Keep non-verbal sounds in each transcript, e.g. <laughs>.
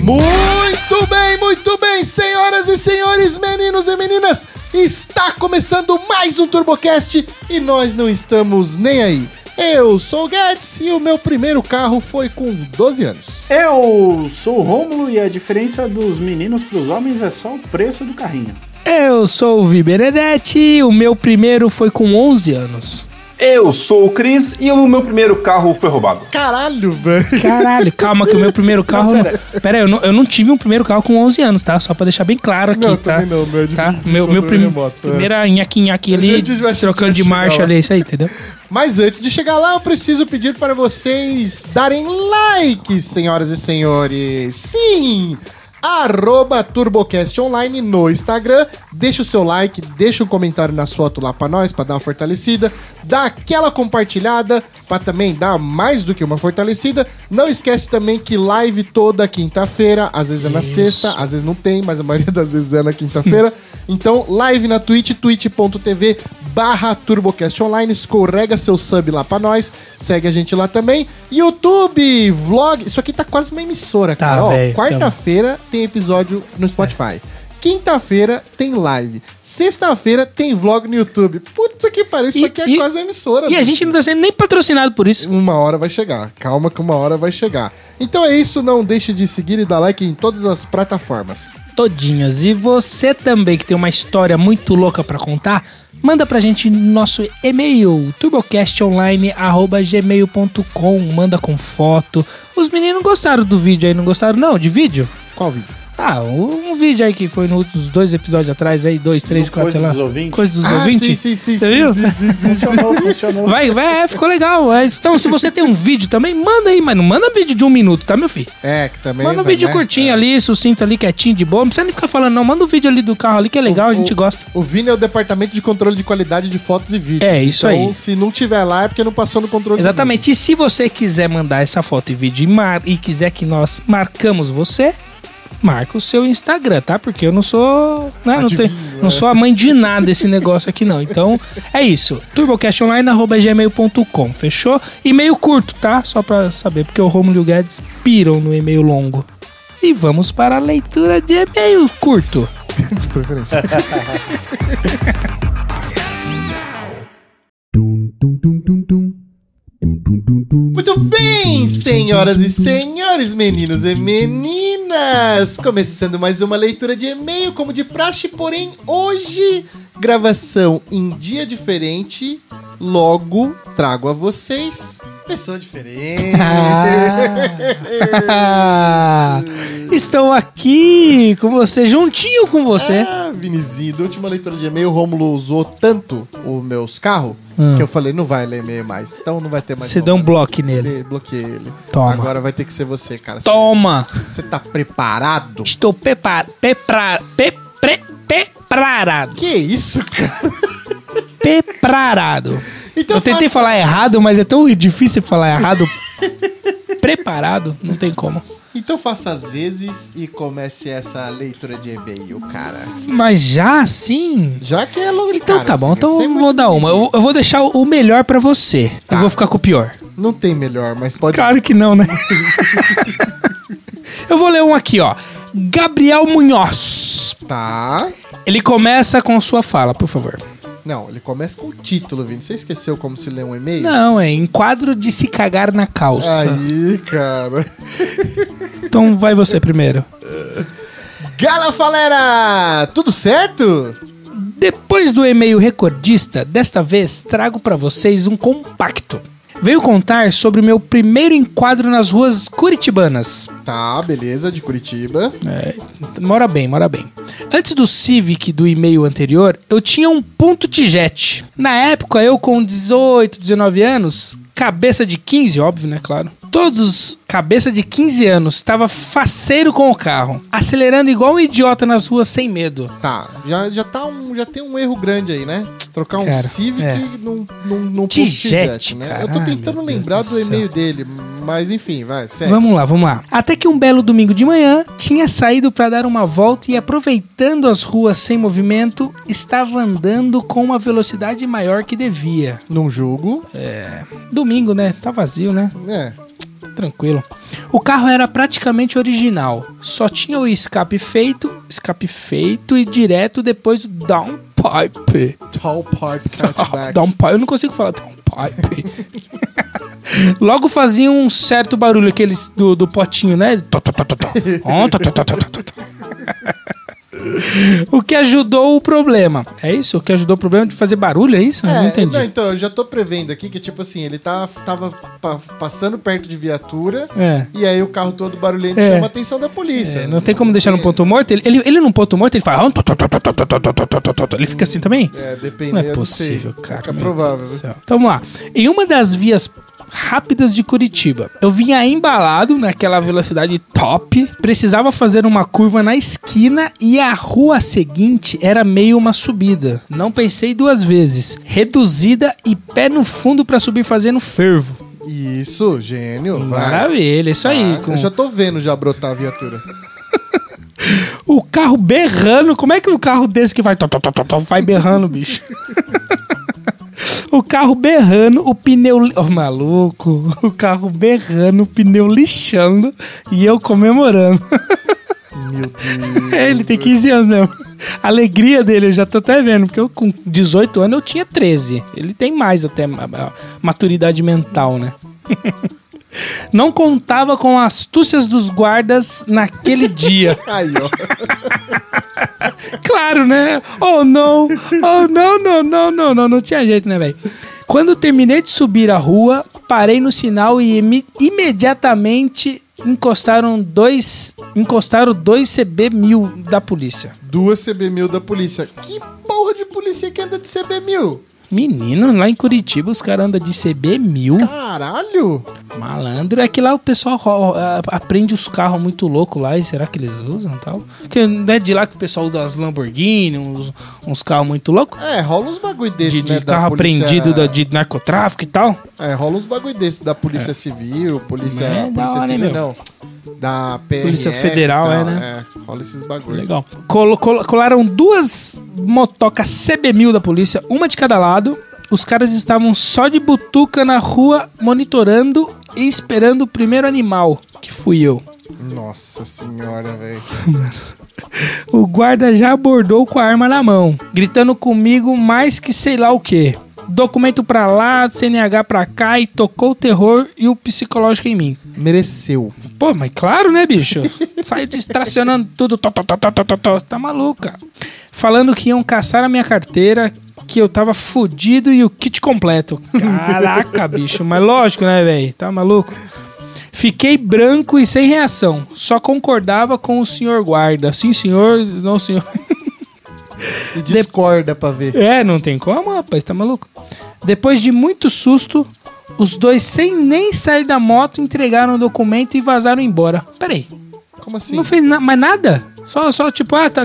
Muito bem, muito bem, senhoras e senhores, meninos e meninas, está começando mais um TurboCast e nós não estamos nem aí. Eu sou o Guedes e o meu primeiro carro foi com 12 anos. Eu sou o Rômulo e a diferença dos meninos pros homens é só o preço do carrinho. Eu sou o Vi Benedetti, o meu primeiro foi com 11 anos. Eu sou o Cris e o meu primeiro carro foi roubado. Caralho, velho. Caralho, <laughs> calma que o meu primeiro carro... Não, pera, eu, não, eu não tive um primeiro carro com 11 anos, tá? Só pra deixar bem claro <laughs> aqui, Não, tá? também não, meu, de- Tá? de Meu, meu controle prim... remoto, é. primeira nhaquinhaque A ali, gente vai- trocando de vai chegar marcha lá. ali, é isso aí, entendeu? Mas antes de chegar lá, eu preciso pedir para vocês darem like, senhoras e senhores. Sim! Arroba TurboCast Online no Instagram. Deixa o seu like, deixa um comentário na sua foto lá pra nós, pra dar uma fortalecida. Dá aquela compartilhada, pra também dar mais do que uma fortalecida. Não esquece também que live toda quinta-feira, às vezes é na sexta, às vezes não tem, mas a maioria das vezes é na <laughs> quinta-feira. então, live na Twitch, twitch.tv barra TurboCast Online, escorrega seu sub lá pra nós, segue a gente lá também. YouTube, vlog, isso aqui tá quase uma emissora, Tá, cara. Ó, velho, Quarta-feira tem episódio no Spotify. Quinta-feira tem live. Sexta-feira tem vlog no YouTube. Putz, que pariu, isso E- aqui é e- quase uma emissora. E a bicho. gente não tá sendo nem patrocinado por isso. Uma hora vai chegar. Calma que uma hora vai chegar. Então é isso, não deixe de seguir e dar like em todas as plataformas. Todinhas. E você também, que tem uma história muito louca pra contar, manda pra gente no nosso e-mail, turbocastonline.gmail.com. Manda com foto. Os meninos gostaram do vídeo aí, não gostaram não? De vídeo? Qual vídeo? Ah, um um vídeo aí que foi nos dois episódios atrás aí, dois, três, No quatro, Coisa sei lá. dos Ouvintes. Coisa dos Ah, ouvintes? sim, sim, sim, Você sim, viu? sim, sim, sim, <laughs> sim. Funcionou, funcionou. Vai, vai, é, ficou legal. é isso. Então, se você tem um vídeo também, manda aí, mas não manda vídeo de um minuto, tá, meu filho? É, que também. Manda um vai, vídeo né? curtinho ali, sucinto ali, quietinho, de boa. Não precisa nem ficar falando, não. Manda um vídeo ali do carro ali, que é legal, a gente gosta. O Vini é o departamento de controle de qualidade de fotos e vídeos. É, isso então, aí. se não tiver lá é porque não passou no controle de Exatamente. E se você quiser mandar essa foto e vídeo e, mar- e quiser que nós marcamos você, marca o seu Instagram, tá? Porque eu não sou. né, não, Adivinho, tenho- não sou a mãe de nada esse negócio aqui, não. Então, é isso. turbocastonline.gmail.com, fechou? E-mail curto, tá? Só pra saber, porque o Romulo e o Guedes piram no e-mail longo. E vamos para a leitura de e-mail curto. vídeo, de É. preferência. Muito bem, senhoras e senhores, meninos e meninas! Começando mais uma leitura de e-mail, como de praxe, porém hoje, gravação em dia diferente, logo trago a vocês pessoa <laughs> diferente. Ah. <laughs> Estou aqui com você, juntinho com você. Ah, Vinizinho, da última leitura de e-mail, o Rômulo usou tanto os meus carros Hum. que eu falei, não vai ler e-mail mais. Então não vai ter mais. Você dá um bloco nele. Ele, bloqueei ele. Toma. Agora vai ter que ser você, cara. Toma! Você tá preparado? Estou prepar, prepara, pe, pre, preparado. Que isso, cara? Preparado. Então Eu tentei faça- falar errado, mas é tão difícil falar errado. Preparado, não tem como. Então faça as vezes e comece essa leitura de e-mail, cara. Mas já sim. Já que é longo de Então cara, tá bom, assim, eu então sei eu muito Tá. vou dar bem. uma. Eu, eu vou deixar o melhor pra você. Eu vou ficar com o pior. Não tem melhor, mas pode. Claro que não, né? <laughs> eu vou ler um aqui, ó. Gabriel Munhoz. Tá. Ele começa com sua fala, por favor. Não, ele começa com o título, Vini. Você esqueceu como se lê um e-mail? Não, é enquadro de se cagar na calça. Aí, cara. Então vai você primeiro. Gala, galera! Tudo certo? Depois do e-mail recordista, desta vez trago pra vocês um compacto. Veio contar sobre o meu primeiro enquadro nas ruas curitibanas. Tá, beleza, de Curitiba. É, mora bem, mora bem. Antes do Civic do e-mail anterior, eu tinha um ponto Tijete. Na época, eu com 18, 19 anos, cabeça de 15, óbvio, né, claro. Todos, cabeça de 15 anos, estava faceiro com o carro, acelerando igual um idiota nas ruas sem medo. Tá, já, já, tá um, já tem um erro grande aí, né? Trocar um Cara, Civic é. num, num, num né? Tigete, cara. Eu tô Ai, tentando meu Deus lembrar do do céu. e-mail dele, mas enfim, vai, segue. Vamos lá, vamos lá. Até que um belo domingo de manhã, tinha saído para dar uma volta e aproveitando as ruas sem movimento, estava andando com uma velocidade maior que devia. Num jogo, Domingo, né? Tá vazio, né? é. Tranquilo. O carro era praticamente original. Só tinha o escape feito, escape feito e direto depois do downpipe. Ah, Tall <laughs> Pipe Catchback. Downpipe. Eu não consigo falar downpipe. <laughs> Logo fazia um certo barulho aqueles do, do potinho, né? Tó, tó, tó, tó, tó. Ó, tó, tó, tó, tó, tó, tó. <laughs> O que ajudou o problema. É isso? O que ajudou o problema de fazer barulho, é isso? Eu não entendi. não, então, eu já tô prevendo aqui que, tipo assim, ele tá, tava pa- passando perto de viatura É. e aí o carro todo barulhento É. chama a atenção da polícia. É, não tem como deixar no ponto morto. Ele, ele, ele num ponto morto, ele fala. "Ah, tó, tó, tó, tó, tó, tó, tó, tó, tó, tó, tó." Ele fica assim também? É, dependendo. Não é eu sei. possível, cara. Fica meu provável. né? Deus do céu. Então vamos lá. Em uma das vias rápidas de Curitiba, eu vinha embalado naquela velocidade top, precisava fazer uma curva na esquina e a rua seguinte era meio uma subida. Não pensei duas vezes. Reduzida e pé no fundo pra subir fazendo fervo. Isso, gênio. Vai. Maravilha, isso aí. Ah, com- Eu já tô vendo já brotar a viatura. O carro berrando. Como é que um carro desse que vai. tó, tó, tó, tó, tó, vai berrando, bicho? <laughs> O carro berrando, o pneu. li- Ô, maluco. O carro berrando, o pneu lixando e eu comemorando. Meu Deus. <laughs> É, ele tem 15 anos mesmo. A alegria dele, eu já tô até vendo, porque eu com 18 anos eu tinha 13. Ele tem mais até ma- ma- maturidade mental, né? <laughs> Não contava com as astúcias dos guardas naquele dia. Aí, ó. Claro, né? Oh, não. Oh, não, não, não, não, não. Não tinha jeito, né, velho? Quando terminei de subir a rua, parei no sinal e imi- imediatamente encostaram dois... Encostaram dois CB1000 da polícia. Duas CB1000 da polícia. Que porra de polícia que anda de CB1000? Menino, lá em Curitiba os caras andam de CB1000. Caralho. Malandro. É que lá o pessoal ro- a- aprende os carros muito loucos lá. E será que eles usam e tal? Porque não é de lá que o pessoal usa as Lamborghini, uns, uns carros muito loucos. É, rola uns bagulho de, desse, de né? da carro polícia- apreendido da- de narcotráfico e tal. É, rola uns bagulho desse da polícia civil, polícia, É, da polícia hora, hein, civil meu? não. Da PRF, Polícia Federal, e é, tal. né? É, rola esses bagulho. Legal. Colo- colo- colaram duas motocas CB1000 da polícia, uma de cada lado. Os caras estavam só de butuca na rua, monitorando e esperando o primeiro animal, que fui eu. Nossa senhora, velho. O guarda já abordou com a arma na mão, gritando comigo mais que sei lá o que. Documento pra lá, CNH pra cá e tocou o terror e o psicológico em mim. Mereceu. Pô, mas claro, né, bicho? Saiu distracionando tudo. Tó, tó, tó, tó, tó, tó, tó. Tá maluca. Falando que iam caçar a minha carteira, que eu tava fudido e o kit completo. Caraca, bicho. Mas lógico, né, velho? Tá maluco? Fiquei branco e sem reação. Só concordava com o senhor guarda. Sim, senhor. Não, senhor. <laughs> E discorda pra ver. É, não tem como, rapaz, tá maluco? Depois de muito susto, os dois, sem nem sair da moto, entregaram o documento e vazaram embora. Peraí, Como assim? não fez na- mais nada? Só, só tipo, ah, tá,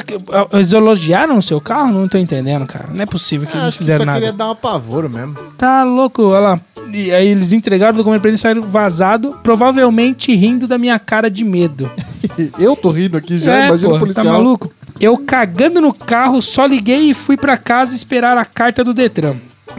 eles elogiaram o seu carro? Não tô entendendo, cara. Não é possível que Ah, eles acho que só fizeram nada. queria dar um apavoro mesmo. Tá louco, olha lá. E aí eles entregaram o documento pra ele e saíram vazado, provavelmente rindo da minha cara de medo. Eu tô rindo aqui <laughs> já, é, imagina pô, o policial. tá maluco? Eu cagando no carro, só liguei e fui pra casa esperar a carta do Detran.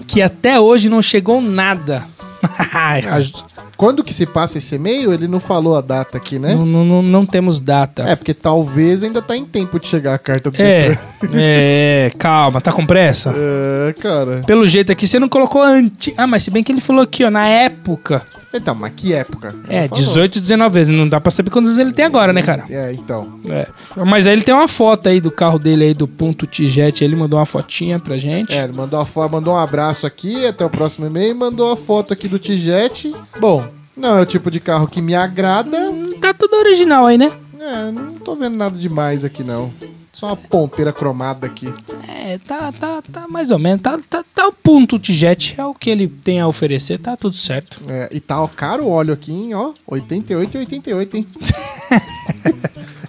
Que até hoje não chegou nada. <laughs> Ah, Ai, raj- Quando que se passa esse e-mail, ele não falou a data aqui, né? não, não, não, não temos data. É, porque talvez ainda tá em tempo de chegar a carta do É, doutor. é, calma, tá com pressa? É, cara. Pelo jeito aqui, você não colocou antes. Ah, mas se bem que ele falou aqui, ó, na época. Então, mas que época? É, Não falou. 18, 19 vezes. Não dá pra saber quantas ele tem agora, né, cara? É, então. É. Mas aí ele tem uma foto aí do carro dele aí, do ponto T-Jet. Ele mandou uma fotinha pra gente. É, ele mandou, a fo- mandou um abraço aqui, até o próximo e-mail, mandou a foto aqui do Tijete. Bom, não é o tipo de carro que me agrada. Tá tudo original aí, né? É, não tô vendo nada demais aqui, não. Só uma ponteira cromada aqui. É, tá, tá, tá mais ou menos. Tá, tá, tá o ponto T-Jet. É o que ele tem a oferecer. Tá tudo certo. É, e tá ó, caro o óleo aqui, hein, ó. 88 e 88, <laughs> hein?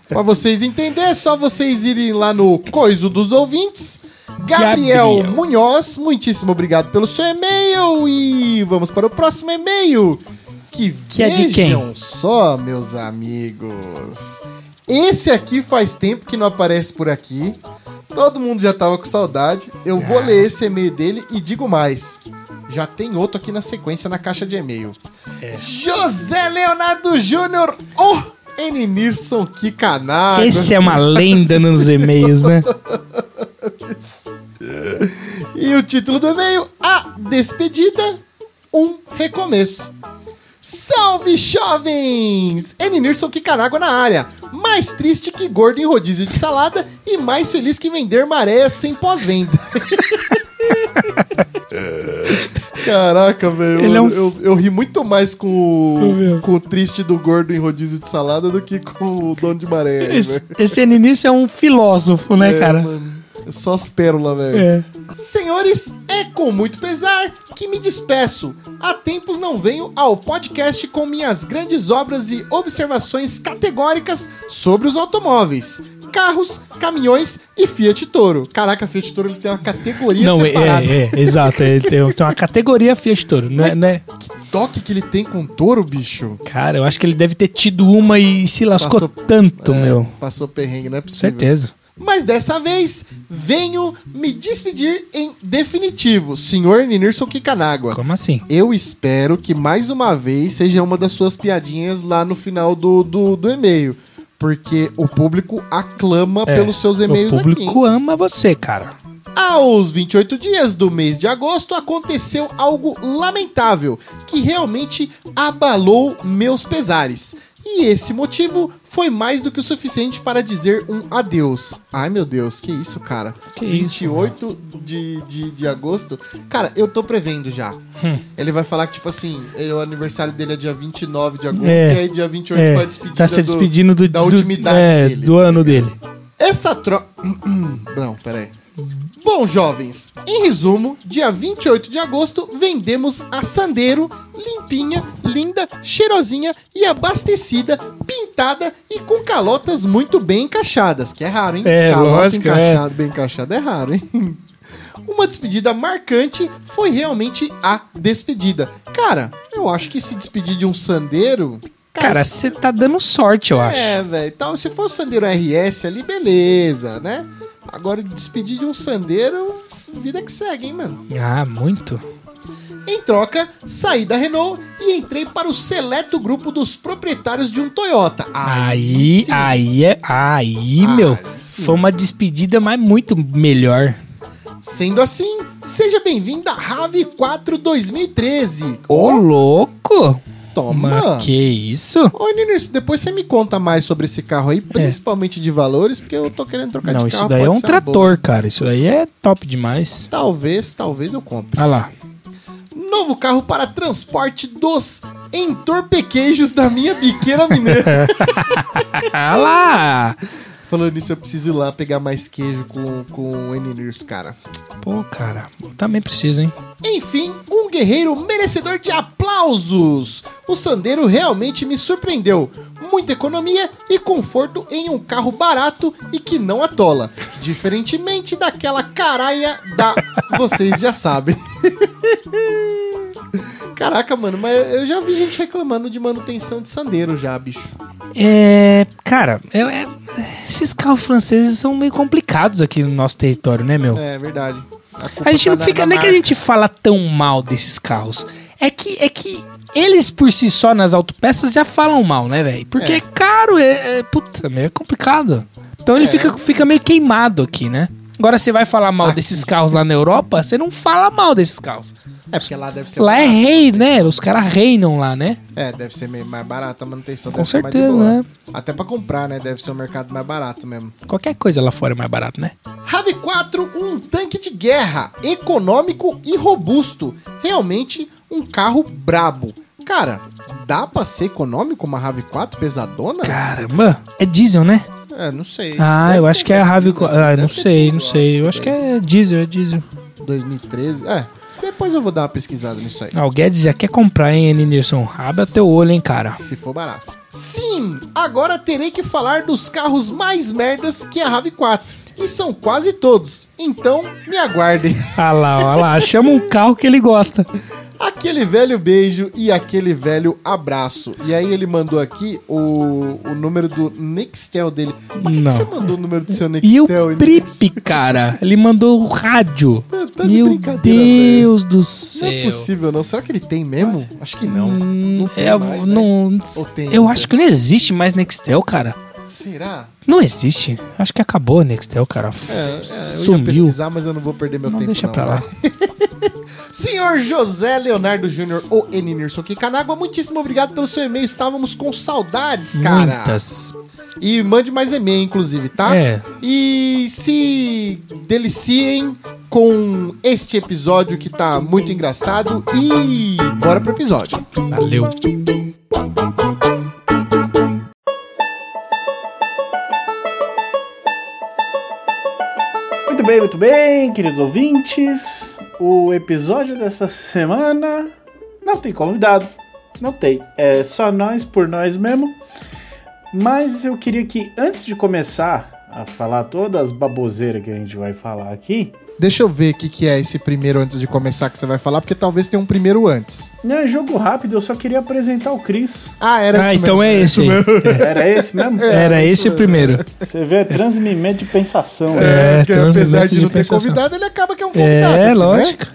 pra vocês entenderem, é só vocês irem lá no Coiso dos Ouvintes. Gabriel, Gabriel. Munhoz, muitíssimo obrigado pelo seu e-mail e vamos para o próximo e-mail. Que, Que é vejam de só, meus amigos. Esse aqui faz tempo que não aparece por aqui. Todo mundo já tava com saudade. Eu vou ler esse e-mail dele e digo mais. Já tem outro aqui na sequência na caixa de e-mail. José Leonardo Júnior, o Eninirson, que canal. Esse é uma lenda nos <laughs> e-mails, né? E o título do e-mail: A Despedida, um Recomeço. Salve jovens! Eninirson Kikanágua na área. Mais triste que gordo em rodízio de salada e mais feliz que vender maré sem pós-venda. Caraca, velho. Ele é Eu, um- eu, eu ri muito mais com o, Meu. com o triste do gordo em rodízio de salada do que com o dono de maré. Esse, velho. esse Eninirson é um filósofo, né, é, cara? Só as pérolas, velho. É. Senhores, é com muito pesar que me despeço. Há tempos não venho ao podcast com minhas grandes obras e observações categóricas sobre os automóveis. Carros, caminhões e Fiat Toro. Caraca, Fiat Toro ele tem uma categoria Não, é, separada. é, é, exato. Ele tem, tem uma categoria Fiat Toro, É. né? né? Toque que ele tem com Toro, bicho. Cara, eu acho que ele deve ter tido uma e se lascou Passou- tanto, É, meu. Passou perrengue, não é possível. Certeza. Mas dessa vez, venho me despedir em definitivo, senhor Ninirson Kikanágua. Como assim? Eu espero que mais uma vez seja uma das suas piadinhas lá no final do, do, do e-mail. Porque o público aclama pelos seus É, O e-mails aqui. hein? público ama você, cara. Aos 28 dias do mês de agosto aconteceu algo lamentável que realmente abalou meus pesares. E esse motivo foi mais do que o suficiente para dizer um adeus. Ai meu Deus, que isso, cara. Que isso, 28 de, de, de agosto. Cara, eu tô prevendo já. Hum. Ele vai falar que, tipo assim, ele- o aniversário dele é dia 29 de agosto, É. e aí dia 28 foi a despedida. tá se do- despedindo do, da do- ultimidade é, dele. do ano dele. Essa troca. Não, peraí. Bom, jovens, em resumo, dia 28 de agosto vendemos a Sandero, limpinha, linda, cheirosinha e abastecida, pintada e com calotas muito bem encaixadas, que é raro, hein? É, Calota lógico, encaixada, bem encaixada é raro, hein? <laughs> Uma despedida marcante foi realmente a despedida. Cara, eu acho que se despedir de um Sandero. Cara, você tá dando sorte, eu acho. É, velho. Então, se for o Sandeiro RS ali, beleza, né? Agora, despedir de um Sandeiro, vida que segue, hein, mano? Ah, muito. Em troca, saí da Renault e entrei para o seleto grupo dos proprietários de um Toyota. Aí, sim. aí, é, aí, Aí meu, sim. foi uma despedida, mas muito melhor. Sendo assim, seja bem-vindo à RAV 4 2013. Ô, louco! Toma! Mas que isso? Ô, Niners, depois você me conta mais sobre esse carro aí, principalmente de valores, porque eu tô querendo trocar É. Não, de carro. isso daí é pode um ser uma boa. trator, cara. Isso daí é top demais. Talvez, talvez eu compre. Olha lá. Novo carro para transporte dos entorpequejos da minha biqueira mineira. Olha lá! Falando nisso, eu preciso ir lá pegar mais queijo com, com o Enilirso, cara. Pô, cara, eu também preciso, hein? Enfim, um guerreiro merecedor de aplausos. O Sandero realmente me surpreendeu. Muita economia e conforto em um carro barato e que não atola. Diferentemente daquela caralha da... Vocês já sabem. <laughs> Caraca, mano, mas eu já vi gente reclamando de manutenção de Sandero já, bicho. É. Cara, é- é- esses carros franceses são meio complicados aqui no nosso território, né, meu? É verdade. culpa A gente tá não na- fica. na Não é que a marca. gente fala tão mal desses carros. É que, é que eles por si só nas autopeças já falam mal, né, velho? Porque É. é, caro, é, é. Puta, meu, é complicado. Então ele É. fica, fica meio queimado aqui, né? Agora você vai falar mal Aqui. desses carros lá na Europa, você não fala mal desses carros. É, porque lá deve ser. lá é barato. rei, né? Os caras reinam lá, né? É, deve ser meio mais barata a manutenção. Com deve ser certeza, mais de boa. né? Até pra comprar, né? Deve ser um mercado mais barato mesmo. Qualquer coisa lá fora é mais barato, né? RAV4, um tanque de guerra, econômico e robusto. Realmente um carro brabo. Cara, dá pra ser econômico uma RAV4 pesadona? Caramba! É diesel, né? É, não sei. Ah, Deve eu ter acho que é a Rave. tudo, né? Ah, Deve não ter sei, tudo, não sei. Eu acho que daí. é diesel, é diesel. 2013. É, depois eu vou dar uma pesquisada nisso aí. Ah, o Guedes já quer comprar, hein, Nilson? Abra teu olho, hein, cara. Se for barato. Sim, agora terei que falar dos carros mais merdas que a RAV4. E são quase todos, então me aguardem. <laughs> Ah lá, olha lá. Chama um carro que ele gosta. A aquele velho beijo e aquele velho abraço. E aí ele mandou aqui o, o número do Nextel dele. Por que, que Não. você mandou o número do seu E eu Nextel? pripe, cara. Ele mandou o rádio. Tá- tá de Meu brincadeira, Deus do Não céu. é possível, não. Será que ele tem mesmo? Acho que não. Hum, tem é, mais, né? não, Ou tem né? eu ainda? acho que não existe mais Nextel, cara. né? Será? Não existe. Acho que acabou a Nextel, cara. É, é, eu ia Sumiu. pesquisar, mas eu não vou perder meu Não tempo. deixa pra lá. Senhor José Leonardo Júnior ou Eninirson Kikanágua, muitíssimo obrigado pelo seu e-mail. Estávamos com saudades, cara. Muitas. E mande mais e-mail, inclusive, tá? É. E se deliciem com este episódio que tá muito engraçado. E bora pro episódio. Valeu. Muito bem, muito bem, queridos ouvintes. O episódio dessa semana não tem convidado. Não tem. É só nós por nós mesmo. Mas eu queria que, antes de começar a falar todas as baboseiras que a gente vai falar aqui, Deixa eu ver o que, que é esse primeiro antes de começar que você vai falar, porque talvez tenha um primeiro antes. não é jogo rápido, eu só queria apresentar o Cris. Ah, era Ah, isso então mesmo. é esse aí. Era esse mesmo? É. Era esse o primeiro. Você vê, é transmimento de pensação. né? É, É, porque apesar transmissão de não de ter pensação. convidado, ele acaba que é um convidado. aqui, É, né? lógico.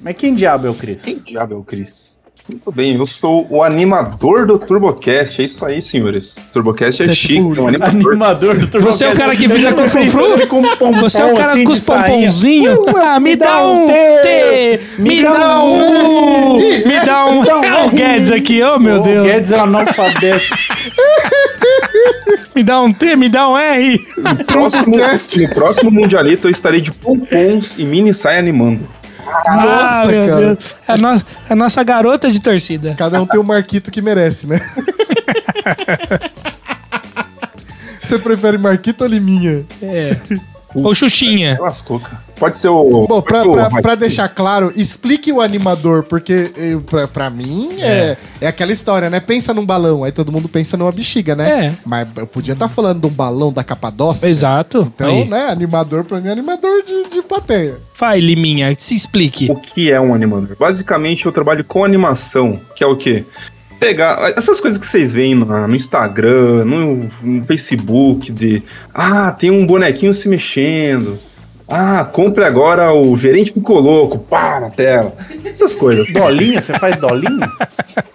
Mas quem diabo é o Cris? Quem diabo é o Cris? Muito bem, eu sou o animador do TurboCast, é isso aí, senhores. TurboCast é Você é chique, tipo é um animador. Animador do Turbo Você é o cara que Eu fica tô com pensando frufru? com um pompom Você é o cara assim com de os sainha. pomponzinhos? Ah, me dá um T! Me dá um! Me dá um! É o Guedes aqui, oh meu O Deus! Guedes é um analfabeto. Me dá um T, me dá um R! No próximo, no próximo Mundialito eu estarei de pompons e mini saia animando. Nossa, cara. Ah, Deus! É A nossa, a nossa garota de torcida. Cada um tem o Marquito que merece, né? Você prefere Marquito ou Liminha? É. Ou Xuxinha. Lascou, cara. Pode ser Bom, o. pode pra, ser o pra- Mike. pra deixar claro, explique o animador, porque eh, pra, pra mim é, é aquela história, né? Pensa num balão, aí todo mundo pensa numa bexiga, né? É. Mas eu podia estar falando de um balão da Capadócia. Exato. Então, Aí. né? Animador pra mim é animador de, de plateia. Vai, Liminha, se explique. O que é um animador? Basicamente, eu trabalho com animação, que é o quê? Pegar essas coisas que vocês veem na- no Instagram, no, no Facebook, de ah, tem um bonequinho se mexendo. Ah, compre agora o gerente ficou louco, pá, na tela. Essas coisas. <laughs> Dolinha? Você faz dolinha?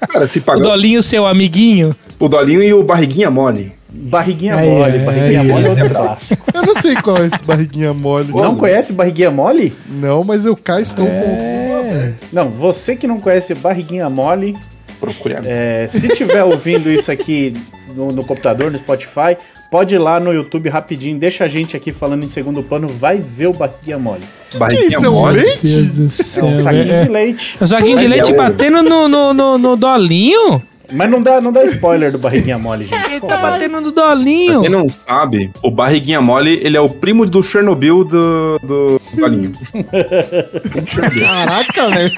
Cara, se O pagar Dolinho, seu amiguinho. o dolinho e o barriguinha mole. Barriguinha Aí, mole. aí, barriguinha aí. mole é outro clássico. Eu não sei qual é esse barriguinha mole. Não conhece barriguinha mole? Não, mas eu cá estou É. com. Não, você que não conhece barriguinha mole, Procure agora. é, se tiver ouvindo isso aqui no, no computador, no Spotify, pode ir lá no YouTube rapidinho, deixa a gente aqui falando em segundo plano, vai ver o barriguinha mole. Que isso é um leite? do É céu. um saquinho de leite. O saquinho de Mas é leite o- batendo no, no, no, no Dolinho? Mas não dá, não dá spoiler do barriguinha mole, gente. Ele Pô, tá batendo no Pra Dolinho. quem não sabe, o Barriguinha Mole, ele é o primo do Chernobyl do, do Dolinho. Caraca, velho.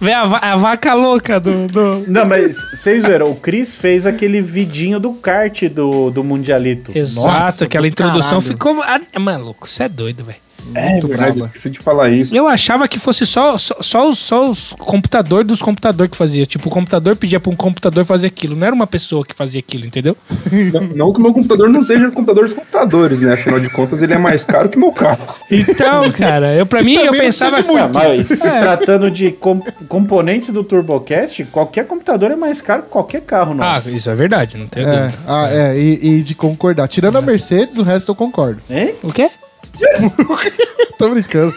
Vê a, va- a vaca louca do. do... Não, mas vocês viram, o Cris fez aquele vidinho do kart do, do Mundialito. <laughs> Exato, Nossa, aquela do introdução caralho. ficou. Ah, maluco, você é doido, velho. É verdade, braba. esqueci de falar isso. Eu achava que fosse só, só, só os, só os computador dos computador que fazia. Tipo, o computador pedia pra um computador fazer aquilo. Não era uma pessoa que fazia aquilo, entendeu? Não, não que o meu computador não seja o computador dos computadores, né? Afinal de contas, ele é mais caro que o meu carro. <laughs> Então, cara, eu para mim Também eu não precisa pensava. de muito. Ah, mas se É. tratando de com- componentes do TurboCast, qualquer computador é mais caro que qualquer carro Ah, nosso. isso é verdade, não tem É, dúvida. ah, é e, e de concordar. Tirando a Mercedes, o resto eu concordo. Hein? O quê? Tô brincando.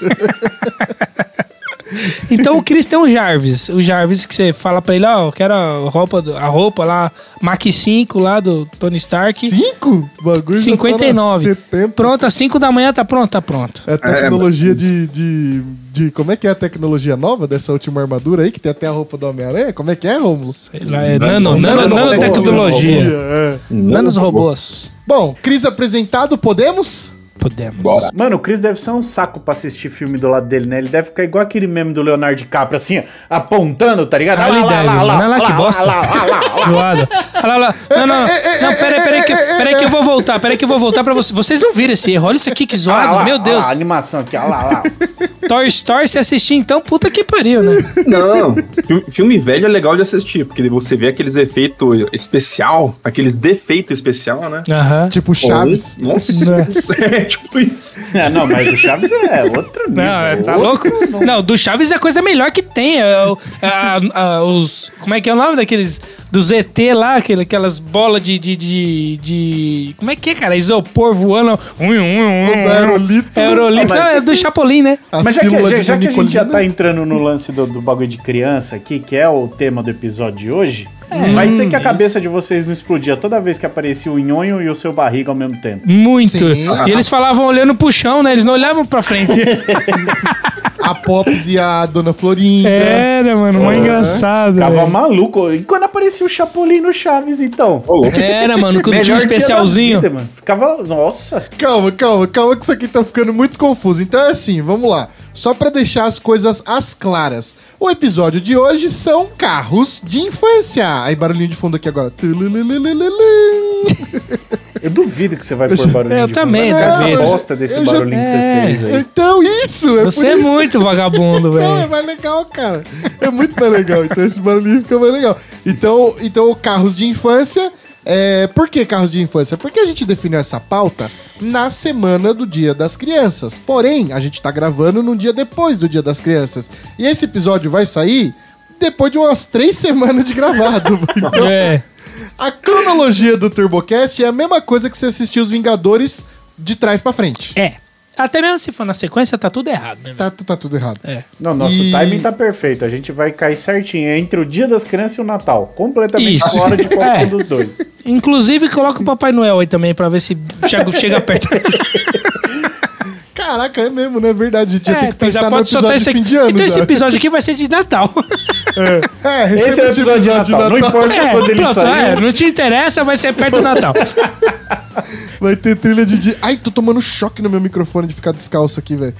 Então o Cris tem o Jarvis. O Jarvis que você fala pra ele, ó, eu quero a roupa, do- a roupa lá, Mach 5 lá do Tony Stark. Cinco? O bagulho já tá na 59. 70. Pronto, às 5 da manhã tá pronto, tá pronto. É tecnologia de, de, de- Como é que é a tecnologia nova dessa última armadura aí, que tem até a roupa do Homem-Aranha? Como é que é, Romulo? Sei lá, é nano, nano, nano- nanotecnologia. É. Nanos robôs. Bom, Cris apresentado, podemos? Podemos. Bora. Mano, o Chris deve ser um saco pra assistir filme do lado dele, né? Ele deve ficar igual aquele meme do Leonardo DiCaprio, assim, ó, apontando, tá ligado? Ah, ele deve, mano. Olha lá que bosta. lá, lá, lá, lá. Zoada. Olha <laughs> lá, olha lá. Não, não, não. É, Não, peraí, peraí que, peraí que eu vou voltar. Peraí que eu vou voltar pra vocês. Vocês não viram esse erro. Olha isso aqui que Ah, lá, zoado. Meu lá, Deus. a animação aqui, ó lá, lá. Toy Story, se assistir então, puta que pariu, né? Não, fi- filme velho é legal de assistir, porque você vê aqueles efeitos especial, aqueles defeitos especial, né? Aham. Tipo Chaves. Pô, Nossa, <laughs> é tipo isso. Ah, não, mas o Chaves é outro nível. Não, é, tá Uhum. louco? Não, do Chaves é a coisa melhor que tem. é o- a- a- os, como é que é o nome daqueles. Do ZT lá, aquele- aquelas bolas de, de, de, de- Como é que é, cara? Isopor voando. um, Ui, ui, ui, Os aerolitos. É Aerolito. Mas- Não, é do Chapolin, né? As Mas já que, pílulas já, de né? já que a gente já Nicolina. tá entrando no lance do, do bagulho de criança aqui, que é o tema do episódio de hoje, É. vai ser que Hum, a cabeça de vocês não explodia toda vez que aparecia o nhonho e o seu barriga ao mesmo tempo. Muito. Sim. E eles falavam olhando pro chão, né? Eles não olhavam pra frente. A Pops e a Dona Florinda. <laughs> Era, mano, mó engraçado. Ficava É. velho. maluco. E quando aparecia o Chapolin no Chaves, então? Ô, louco. Era, mano, quando tinha um Melhor dia da especialzinho. vida, mano. Ficava. Nossa! Calma, calma, calma que isso aqui tá ficando muito confuso. Então é assim, vamos lá. Só pra deixar as coisas às claras. O episódio de hoje são carros de infância. Aí barulhinho de fundo aqui agora. Tululululululum. Eu duvido que você vai pôr barulhinho. Eu de também, fundo. Essa duvido. bosta desse Eu já- barulhinho que É. você fez aí. Então isso, é Você por é isso. <laughs> muito vagabundo, Não, é velho. mais legal, cara. É muito mais legal. Então esse barulhinho fica mais legal. Então, então carros de infância. É, por que carros de infância? Porque a gente definiu essa pauta na semana do Dia das Crianças. Porém, a gente tá gravando num dia depois do Dia das Crianças. E esse episódio vai sair depois de umas três semanas de gravado. Então, É. a cronologia do TurboCast é a mesma coisa que você assistir Os Vingadores de trás pra frente. É. Até mesmo se for na sequência, tá tudo errado, né? velho? Tá, tá tudo errado. É. Não, nosso E- timing tá perfeito. A gente vai cair certinho É entre o dia das crianças e o Natal. Completamente Isso. fora de qualquer <laughs> É. um dos dois. Inclusive, coloca o Papai Noel aí também pra ver se chega, <laughs> chega perto. Caraca, é mesmo, né? É verdade. A gente ia ter que então já pensar no pode soltar episódio de fim de ano. Então esse já. episódio aqui vai ser de <laughs> Natal. <laughs> É, receba Esse é o esse episódio de Natal. Não importa quando É, ele pronto, é, sair. não te interessa, vai ser perto do Natal. Vai ter trilha de. de- Ai, tô tomando choque no meu microfone de ficar descalço aqui, velho.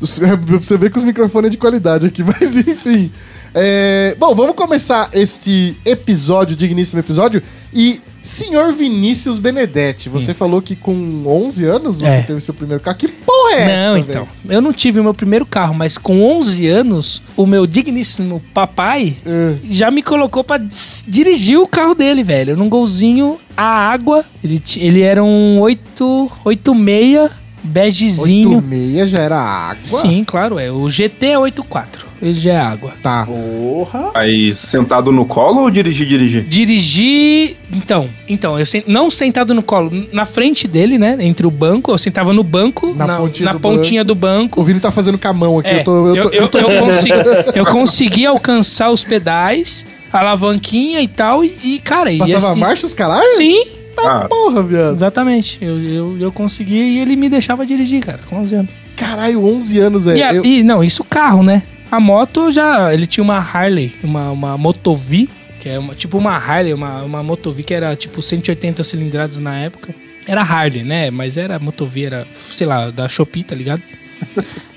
Dos- é, pra Você vê que os <laughs> microfones é de qualidade aqui, <laughs> mas enfim. É, Bom, vamos começar este episódio, digníssimo episódio. E, senhor Vinícius Benedetti, você falou que com 11 anos você Hum. É. teve seu primeiro carro. Que porra é essa? não, velho? então. Eu não tive o meu primeiro carro, mas com 11 anos, o meu digníssimo papai É. já me colocou pra dis- dirigir o carro dele, velho. Num golzinho a água. Ele, ti- ele era um 8, 86 begezinho. 8,6 já era água. Sim, claro, é. O GT é 84. Ele já é água. Tá. Porra! Aí, sentado no colo ou dirigir, dirigir? Dirigi. Então, então, eu sen- não sentado no colo, na frente dele, né? Entre o banco, eu sentava no banco, Na na, pontinha na do pontinha do banco. O Vini tá fazendo com a mão aqui. É, eu tô. Eu tô, eu- eu- eu consegui- <laughs> eu consegui alcançar os pedais, a alavanquinha e tal, e, e, cara. e Passava as- e- marcha os caralho? Sim, Ah, Porra, viado. exatamente. Eu, eu, eu consegui e ele me deixava dirigir, cara, com 11 anos. Caralho, 11 anos, velho. e, a- É, Eu- e, não, isso carro, né? A moto já. Ele tinha uma Harley, uma, uma Motovi, que é uma- tipo uma Harley, uma, uma Motovi que era tipo 180 cilindradas na época. Era Harley, né? Mas era Motovi, era, sei lá, da Shopee, tá <laughs> ligado?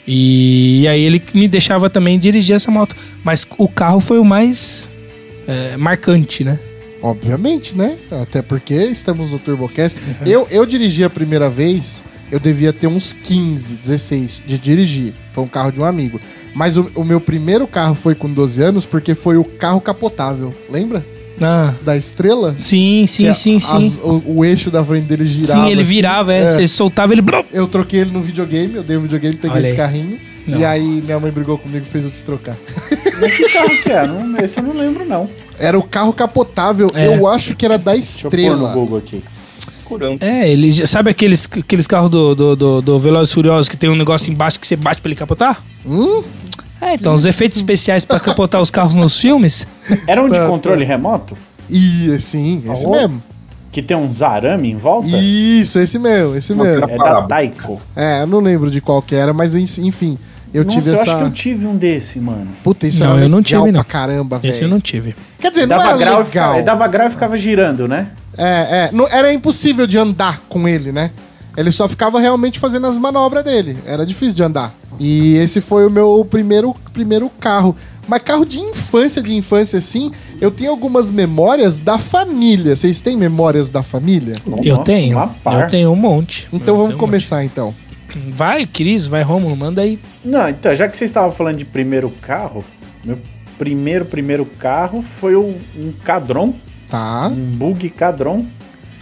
E, aí ele me deixava também dirigir essa moto. Mas o carro foi o mais é, marcante, né? Obviamente, né? Até porque estamos no TurboCast. Uhum. Eu, eu dirigi a primeira vez, eu devia ter uns 15, 16 de dirigir. Foi um carro de um amigo. Mas o, o meu primeiro carro foi com 12 anos, porque foi o carro capotável. Lembra? Ah, Da estrela? sim, sim, Que sim, as- sim. o, o eixo da frente dele girava. sim, ele assim. virava, é. Você soltava ele. blum. Eu troquei ele no videogame, eu dei o videogame, peguei Olha esse aí. carrinho. E Nossa. aí minha mãe brigou comigo e fez eu destrocar. Mas que carro que é? Não, esse eu não lembro, não. Era o carro capotável, É. eu acho que era da Deixa eu pôr no estrela. Google aqui. curando. É, ele já- sabe aqueles, aqueles carros do, do, do, do Velozes e Furiosos que tem um negócio embaixo que você bate pra ele capotar? Hum? É, então, os efeitos especiais pra capotar os carros nos filmes. Era um de Tá, controle remoto? E sim, esse Alô? mesmo. Que tem um zarame em volta? Isso, esse mesmo, esse Uma mesmo. tra- É da Taiko. É, eu não lembro de qual que era, mas en- enfim, eu Nossa, tive eu essa. acho que eu tive um desse, mano. Puta, isso Não, era eu não legal tive, não. pra caramba, Esse eu velho. não tive. Quer dizer, não Dava era grau, e legal. ficava, ele dava grau e ficava girando, né? É, é, não, era impossível de andar com ele, né? Ele só ficava realmente fazendo as manobras dele. Era difícil de andar. E esse foi o meu primeiro, primeiro carro. Mas carro de infância, de infância, assim, eu tenho algumas memórias da família. Vocês têm memórias da família? eu Nossa, tenho. uma par. Eu tenho um monte. Então Eu vamos tenho um monte. começar, então. Vai, Cris, vai, Romulo, manda aí. Não, então, já que vocês estavam falando de primeiro carro, meu primeiro, primeiro carro foi um, um Cadron, Tá. um Bug Cadron,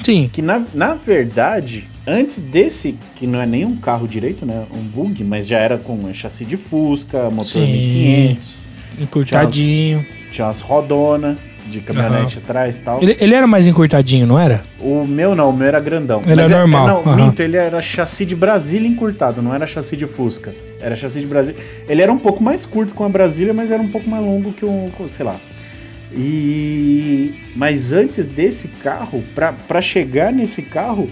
Sim. que na, na verdade, antes desse, que não é nem um carro direito, né, um Bug, mas já era com um chassi de Fusca, motor Sim. 1500, Encurtadinho. tinha umas rodona de caminhonete atrás e tal. Ele, ele era mais encurtadinho, não era? O meu não, o meu era grandão. Ele é normal, não, aham. minto, ele era chassi de Brasília encurtado, não era chassi de Fusca. Era chassi de Brasília. Ele era um pouco mais curto com a Brasília, mas era um pouco mais longo que um, co- sei lá. E mas antes desse carro, pra pra chegar nesse carro,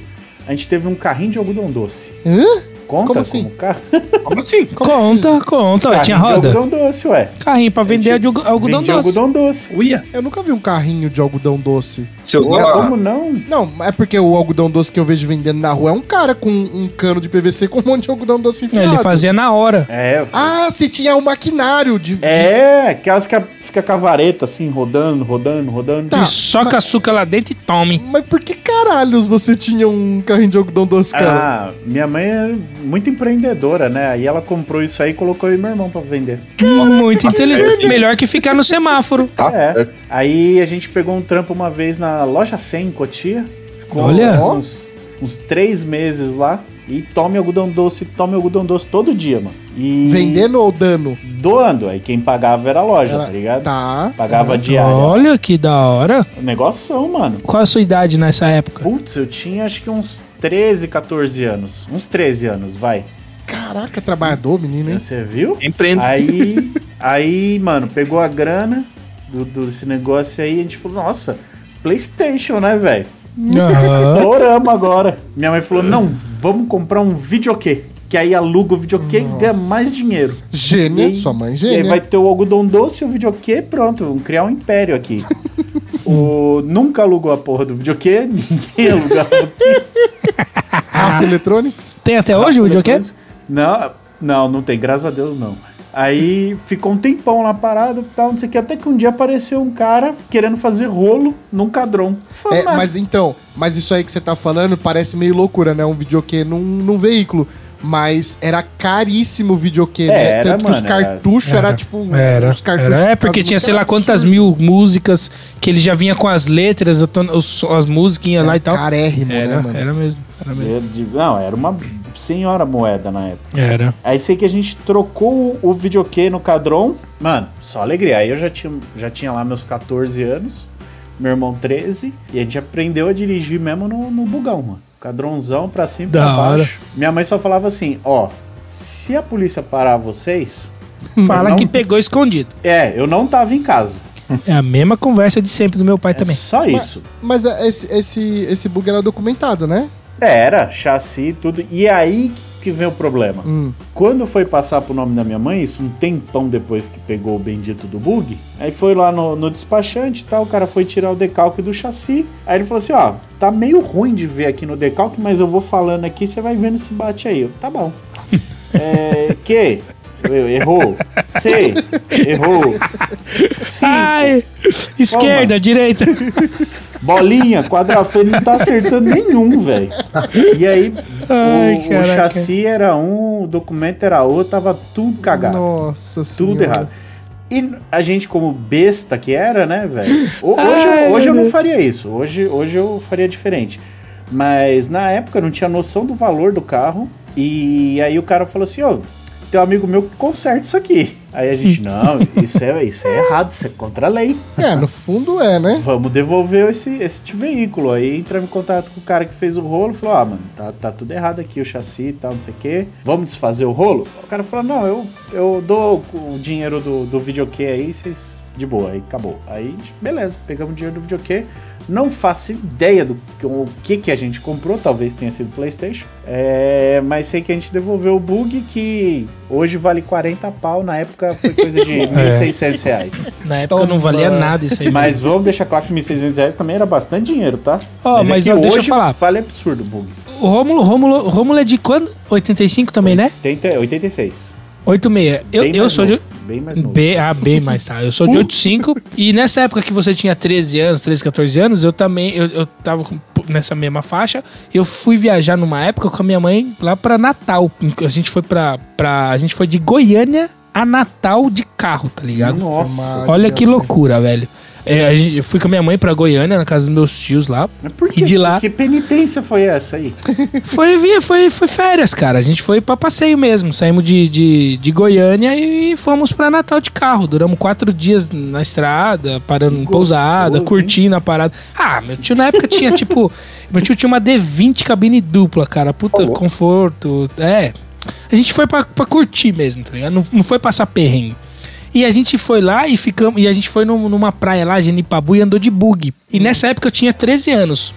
a gente teve um carrinho de algodão doce. Hã? Conta Como assim? como carro? Como assim? conta, conta. Ó, carrinho tinha de roda. algodão doce, ué. Carrinho pra vender de algodão Vendia doce. algodão doce. Uia. Eu nunca vi um carrinho de algodão doce. Você usava... Como não? Não, é porque o algodão doce que eu vejo vendendo na rua é um cara com um cano de PVC com um monte de algodão doce enfiado. É, Ele fazia na hora. É, Ah, se tinha o maquinário de... É, aquelas que a- fica com a vareta assim, rodando, rodando, rodando. Tá. e soca açúcar lá dentro e tome. Mas por que caralhos você tinha um carrinho de algodão doce, cara? Ah, minha mãe é muito empreendedora, né? Aí ela comprou isso aí e colocou eu e meu irmão pra vender. Hum, Muito inteligente. Melhor que ficar no semáforo. Tá É. certo. Aí a gente pegou um trampo uma vez na loja 100 em Cotia. Ficou Olha. uns, uns três meses lá. E tome algodão doce, tome algodão doce todo dia, mano. E Vendendo ou dando? Doando. Aí quem pagava era a loja, Era- tá ligado? Tá. Pagava diária. Olha que da hora. Negoção, mano. Qual a sua idade nessa época? Putz, eu tinha acho que uns 13, 14 anos. Uns 13 anos, vai. Caraca, trabalhador, menino, hein? Você viu? Empreendo. Aí, aí, mano, pegou a grana do, do- desse negócio aí e a gente falou, nossa, Playstation, né, velho? Aham. Toramos agora. Minha mãe falou, não, vamos comprar um videokê. Que aí aluga o videokê e ganha mais dinheiro. E Gênia, aí- sua mãe E aí gênia. vai ter o algodão doce e o videokê, pronto, vamos criar um império aqui. o, nunca alugou a porra do videokê, <laughs> ninguém alugava. Rafa Electronics? Tem até hoje o videokê? Não, não, não tem, graças a Deus não. Aí ficou um tempão lá parado e tal, não sei o que. Até que um dia apareceu um cara querendo fazer rolo num cadrão. Falei, É, "Mas mas então, mas isso aí que você tá falando parece meio loucura, né? Um videokê num, num veículo. Mas era caríssimo o videokê, né? Era, Tanto que os mano, era- cartuchos era, Era, tipo. Era. Os cartuchos. né? Era, é, as porque tinha músicas sei lá eram quantas absurdas. mil músicas que ele já vinha com as letras, a ton- os- as musiquinhas lá e tal. Carérrimo, né, Era, é. mano? era mesmo. Era mesmo. eu digo, Não, era uma senhora moeda na época. Era. Aí sei que a gente trocou o videokê no cadrão. Mano, só alegria. Aí eu já tinha, já tinha lá meus 14 anos, meu irmão 13, e a gente aprendeu a dirigir mesmo no, no bugão, mano. Cadrãozão pra cima e pra Da hora. baixo. Minha mãe só falava assim, ó, se a polícia parar vocês, <laughs> Fala Não. que pegou escondido. é, eu não tava em casa. É a mesma conversa de sempre do meu pai É também. só isso. Mas é, esse, esse, esse bug era documentado, né? É, Era, chassi, tudo. E é aí que vem o problema. Hum. Quando foi passar pro nome da minha mãe, isso um tempão depois que pegou o bendito do bug, aí foi lá no, no despachante e tal, o cara foi tirar o decalque do chassi. Aí ele falou assim: ó, tá meio ruim de ver aqui no decalque, mas eu vou falando aqui, você vai vendo se bate aí. Eu, tá bom. É, que? Eu, errou. C, errou. Cinco. Ai, esquerda, direita. Bolinha, quadrafê, não tá acertando nenhum, velho. E aí, Ai, o, o caraca. chassi era um, o documento era outro, tava tudo cagado. Nossa tudo senhora. errado. E a gente, como besta que era, né, velho? ho- Hoje, eu- <laughs> Ai, hoje eu não meu Deus. faria isso. Hoje, hoje eu faria diferente. Mas na época eu não tinha noção do valor do carro. E aí o cara falou assim: ô, tem um amigo meu que conserta isso aqui. Aí a <laughs> gente, não, isso é, isso é errado, isso é contra a lei. É, no fundo é, né? Vamos devolver esse, esse tipo veículo. Aí entramos em contato com o cara que fez o rolo. Falou: Ah, mano, tá, tá tudo errado aqui, o chassi e tal, não sei o quê. Vamos desfazer o rolo? O cara falou: Não, eu, eu dou o dinheiro do, do videokê aí, vocês. De boa, aí acabou. Aí, tipo, beleza, pegamos o dinheiro do videokê. Não faço ideia do que, o que, que a gente comprou, talvez tenha sido PlayStation. É, mas sei que a gente devolveu o bug que hoje vale 40 pau, na época foi coisa de R$ 1.600 reais. Na época não valia Toma. nada isso aí. Mas vamos deixar claro que 1.600 reais também era bastante dinheiro, tá? Ó, mas que ó, deixa eu hoje falar. Vale absurdo, bug. O Rômulo, Rômulo, Rômulo é de quando? 85 também, né? 80, 86. 86. Eu, Bem eu mais sou de, novo. bem mais novo. Uh! Bem, ah, bem mais, tá. Eu sou de 8,5. E nessa época que você tinha 13 anos, 13, 14 anos, eu também, eu, eu tava com- nessa mesma faixa. Eu fui viajar numa época com a minha mãe lá pra Natal. A gente foi pra, pra a gente foi de Goiânia a Natal de carro, tá ligado? Nossa. Olha que loucura, velho. É, a gente- eu fui com a minha mãe pra Goiânia, na casa dos meus tios lá. Mas por E de lá- Que penitência foi essa aí? Foi, vi- foi, foi férias, cara. A gente foi pra passeio mesmo. Saímos de, de, de Goiânia e fomos pra Natal de carro. Duramos quatro dias na estrada, parando em Gostoso, pousada, hein? curtindo a parada. Ah, meu tio na época tinha tipo. Meu tio tinha uma D20 cabine dupla, cara. Puta Ô, louco. conforto. É. A gente foi pra, pra curtir mesmo, tá ligado? Não, não foi passar perrengue. E a gente foi lá e ficamos. E a gente foi num- numa praia lá, Genipabu, e andou de bug. E nessa época eu tinha 13 anos.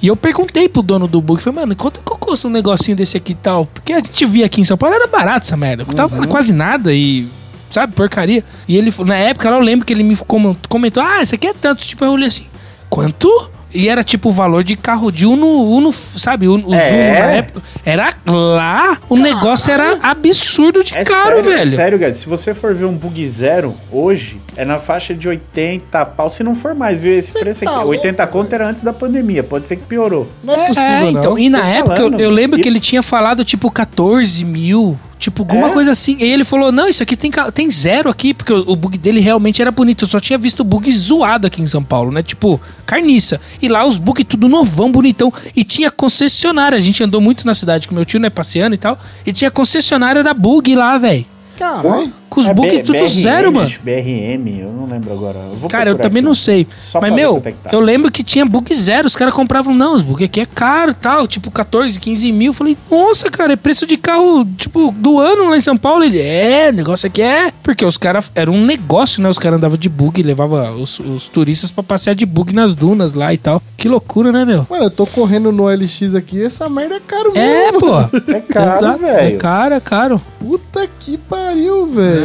E eu perguntei pro dono do bug, falei, mano, quanto que eu custa um negocinho desse aqui e tal? Porque a gente via aqui em São Paulo, era barato essa merda. Tava Uhum. quase nada e. Sabe, porcaria. E ele, na época, lá eu lembro que ele me comen- comentou, ah, isso aqui é tanto. Tipo, eu olhei assim, quanto? E era tipo o valor de carro de Uno, Uno sabe, Uno, os É. Uno na época. Era lá, o negócio era absurdo de É caro, sério, É velho. sério, guys. Se você for ver um bug zero hoje, é na faixa de 80 pau, se não for mais, viu? Esse Cê preço tá aqui. louco, 80 conto era antes da pandemia, pode ser que piorou. Não é possível, não. então, e Tô na época eu- falando. eu, lembro que E- ele tinha falado tipo 14 mil, tipo alguma É? coisa assim. E ele falou: Não, isso aqui tem, ca- tem zero aqui, porque o, o bug dele realmente era bonito. Eu só tinha visto bug zoado aqui em São Paulo, né? Tipo, carniça. E lá os bug tudo novão, bonitão. E tinha concessionária. A gente andou muito na cidade com meu tio, né? Passeando e tal. E tinha concessionária da bug lá, velho. Caralho. Com os É bugs B- tudo BRM, zero, mano. acho, BRM, eu não lembro agora. vou Cara, eu procurar também aqui. não sei. Só Mas, pra ver meu, quanto é que tá. eu lembro que tinha bug zero. Os caras compravam, não, os bug aqui é caro tal, tipo 14, 15 mil. Eu falei, nossa, cara, é preço de carro, tipo, do ano lá em São Paulo. Ele, é, o negócio aqui é. Porque os caras, era um negócio, né? Os caras andavam de bug, levava os, os turistas pra passear de bug nas dunas lá e tal. Que loucura, né, meu? Mano, eu tô correndo no LX aqui, essa merda é caro É, mesmo. pô. É <laughs> caro, <laughs> Exato. É velho. caro, é caro. Puta que pariu, velho.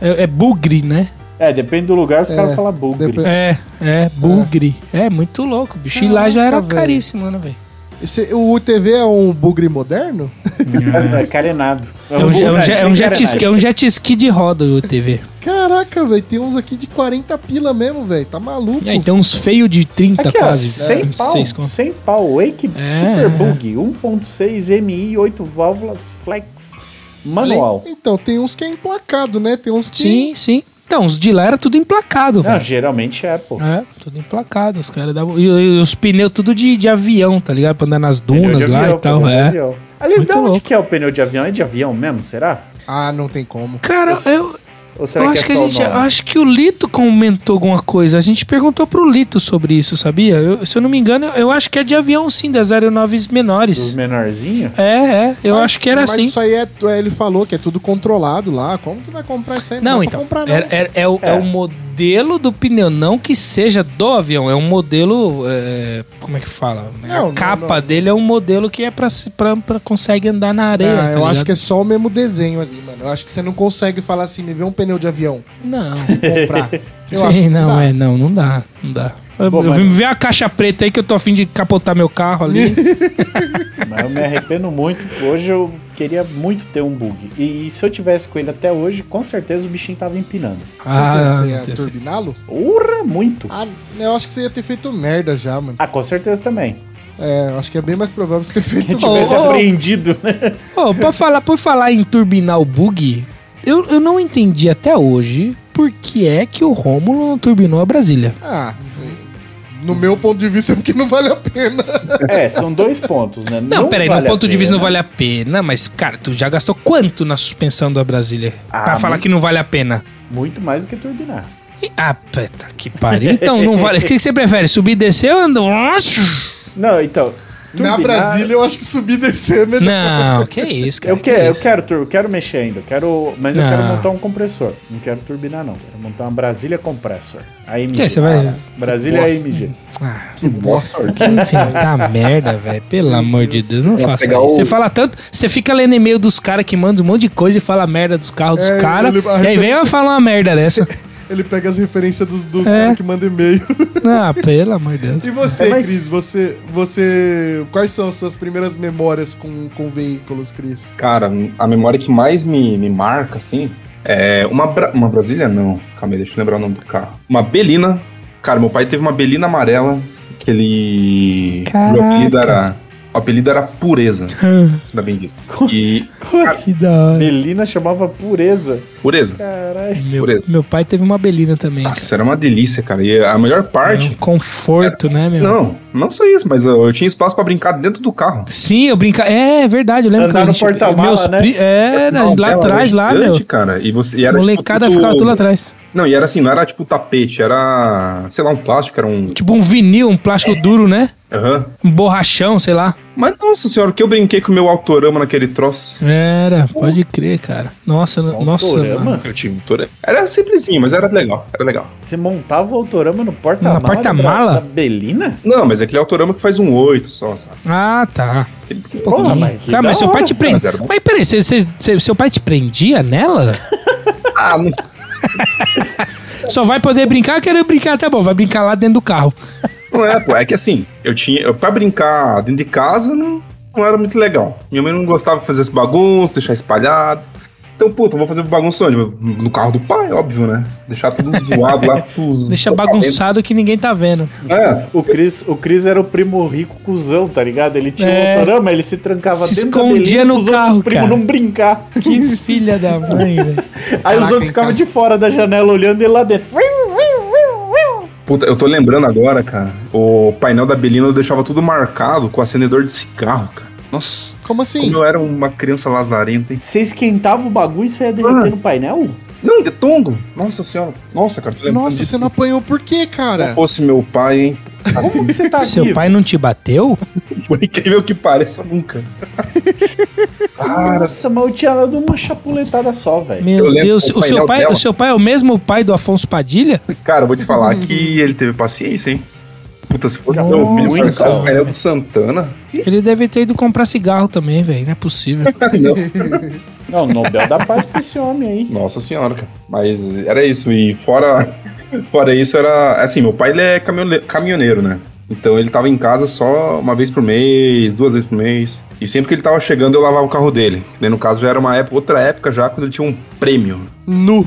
É, é bugre, né? É, depende do lugar, os É, caras falam né? bugre. depende- É, é, bugre. É, muito louco, bicho. E lá já era Caraca, velho. caríssimo, né, velho? Esse- O TV é um bugre moderno? É carenado. Uhum. É um, é um bugre, je- é um sem jet carenagem. ski, é um jet ski de roda o TV. Caraca, velho, tem uns aqui de 40 pila mesmo, velho. Tá maluco. É, então uns feios de 30 Aqui, ó, quase. né? 100 26 pau, conto. 100 pau, Wake um É. Super Bug, 1.6 MI, 8 válvulas, flex, manual. Então, tem uns que é emplacado, né? Tem uns que. Sim, sim. Então, os de lá era tudo emplacado, Não, velho. geralmente é, pô. É, tudo emplacado. Os caras davam. E, e os pneus tudo de, de avião, tá ligado? Pra andar nas Pneu de dunas lá avião, e tal. pneu de É. avião. Aliás, Muito de onde louco. que é o pneu de avião? É de avião mesmo, será? Ah, não tem como. Cara, eu, Ou será eu acho que, é a só o gente. nome? Acho que o Lito comentou alguma coisa. A gente perguntou pro Lito sobre isso, sabia? Eu- se eu não me engano, eu acho que é de avião sim, das aeronaves Dos menores. menorzinhos? É, é. Eu Mas- acho que era mas assim. Isso aí é, é- ele falou que é tudo controlado lá. Como que vai comprar isso aí? Não, dá pra então. comprar, não. é, é- é o, é É. o modelo do pneu, não que seja do avião. É um modelo. é, como é que fala? Não, a não, capa não. dele é um modelo que é pra, se- pra, pra consegue andar na areia. Ah, tá eu acho ligado? que é só o mesmo desenho ali, mano. Eu acho que você não consegue falar assim, me vê um pneu de avião, vou Não. <laughs> comprar. Eu Sim, acho que não, dá. é, não, não dá. Não dá. Eu, Bom, eu mas- vim ver a caixa preta aí que eu tô afim de capotar meu carro <laughs> ali. Mas eu me arrependo muito. Hoje eu queria muito ter um bug. E, se eu tivesse com ele até hoje, com certeza o bichinho tava empinando. ah, você não ia tem- turbiná-lo? Urra, muito. Ah, eu acho que você ia ter feito merda já, mano. Ah, com certeza também. É, eu acho que é bem mais provável <laughs> Tipo, você ter feito Se tivesse Ô, ô, ô. apreendido, né? Ô, pra falar, por falar em turbinar o bug, eu, eu não entendi até hoje por que é que o Rômulo não turbinou a Brasília. Ah, no meu ponto de vista é porque não vale a <laughs> pena. É, são dois pontos, né? Não, peraí, vale no a ponto de vista não pena. vale a pena, mas, cara, tu já gastou quanto na suspensão da Brasília? Ah, pra falar muito. que não vale a pena. Muito mais do que turbinar. E- ah, puta que pariu. Então, <laughs> não vale. O que que você prefere? Subir e descer ou andar? Não, então. Na turbinar- Brasília eu acho que subir e descer é melhor. Não, é que isso, cara. Eu, que, eu isso? quero, tur- eu quero mexer ainda, eu quero, mas eu quero Não. montar um compressor. Não quero turbinar, não. Quero montar uma Brasília Compressor. AMG. Que, você vai- Nossa, Brasília bosta. AMG. Ah, Que <laughs> bosta. enfim, tá merda, velho. <laughs> Pelo amor de Deus, não Vai faça pegar isso. Você o- fala tanto, você fica lendo e-mail dos caras que mandam um monte de coisa e fala merda dos carros dos É, caras. ele- E aí vem eu falar uma merda dessa. <laughs> Ele pega as referências dos, dos É. caras que mandam e-mail. Ah, pelo amor de Deus. E você, É, mas- Cris? Você, você. Quais são as suas primeiras memórias com, com veículos, Cris? Cara, a memória que mais me, me marca, assim, É, uma, Bra- uma Brasília, não. Calma aí, deixa eu lembrar o nome do carro. Uma Belina. Cara, meu pai teve uma Belina amarela que ele. Caraca. O apelido era. O apelido <laughs> era Pureza, da bendita. E. Como assim? que da hora. Melina chamava pureza. Pureza. Caralho. Meu, Pureza. meu pai teve uma belina Tá também. cara. Nossa, era uma delícia, cara. E a melhor É um parte. conforto, né, meu? Não, não só isso, mas eu, eu tinha espaço pra brincar dentro do carro. Sim, eu brincava. É, é verdade, eu lembro Andar que a no gente- porta-mala, meus né? pri- É, Não, lá ela era atrás, lá, meu. gigante, Cara, e você, e era, tipo, Molecada tudo- ficava tudo lá atrás. Não, e era assim, não era tipo tapete, era, sei lá, um plástico, era um. Tipo um vinil, um É. plástico duro, né? Aham. Um borrachão, sei lá. Mas nossa senhora, o que eu brinquei com o meu autorama naquele troço? Era, pode crer, cara. Nossa, nossa, Autorama? mano. Eu tive autorama. Era simplesinho, mas era legal, era legal. Você montava o autorama no porta-mala? No porta-mala? Da, da Belina? Não, mas é aquele autorama que faz um oito só, sabe? Ah, tá. Aquele pequeno- <laughs> Porra, Hum. mas que cara, da mas seu pai hora. te prende. Mas era bom. Mas peraí, cê, cê- cê- seu pai te prendia <laughs> nela? Ah, não. Só vai poder brincar, quero brincar, tá bom, vai brincar lá dentro do carro. Não é, pô. É que assim, eu tinha. Eu, pra brincar dentro de casa não, não era muito legal. Minha mãe não gostava de fazer esse bagunço, deixar espalhado. Então, puta, eu vou fazer bagunça onde? No carro do pai, óbvio, né? Deixar tudo <laughs> zoado lá. tudo- Deixa bagunçado que ninguém tá vendo. É, O Cris, o Cris era o primo rico cuzão, tá ligado? Ele tinha É. um autorama, ele se trancava Se dentro da escondia Belina no pros carro, outros primos cara. não brincar. Que filha da <laughs> Tá mãe, velho. Aí os Caraca, outros hein, ficavam cara. de fora da janela olhando ele lá dentro. Puta, eu tô lembrando agora, cara. O painel da Belina eu deixava tudo marcado com acendedor de cigarro, cara. Nossa, Como assim? como eu era uma criança lazarenta, hein? Você esquentava o bagulho e você ia derreter Ah. no painel? Não, de tongo! Nossa senhora. Nossa, cara, tô lembrando Nossa, disso. você não apanhou por quê, Se cara? não fosse meu pai, <laughs> hein? Como que você tá Seu aqui? pai não te bateu? Por incrível que pareça, nunca. cara, Nossa, mas eu tinha dado uma chapuletada só, velho. Meu Eu lembro Deus, do o seu, painel pai, dela. o seu pai é o mesmo pai do Afonso Padilha? cara, eu vou te falar que ele teve paciência, hein? Puta, se fosse Nossa, meu filho, cara. cara, o painel do <laughs> Santana. Ele deve ter ido comprar cigarro também, velho. Não é possível. Não. Não, Nobel da Paz pra esse homem aí. Nossa senhora, cara. Mas era isso. E fora, <laughs> fora isso, era. Assim, meu pai ele é caminhone- caminhoneiro, né? Então ele tava em casa só uma vez por mês, duas vezes por mês. E sempre que ele tava chegando, eu lavava o carro dele. Daí, no caso, já era uma época, outra época já, quando ele tinha um prêmio. Nu.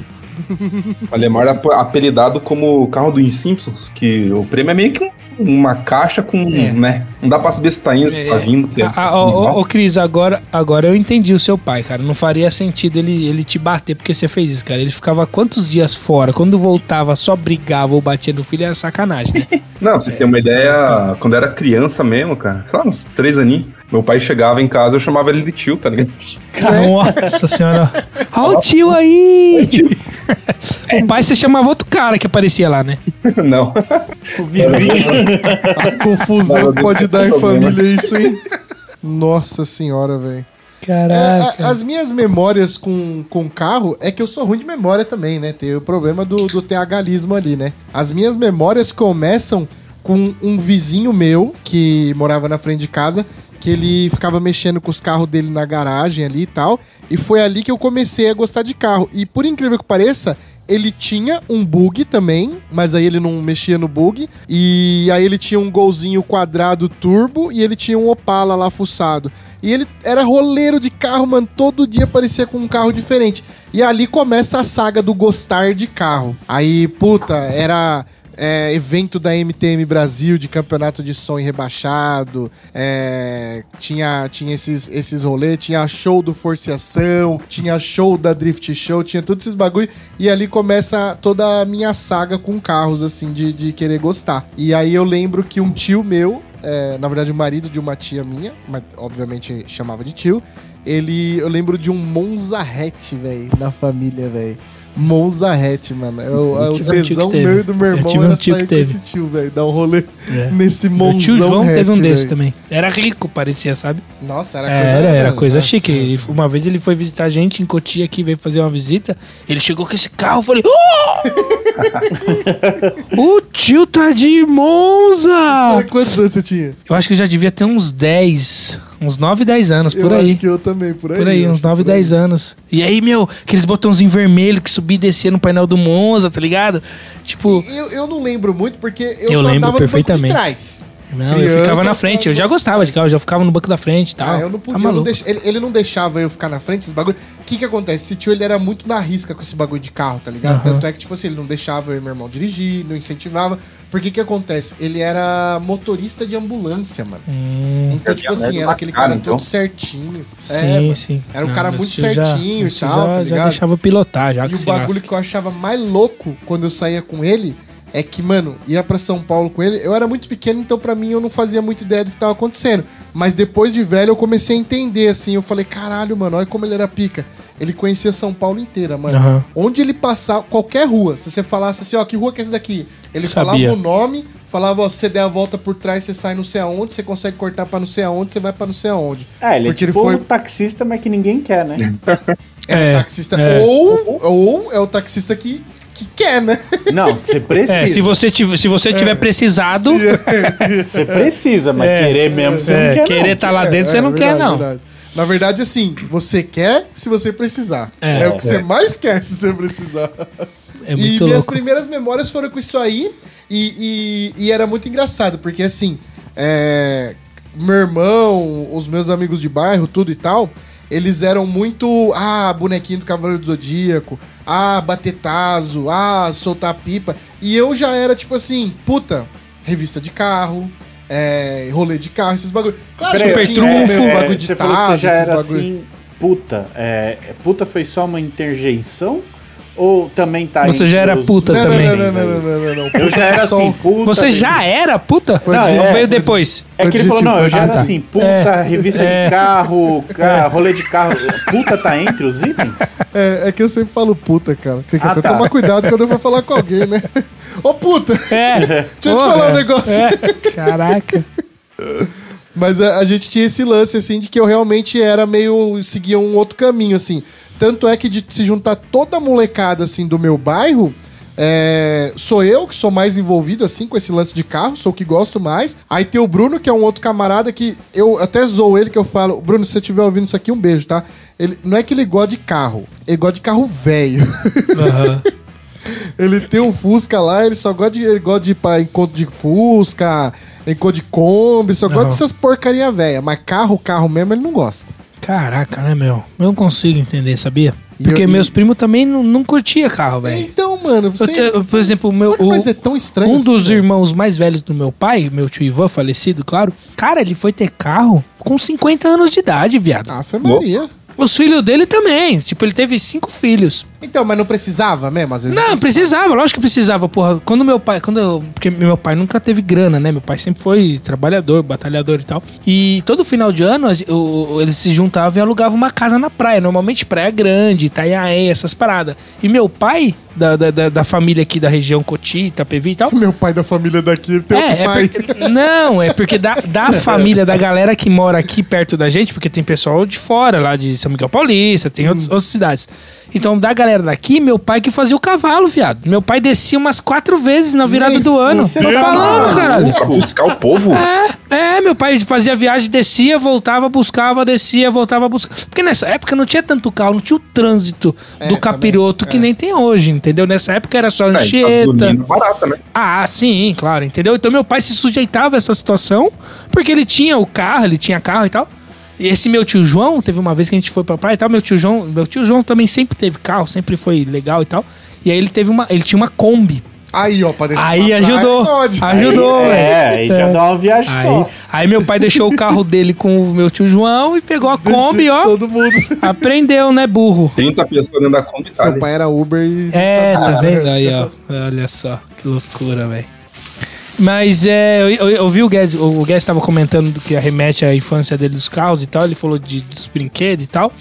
O Alemar era ap- apelidado como o carro dos Simpsons, que o prêmio é meio que um- uma caixa com, É. né? Não dá pra saber se tá indo, se tá É. vindo, se é. Ah, ah, Ô, ô, ô, Cris, agora, agora eu entendi o seu pai, cara. Não faria sentido ele, ele te bater porque você fez isso, cara. Ele ficava quantos dias fora? Quando voltava, só brigava ou batia no filho, é sacanagem, né? <laughs> Não, pra você ter uma ideia, quando eu era criança mesmo, cara, sei lá, uns três aninhos, meu pai chegava em casa, eu chamava ele de tio, tá ligado? <laughs> Nossa senhora. Né? Olha o tio aí! <laughs> É. o pai você chamava outro cara que aparecia lá, né? Não. O vizinho. A confusão que pode dar em Problema. família é isso, hein? Nossa senhora, velho. É, a- Caraca. as minhas memórias com, com carro é que eu sou ruim de memória também, né? Tem o problema do, do THlismo ali, né? As minhas memórias começam com um vizinho meu que morava na frente de casa, que ele ficava mexendo com os carros dele na garagem ali e tal. E foi ali que eu comecei a gostar de carro. E por incrível que pareça, ele tinha um bug também, mas aí ele não mexia no bug. E aí ele tinha um golzinho quadrado turbo e ele tinha um Opala lá fuçado. E ele era roleiro de carro, mano. Todo dia aparecia com um carro diferente. E ali começa a saga do gostar de carro. Aí, puta, era. é, evento da MTM Brasil de campeonato de som e rebaixado. é, tinha tinha esses, esses rolês, tinha show do Forciação, tinha show da Drift Show, tinha todos esses bagulho. E ali começa toda a minha saga com carros, assim, de, de querer gostar. E aí eu lembro que um tio meu, é, na verdade o marido de uma tia minha, mas obviamente chamava de tio, ele, eu lembro de um Monza hatch, velho, na família, velho. Monza hatch, mano. É o, Eu é o tive um tio que tesão teve. meu e do meu Eu irmão tive um era tio que sair com teve. esse tio, velho. Dar um rolê <laughs> É. nesse Meu Monzão tio João teve um hatch, desse véi. também. Era rico, parecia, sabe? Nossa, era Tá coisa... né? Era, era coisa Nossa, chique. Ele- nossa. uma vez ele foi visitar a gente em Cotia aqui, veio fazer uma visita. Ele chegou com esse carro, eu falei. <laughs> "Oh!" o tio tá de Monza! Quantos anos você tinha? Eu acho que eu já devia ter uns 10, uns 9, 10 anos, por eu aí. acho que eu também, por aí. Por aí, eu uns acho que 9, por aí. 10 anos. E aí, meu, aqueles botãozinhos vermelhos que subia e descia no painel do Monza, tá ligado? Tipo, Eu, eu não lembro muito porque eu, Eu só lembro tava no banco de perfeitamente. trás. Não, eu Criança, ficava na frente, eu já gostava de carro, eu já ficava no banco da frente e tal. Ah, eu não podia, Tá eu não maluco. deix- ele, ele não deixava eu ficar na frente desse bagulho. O que que acontece? Esse tio, ele era muito na risca com esse bagulho de carro, tá ligado? Tanto é que, tipo assim, ele não deixava eu e meu irmão dirigir, não incentivava. Porque que acontece? Ele era motorista de ambulância, mano. É. Hum. Então, tipo Eu tinha assim, medo era pra aquele cara caralho, então. todo certinho. É, Sim, mano. sim. Era um Não, cara meu muito tio já- certinho e meu tio tal, já, tá já ligado? deixava pilotar, já E que o se bagulho lasca. que eu achava mais louco quando eu saía com ele é que, mano, ia pra São Paulo com ele. Eu era muito pequeno, então pra mim eu não fazia muita ideia do que tava acontecendo. Mas depois de velho eu comecei a entender, assim. Eu falei, caralho, mano, olha como ele era pica. Ele conhecia São Paulo inteira, mano. Aham. Onde ele passava, qualquer rua, se você falasse assim, ó, que rua que é essa daqui? Ele Sabia. falava o nome, falava, ó, se você der a volta por trás, você sai não sei aonde, você consegue cortar pra não sei aonde, você vai pra não sei aonde. Ah, ele Porque é ele tipo foi- um taxista, mas que ninguém quer, né? É, É, o taxista. é. Ou, ou é o taxista que, que quer, né? Não, você precisa. <laughs> É, se você, tiv- se você tiver precisado, Você precisa, mas É. querer mesmo você é, não quer, querer não. tá lá dentro, você é não quer, verdade, não. verdade. Na verdade, assim, você quer se você precisar. É. É, o que você mais quer se você precisar. É e muito minhas louco. primeiras memórias foram com isso aí. E, e- e era muito engraçado, porque assim, é, meu irmão, os meus amigos de bairro, tudo e tal, eles eram muito. Ah, bonequinho do Cavaleiro do Zodíaco. Ah, bater tazo. Ah, soltar pipa. E eu já era tipo assim, puta, revista de carro. É, rolê de carro, esses bagulho. Claro, Peraí, Super eu tinha trunfo, meu é, bagulho de você falou que tazo, você já esses era bagulho. assim, puta. É, puta foi só uma interjeição? Ou também tá Você entre já era os puta dois também. não, aí? não, não, não, não, não, não. um Eu já era assim, puta. Você já era puta? Foi Não, Ou é, veio foi- depois? É que ele falou, não, eu já Ah, era tá. assim, puta, É. revista É. de <laughs> carro, ca- rolê de carro. Puta tá entre os itens? É, é que eu sempre falo puta, cara. Tem que Ah, até tá. tomar cuidado quando eu for falar com alguém, né? Ô puta! É. Deixa eu te falar um negócio. É. Caraca. Mas é, a, a gente tinha esse lance, assim, de que eu realmente era meio. seguia um outro caminho, assim. Tanto é que de se juntar toda a molecada, assim, do meu bairro. é, sou eu que sou mais envolvido, assim, com esse lance de carro, sou o que gosto mais. Aí tem o Bruno, que é um outro camarada que eu até zoo ele, que eu falo, Bruno, se você estiver ouvindo isso aqui, um beijo, tá? Ele, não é que ele gosta de carro, ele gosta de carro velho. Aham. Ele tem um Fusca lá, ele só gosta de, ele gosta de ir pra encontro de Fusca, encontro de Kombi, só gosta Não. dessas porcaria velha. Mas carro, carro mesmo, ele não gosta. Caraca, né, meu? Eu não consigo entender, sabia? E Porque eu- e- meus primos também não, não curtia carro, velho. Então, mano, Eu você. te- eu, Por exemplo, o meu, será é que o- vai ser tão estranho? um assim, dos velho? irmãos mais velhos do meu pai, meu tio Ivan, falecido, claro. Cara, ele foi ter carro com 50 anos de idade, viado. Ave Ah, Maria. Os filhos dele também. Tipo, ele teve cinco filhos. Então, mas não precisava mesmo, às vezes? Não, precisava, lógico que precisava, porra. Quando meu pai, quando eu, porque meu pai nunca teve grana, né? Meu pai sempre foi trabalhador, batalhador e tal. E todo final de ano a gen- o- o- eles se juntavam e alugavam uma casa na praia, normalmente praia grande, Itaiaé, essas paradas. E meu pai da, da, da, da família aqui da região Coti, Itapevi e tal, Meu pai da família daqui, ele tem outro é, pai. é porque- não, é porque da, <laughs> da família, da galera que mora aqui perto da gente, porque tem pessoal de fora, lá de São Miguel Paulista, tem Hum. outros- outras cidades. Então, da galera daqui, meu pai que fazia o cavalo, viado. Meu pai descia umas quatro vezes na virada Nem do ano. fudeu, Tô falando, mano. Ah, caralho. Pra Ah, buscar o povo? É, é, meu pai fazia viagem, descia, voltava, buscava, descia, voltava, buscava. Porque nessa época não tinha tanto carro, não tinha o trânsito do É, também, capiroto que nem tem hoje, entendeu? Nessa época era só É, Anchieta. gasolina barata, né? Ah, sim, claro, entendeu? Então meu pai se sujeitava a essa situação, porque ele tinha o carro, ele tinha carro e tal. E esse meu tio João, teve uma vez que a gente foi pra praia e tal, meu tio João, meu tio João também sempre teve carro, sempre foi legal e tal. E aí ele teve uma, ele tinha uma Kombi. Aí, ó, pra descer Aí pra praia, ajudou. pode. Ajudou, aí, velho. É, aí já dá uma viagem Aí, só. aí meu pai deixou o carro dele com o meu tio João e pegou a Kombi, ó. Todo mundo. <laughs> Aprendeu, né, burro? 30 pessoas dentro da Kombi, tá? Seu pai era Uber e. É, tá vendo aí, ó. Olha só, que loucura, velho. Mas é, eu, eu, eu vi o Guedes, o Guedes tava comentando do que arremete à infância dele dos carros e tal, ele falou de, dos brinquedos e tal,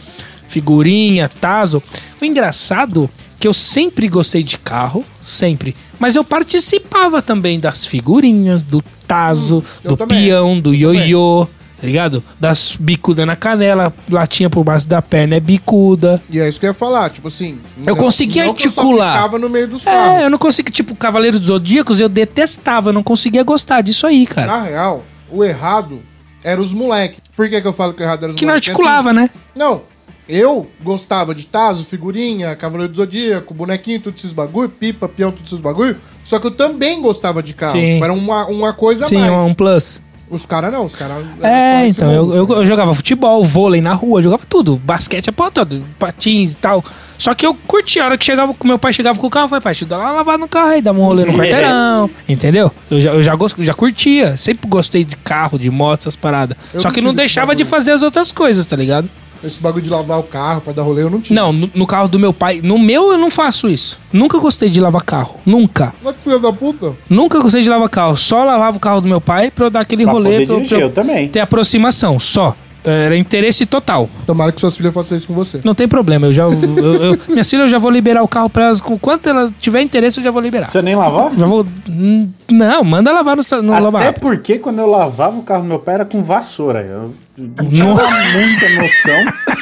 figurinha, taso. O engraçado é que eu sempre gostei de carro, sempre, mas eu participava também das figurinhas, do taso, eu do também. peão, do ioiô, tá ligado? Das bicuda na canela, latinha por baixo da perna é bicuda. E é isso que eu ia falar, tipo assim. Eu conseguia que eu só articular. ficava no meio dos carros. É, eu não consegui, tipo, Cavaleiro dos Zodíacos, eu detestava, eu não conseguia gostar disso aí, cara. Na real, o errado era os moleques. Por que, que eu falo que o errado era os que não moleques? articulava, né? Não, Eu gostava de Tazo, figurinha, Cavaleiro do Zodíaco, bonequinho, tudo esses bagulho, pipa, peão, tudo esses bagulho. Só que eu também gostava de carro. Sim. Tipo, era uma, uma coisa Sim, a mais. um plus. Os caras não, os caras. É, então, né? eu, eu, eu jogava futebol, vôlei na rua, jogava tudo, basquete, a porra toda, patins e tal. Só que eu curtia, a hora que chegava, que meu pai chegava com o carro, eu falei, pai, deixa eu dar uma lavada no carro aí, dava um <laughs> rolê É. no quarteirão, entendeu? Eu já, eu já, gosto, já curtia, sempre gostei de carro, de moto, essas paradas. Eu Só não que não tive esse deixava de bagulho. fazer as outras coisas, tá ligado? Esse bagulho de lavar o carro pra dar rolê eu não tinha. Não, no, no carro do meu pai, no meu eu não faço isso. Nunca gostei de lavar carro, nunca. Olha que filho da puta. Nunca gostei de lavar carro, só lavava o carro do meu pai pra eu dar aquele Pra rolê, poder pra, eu- dirigir, pra eu eu também. ter aproximação, só. Era interesse total. Tomara que suas filhas façam isso com você. Não tem problema, eu já. Eu, eu, <laughs> minhas filhas, eu já vou liberar o carro pra elas. Com quanto ela tiver interesse, eu já vou liberar. Você nem lavou? Já vou. Hum, Não, manda lavar no, sa- no Até lavar rápido. porque quando eu lavava o carro do meu pai era com vassoura. Eu não tinha Nossa. muita noção.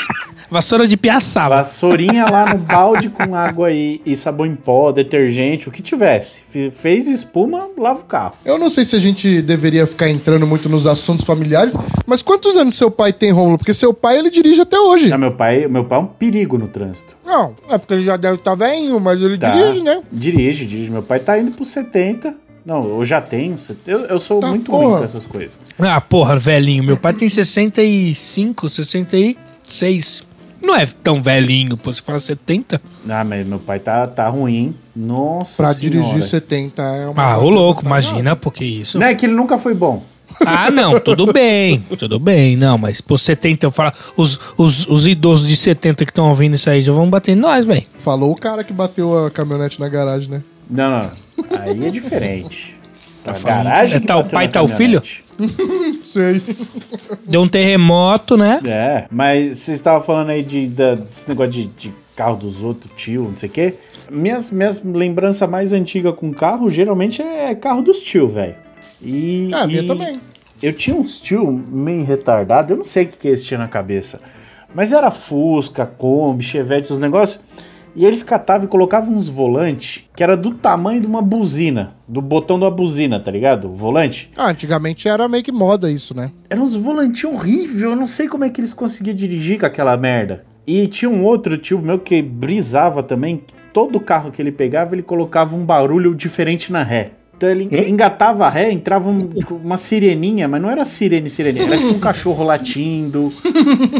Vassoura de piaçaba. Vassourinha lá no balde com água e, e sabão em pó, detergente, o que tivesse. Fe- Fez espuma, lava o carro. Eu não sei se a gente deveria ficar entrando muito nos assuntos familiares, mas quantos anos seu pai tem, Romulo? Porque seu pai, ele dirige até hoje. Não, meu pai, meu pai é um perigo no trânsito. Não, é porque ele já deve estar velhinho, mas ele Tá. dirige, né? Dirige, dirige. Meu pai tá indo pro 70. Não, eu já tenho. 70. Eu, eu sou Tá, muito porra. ruim com essas coisas. Ah, porra, velhinho. Meu pai tem 65, 66. Não é tão velhinho, pô. Você fala 70? Ah, mas meu pai tá, tá ruim. Nossa Pra senhora. dirigir 70 é uma... Ah, ô louco, imagina, pô, que isso. Não é que ele nunca foi bom. Ah, não, tudo bem, tudo bem, não, mas pô, 70, eu falo, os, os, os idosos de 70 que estão ouvindo isso aí já vão bater em nós, velho. Falou o cara que bateu a caminhonete na garagem, né? Não, não. Aí é <laughs> diferente. Tá falando garagem. que que é tal bateu pai, na tal filho? caminhonete. <laughs> Sei. Deu um terremoto, né? É, mas vocês estavam falando aí de, da- desse negócio de, de carro dos outros, tio, não sei o quê. Minhas, minhas lembranças mais antigas com carro geralmente é carro dos tio, velho. E, Ah, a minha e também. Eu tinha uns tio meio retardado, eu não sei o que, que eles tinham na cabeça. Mas era Fusca, Kombi, Chevette, os negócios. E eles catavam e colocavam uns volantes que era do tamanho de uma buzina, do botão da buzina, tá ligado? O volante. Ah, antigamente era meio que moda isso, né? Era uns volantes horrível, eu não sei como é que eles conseguiam dirigir com aquela merda. E tinha um outro tio meu que brisava também, que todo carro que ele pegava, ele colocava um barulho diferente na ré. Então ele Hum? engatava a ré, entrava um- tipo, uma sireninha, mas não era sirene, sirene, era tipo um cachorro <laughs> latindo,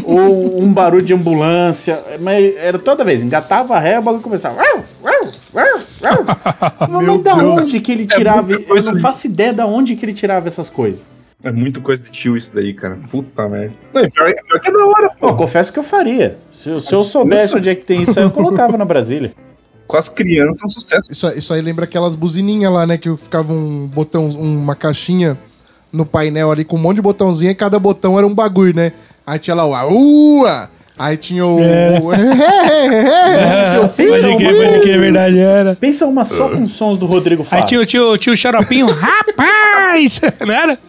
ou um barulho de ambulância, mas era toda vez, engatava a ré, o bagulho começava. "Uau, uau, uau, <laughs> uau." Meu Mas da Deus. onde que ele tirava? muita Eu coisa, não né? faço ideia da onde que ele tirava essas coisas. É muito coisa de tio isso daí, cara. Puta merda. Não, e pior, pior que é da hora, Pô, pô. confesso que eu faria. Se, eu- se eu soubesse onde é que tem isso, aí eu colocava na Brasília. Com as crianças é um sucesso. Isso, isso aí lembra aquelas buzininhas lá, né? Que ficava um botão, uma caixinha no painel ali com um monte de botãozinho e cada botão era um bagulho, né? Aí tinha lá o AUA, aí tinha o. É, É. <laughs> Seu filho, Pode crer, pode crer, é verdade, era. Pensa uma só com sons do Rodrigo Aí Faro. tinha o tio, tio <laughs> Xaropinho, rapaz! <laughs> Não era?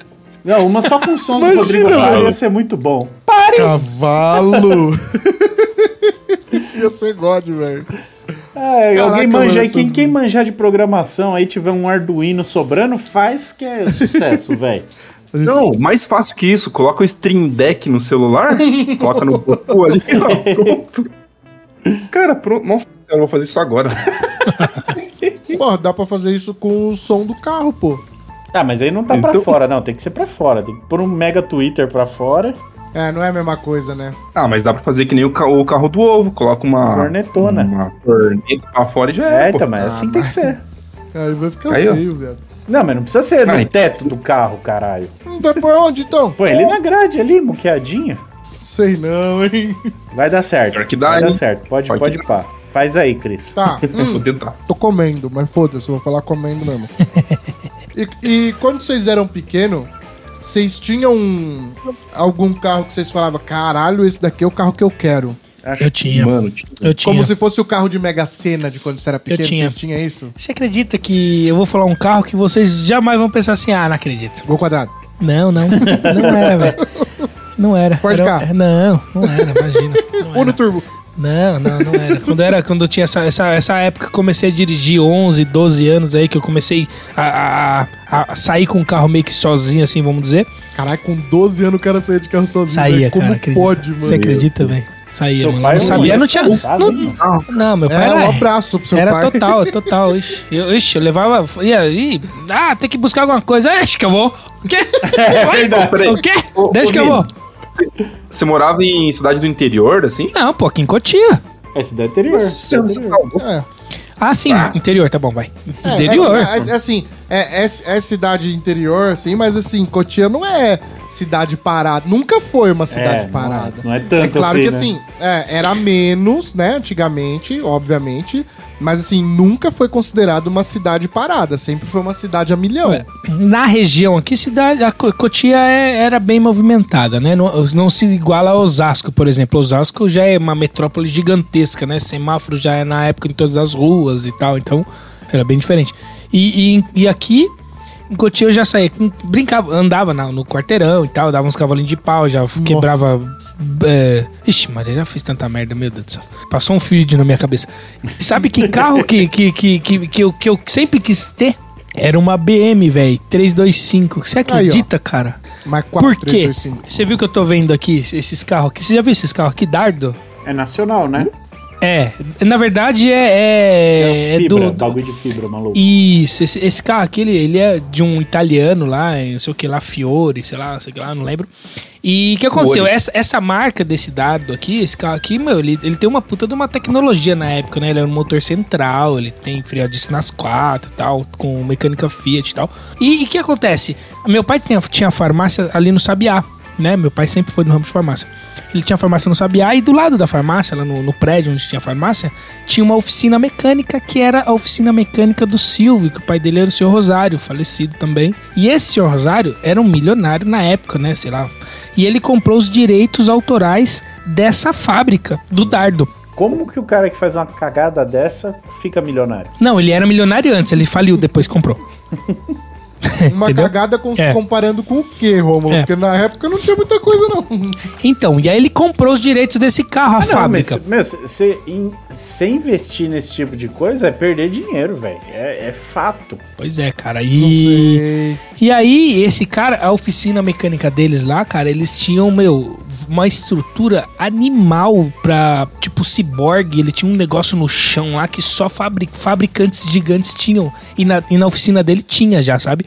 Não, uma só com sons do Imagina, Rodrigo Faro mano. ia ser muito bom. Cavalo! <laughs> Ia ser God, velho. É, Caraca, alguém mano, manja aí. essas- Quem, quem manjar de programação aí tiver um Arduino sobrando, faz que é sucesso, velho. Não, mais fácil que isso. Coloca o Stream Deck no celular, coloca no botão ali, ó, pronto. Cara, pronto. Nossa, eu vou fazer isso agora. Porra, dá pra fazer isso com o som do carro, pô. Ah, mas aí não tá pra Então- fora, não. Tem que ser pra fora. Tem que pôr um mega Twitter pra fora. É, não é a mesma coisa, né? Ah, mas dá pra fazer que nem o, ca- o carro do ovo. Coloca uma... Cornetona. Uma corneta pra fora e já É, é, pô. então, mas assim tem que ser. Aí vai ficar Aí, ó. feio, velho. Não, mas não precisa ser Aí. no teto do carro, caralho. Não vai por onde, então? Põe ele na grade ali, muqueadinho. Sei não, hein? Vai dar certo. Pior que dá, vai dar hein? certo. Pode, Pode pode que pá. Faz aí, Cris. Tá. Eu Vou tentar. Tô comendo, mas foda-se, vou falar comendo mesmo. e, e quando vocês eram pequeno, vocês tinham um- algum carro que vocês falavam, caralho, esse daqui é o carro que eu quero. Eu tinha, Mano, tio. eu tinha. Como se fosse o carro de Mega Sena de quando você era pequeno, tinha. vocês tinham isso? Você acredita que eu vou falar um carro que vocês jamais vão pensar assim, ah, não acredito. Gol quadrado. Não, não. Não era, velho. Não era. Ford Era- Ka. Não, não era, <laughs> imagina. Não era. Uno Turbo. Não, não, não era. Quando, era, quando eu tinha essa, essa, essa época que eu comecei a dirigir 11, 12 anos aí, que eu comecei a, a- a- a sair com o carro meio que sozinho, assim, vamos dizer. Caralho, com 12 anos o cara saía de carro sozinho. Saía, velho. Como cara. acredita. pode, mano? Você acredita, velho? Saía, Seu mano. pai não é um sabia, não tinha. responsável, Não, hein? não, meu pai Era era. um abraço pro seu era pai. total, total. Ixi, eu, ixi, eu levava. Ia, ia, ah, tem que buscar alguma coisa. Ah, Acho que eu vou. O quê? verdade. Vai? O quê? Ô, Deixa ô, que eu Vini. vou. Você morava em cidade do interior, assim? Não, pô, aqui em Cotia. É cidade interior. cidade Você interior. tá- É. Ah, sim, Ah. interior, tá bom, vai. É, interior. É, que, é, é, assim, é, é, é cidade interior, assim, mas assim, Cotia não é cidade parada. Nunca foi uma cidade É, parada. Não é tanto é claro que assim, né? assim, é, era menos, né, antigamente, obviamente, mas assim, nunca foi considerado uma cidade parada, sempre foi uma cidade a milhão. É. Na região aqui, cidade, a Co- Cotia é- era bem movimentada, né? Não, não se iguala a Osasco, por exemplo. Osasco já é uma metrópole gigantesca, né? Semáforo já é na época em todas as ruas e tal, então era bem diferente. E, e, e aqui, em Cotia eu já saía, com- brincava, andava na- no quarteirão e tal, dava uns cavalinhos de pau, já quebrava. É... Ixi, Maria, já fiz tanta merda, meu Deus do céu. Passou um feed na minha cabeça. Sabe que carro que, que, que, que, que eu, que eu sempre quis ter? Era uma BM, velho, 325. Você acredita, cara? Mas quatro, Por três, quê? dois, <laughs> cinco. Você viu que eu tô vendo aqui esses carros aqui? Você já viu esses carros aqui, Dardo? É nacional, né? É, na verdade É, é. É, as é fibra, do, do- bagulho de fibra, maluco. Isso, esse, esse carro aqui, ele, ele é de um italiano lá, em não sei o que lá, Fiore, sei lá, não sei o que lá, não lembro. E o que aconteceu? Fiore. Essa, essa marca desse dardo aqui, esse carro aqui, meu, ele, ele tem uma puta de uma tecnologia na época, né? Ele é um motor central, ele tem freio disco nas quatro e tal, com mecânica Fiat e tal. E e o que acontece? Meu pai tinha, tinha farmácia ali no Sabiá, né? Meu pai sempre foi no ramo de farmácia. Ele tinha farmácia no Sabiá e do lado da farmácia, lá no, no prédio onde tinha farmácia, tinha uma oficina mecânica que era a oficina mecânica do Silvio, que o pai dele era o senhor Rosário, falecido também. E esse senhor Rosário era um milionário na época, né? Sei lá. E ele comprou os direitos autorais dessa fábrica, do Dardo. Como que o cara que faz uma cagada dessa fica milionário? Não, ele era milionário antes, ele faliu depois que comprou. Uma Entendeu? cagada com- É. comparando com o quê, Romulo? É. Porque na época não tinha muita coisa, não. <laughs> Então, e aí ele comprou os direitos desse carro, a Ah, não, mas, fábrica. meu, você in- você investir nesse tipo de coisa é perder dinheiro, velho. É, é fato. Pois é, cara. Não E. sei. E aí, esse cara, a oficina mecânica deles lá, cara, eles tinham, meu, uma estrutura animal pra, tipo, ciborgue. Ele tinha um negócio no chão lá que só fabri- fabricantes gigantes tinham. E na, e na oficina dele tinha já, sabe?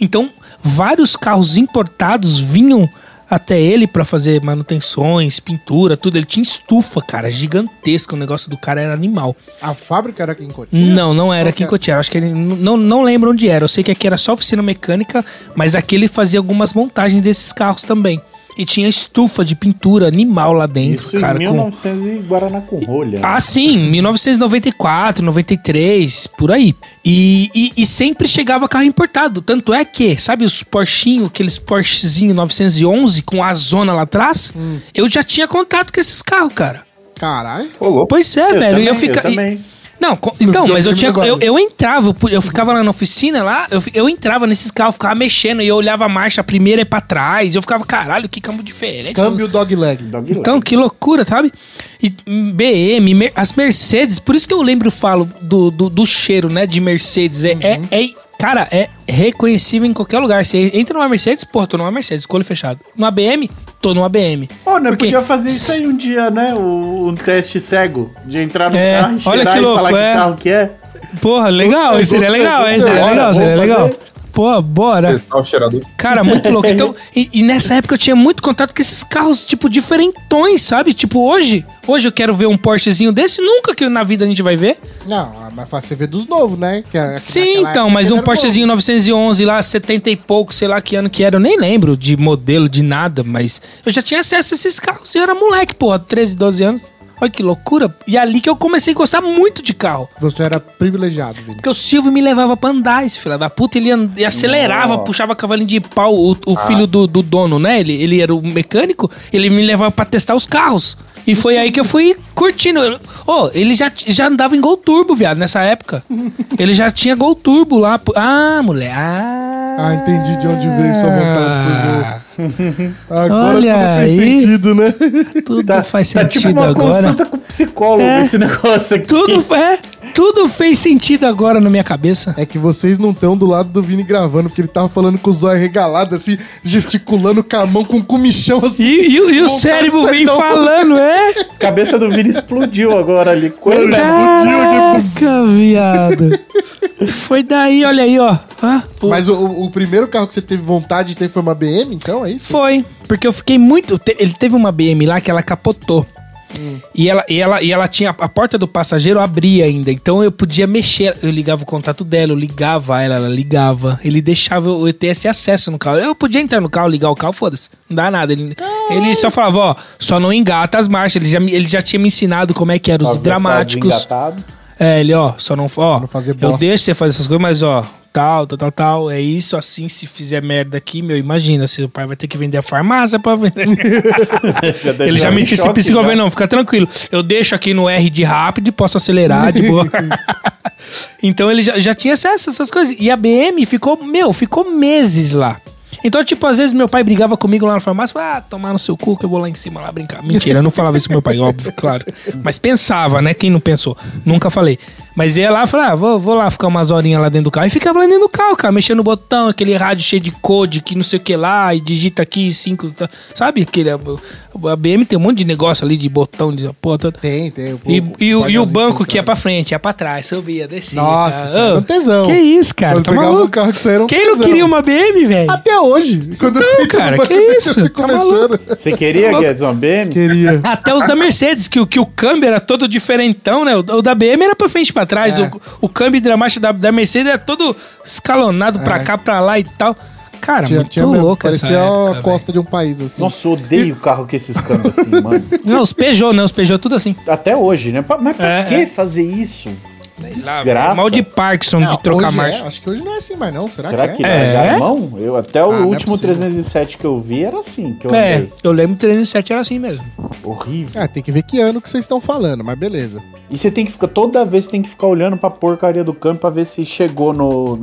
Então, vários carros importados vinham até ele pra fazer manutenções, pintura, tudo. Ele tinha estufa, cara, gigantesca. O negócio do cara era animal. A fábrica era aqui em Cotia? Não, não era Qual aqui em que era? Cotia. Acho que ele. Não, não lembro onde era. Eu sei que aqui era só oficina mecânica, mas aqui ele fazia algumas montagens desses carros também. E tinha estufa de pintura animal lá dentro, Isso cara. em com- 1900 e Guaraná com rolha. Ah, sim, 1994, 93, por aí. E, e, e sempre chegava carro importado. Tanto é que, sabe os Porschinho, aqueles Porschezinho 911 com a zona lá atrás? Eu já tinha contato com esses carros, cara. Caralho. Ô, louco. Pois é, velho. também, e eu fica, e- também. não, co- então, Deu mas eu crime tinha. agora. Eu, eu entrava, eu pu- eu ficava lá na oficina lá, eu, fi- eu entrava nesses carros, ficava mexendo, e eu olhava a marcha, a primeira é pra trás, eu ficava, caralho, que câmbio diferente. Câmbio dogleg. Dog leg. Então, que loucura, sabe? E hum, BM, Mer- as Mercedes, por isso que eu lembro, falo do, do, do cheiro, né, de Mercedes. É, é, é- cara, é reconhecível em qualquer lugar. Você entra numa Mercedes, pô, tô numa Mercedes, com o olho fechado. Numa BM, tô numa BM. Ô, né, Porque- podia fazer isso aí um dia, né? O, um teste cego de entrar no É, carro e olha cheirar que e louco, falar é. que carro que é. Porra, legal, Gostei, isso seria gostei, legal, hein? gostei. Seria Olha, legal, seria vamos legal. fazer. Pô, bora. Testar o tá um cheirador. Cara, <laughs> muito louco. Então, e, e nessa época eu tinha muito contato com esses carros, tipo, diferentões, sabe? Tipo, hoje, hoje eu quero ver um Porschezinho desse, nunca que na vida a gente vai ver. Não, mas faz você ver dos novos, né? Que era- Sim, naquela então, época mas um era Porschezinho 911 lá, 70 e pouco, sei lá que ano que era, eu nem lembro de modelo, de nada, mas eu já tinha acesso a esses carros e eu era moleque, porra, 13, 12 anos. Olha que loucura. E é ali que eu comecei a gostar muito de carro. novo. Você era privilegiado, Vini. Porque o Silvio me levava pra andar, esse filho da puta. Ele, and- ele acelerava, Nossa. puxava cavalinho de pau. O, o filho do, do dono, né? Ele, ele era o mecânico. Ele me levava pra testar os carros. E foi aí que eu fui curtindo. Eu- Ô, ele já, t- já andava em Gol Turbo, viado, nessa época. ele já tinha Gol Turbo lá. pô. Ah, mulher. Ah, Ah, entendi de onde veio sua vontade <laughs> Agora Olha tudo fez aí. sentido, né? Tudo Tá, faz tá sentido tipo uma agora. consulta com o psicólogo <laughs> É. esse negócio aqui. Tudo é. Tudo fez sentido agora na minha cabeça. <laughs> É que vocês não estão do lado do Vini gravando, porque ele tava falando com o zóio regalado, assim, gesticulando com a mão, com um comichão, E, assim. e o- e o Vontade de cérebro sair vem da falando, é? A <laughs> cabeça do Vini explodiu agora ali. Quando Caraca, viado. <laughs> Foi daí, olha aí, ó. Hã? Pô, Mas o, o primeiro carro que você teve vontade de ter foi uma BM, então é isso? Foi, porque eu fiquei muito. te- Ele teve uma BM lá que ela capotou. E, ela, e, ela, e ela tinha. A porta do passageiro abria ainda. Então eu podia mexer. Eu ligava o contato dela, eu ligava ela, ela ligava. Ele deixava eu eu ter esse acesso no carro. Eu podia entrar no carro, ligar o carro, foda-se. Não dá nada. Ele, ele só falava, ó, só não engata as marchas. Ele já, me- ele já tinha me ensinado como é que eram os tá dramáticos. Engatado. É, ele, ó, só não, ó, não fazer eu bosta. deixo você fazer essas coisas, mas ó, tal, tal, tal, tal, é isso, assim, se fizer merda aqui, meu, imagina, seu pai vai ter que vender a farmácia pra vender. ele um já me disse, esse já. governo, não, fica tranquilo, eu deixo aqui no R de rápido e posso acelerar <laughs> de boa. então ele já, já tinha acesso a essas coisas, e a BM ficou, meu, ficou meses lá. Então, tipo, às vezes meu pai brigava comigo lá na farmácia, falava, ah, tomar no seu cu que eu vou lá em cima lá brincar. Mentira, eu não falava isso pro meu pai, <laughs> óbvio, claro. Mas pensava, né? Quem não pensou? Nunca falei. Mas ia lá e falava, ah, vou, vou lá ficar umas horinhas lá dentro do carro. E ficava lá dentro do carro, cara, mexendo no botão, aquele rádio cheio de code que não sei o que lá, e digita aqui cinco. tá- Sabe? Aquele, a, a BM tem um monte de negócio ali de botão, de porra toda. Tem, tem. o- E, e o, e o painelzinho banco que ia central. pra frente, ia pra trás, subia, descia. Nossa, isso cara. era um tesão. Que isso, cara? Quando Tá pegava maluco? o carro, isso era um Quem não tesão. queria uma BM, velho? Até hoje. Quando eu sinto é cara, no que banco, isso? Eu fico Tá mexendo. Você queria, Guedes, uma BM? Queria. Até os da Mercedes, que, o- que o câmbio era todo diferentão, né? O, o da BM era pra frente e pra trás. É. O, o câmbio dramático da, da Mercedes era todo escalonado pra cá, pra lá e tal. Cara, É. Tinha, muito tinha mesmo. louco assim. essa Parecia época, a velho. costa de um país, assim. Nossa, eu odeio o carro com esses câmbios assim, mano. Não, os Peugeot, né? Os Peugeot tudo assim. Até hoje, né? Pa- Mas pra É, que é. fazer isso? Lá, Desgraça. Mal de Parkinson, Não, de trocar hoje marcha. é. Acho que hoje não é assim mais, não. Será, Será é? que É? largaram a mão? Eu, até o Ah, não é último possível. 307 que eu vi era assim, que eu É, andei. eu lembro que o 307 era assim mesmo. Horrível. É, Ah, tem que ver que ano que vocês estão falando, mas beleza. E você tem que ficar, toda vez você tem que ficar olhando pra porcaria do câmbio pra ver se chegou no,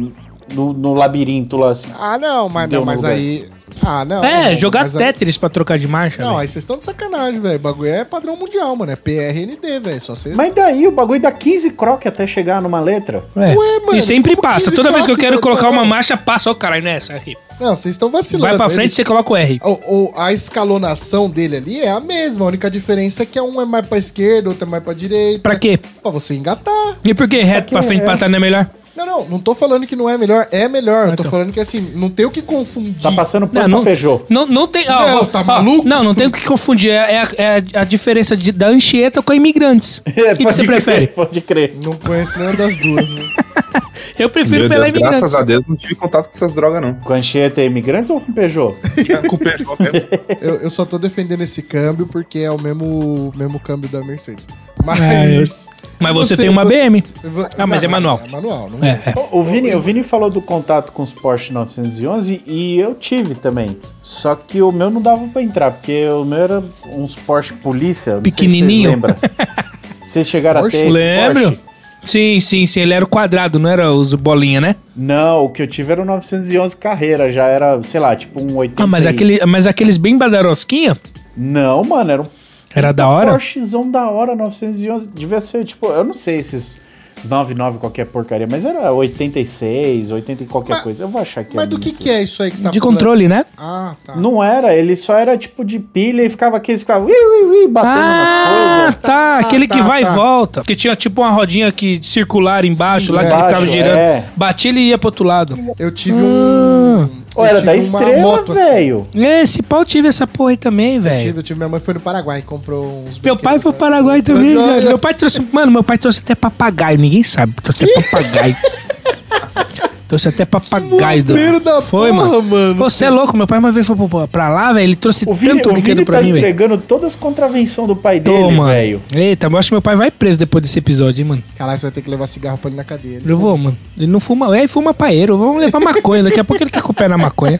no, no labirinto lá assim. Ah, não, mas, Deu não, mas no lugar. aí. Ah, não. é, não, jogar mas a- Tetris pra trocar de marcha. Não, velho. aí vocês estão de sacanagem, velho. O bagulho é padrão mundial, mano. É PRND, velho. Só você. Mas daí o bagulho dá 15 croque até chegar numa letra. É. Ué, mano, e sempre como passa. 15 Toda vez que eu toque, quero velho? colocar uma Não. marcha, passa. Ó, caralho, nessa aqui. Não, vocês estão vacilando. Vai pra Ele- frente, você coloca o R. O- o- a escalonação dele ali é a mesma. A única diferença é que um é mais pra esquerda, outro é mais pra direita. Pra quê? Pra você engatar. E por que reto que pra frente é? pra trás não é melhor? Não, não, não tô falando que não é melhor. É melhor. Eu tô Então. falando que assim, não tem o que confundir. Tá passando por Não, não, não, Peugeot. não, não tem. ó, Não, ó, tá ó, maluco? Não, não tem o que confundir. É, é a- é a, a diferença de- da Anchieta com a <laughs> Imigrantes. <laughs> O que, que você crer, prefere? É, Pode crer. Não conheço nenhuma das duas. Né? Eu prefiro Meu pela Deus, Imigrantes. graças a Deus não tive contato com essas drogas, não. Com Anchieta é imigrantes ou com Peugeot? Tinha com o Peugeot mesmo. eu, eu só tô defendendo esse câmbio porque é o mesmo, mesmo câmbio da Mercedes. Mas. É, eu- Mas você tem uma BM. Ah, mas é manual. É manual, não É, é. O, o Vini, o Vini falou do contato com os Porsche 911 e eu tive também. Só que o meu não dava pra entrar, porque o meu era uns Porsche polícia. não sei se vocês Pequenininho. <laughs> lembram. Vocês chegaram Porsche? até esse Lembro. Porsche? Sim, sim, sim. Ele era o quadrado, não era os bolinha, né? Não, o que eu tive era um o 911 carreira, já era, sei lá, tipo um 80. Ah, mas, e- aquele, mas aqueles bem badarosquinha Não, mano, era um era da hora. Porschezão da hora, 911. Devia ser, tipo, eu não sei esses 99 qualquer porcaria, mas era 86, 80 e qualquer Mas- coisa. Eu vou achar que Mas do que, que é isso aí que você tá De falando? controle, né? Ah, tá. Não era, ele só era tipo de pilha e ficava aqui, ficava ui, ui, ui, batendo nas Ah, coisas. tá. Ah, Aquele que tá, vai tá. e volta. Que tinha tipo uma rodinha que circular embaixo Sim, lá que embaixo, ele ficava girando. é. Batia ele ia pro outro lado. Eu tive um. Ah. eu Ou era tive da uma estrela, moto, assim. velho. Esse pau tive essa porra aí também, Eu velho. tive, eu tive. Minha mãe foi no Paraguai, comprou uns. É. Meu brinquedos, pai foi né? pro Paraguai também, Mas, velho. olha, Meu pai trouxe. Mano, meu pai trouxe até papagaio, ninguém sabe. Trouxe <laughs> até papagaio. trouxe até papagaio. do- Bombeiro da Foi, porra, mano. mano. Você é louco, meu pai uma vez foi pro- pra lá, velho. Ele trouxe O Vini, tanto o brinquedo Vini pra tá mim, velho. entregando todas as contravenções do pai dele, Toma. velho. Eita, eu acho que meu pai vai preso depois desse episódio, hein, mano. Caralho, você vai ter que levar cigarro pra ele na cadeia. Eu vou, mano. Ele não fuma. É, ele fuma paeiro. Vamos levar maconha. Daqui a pouco ele tá com o pé na maconha.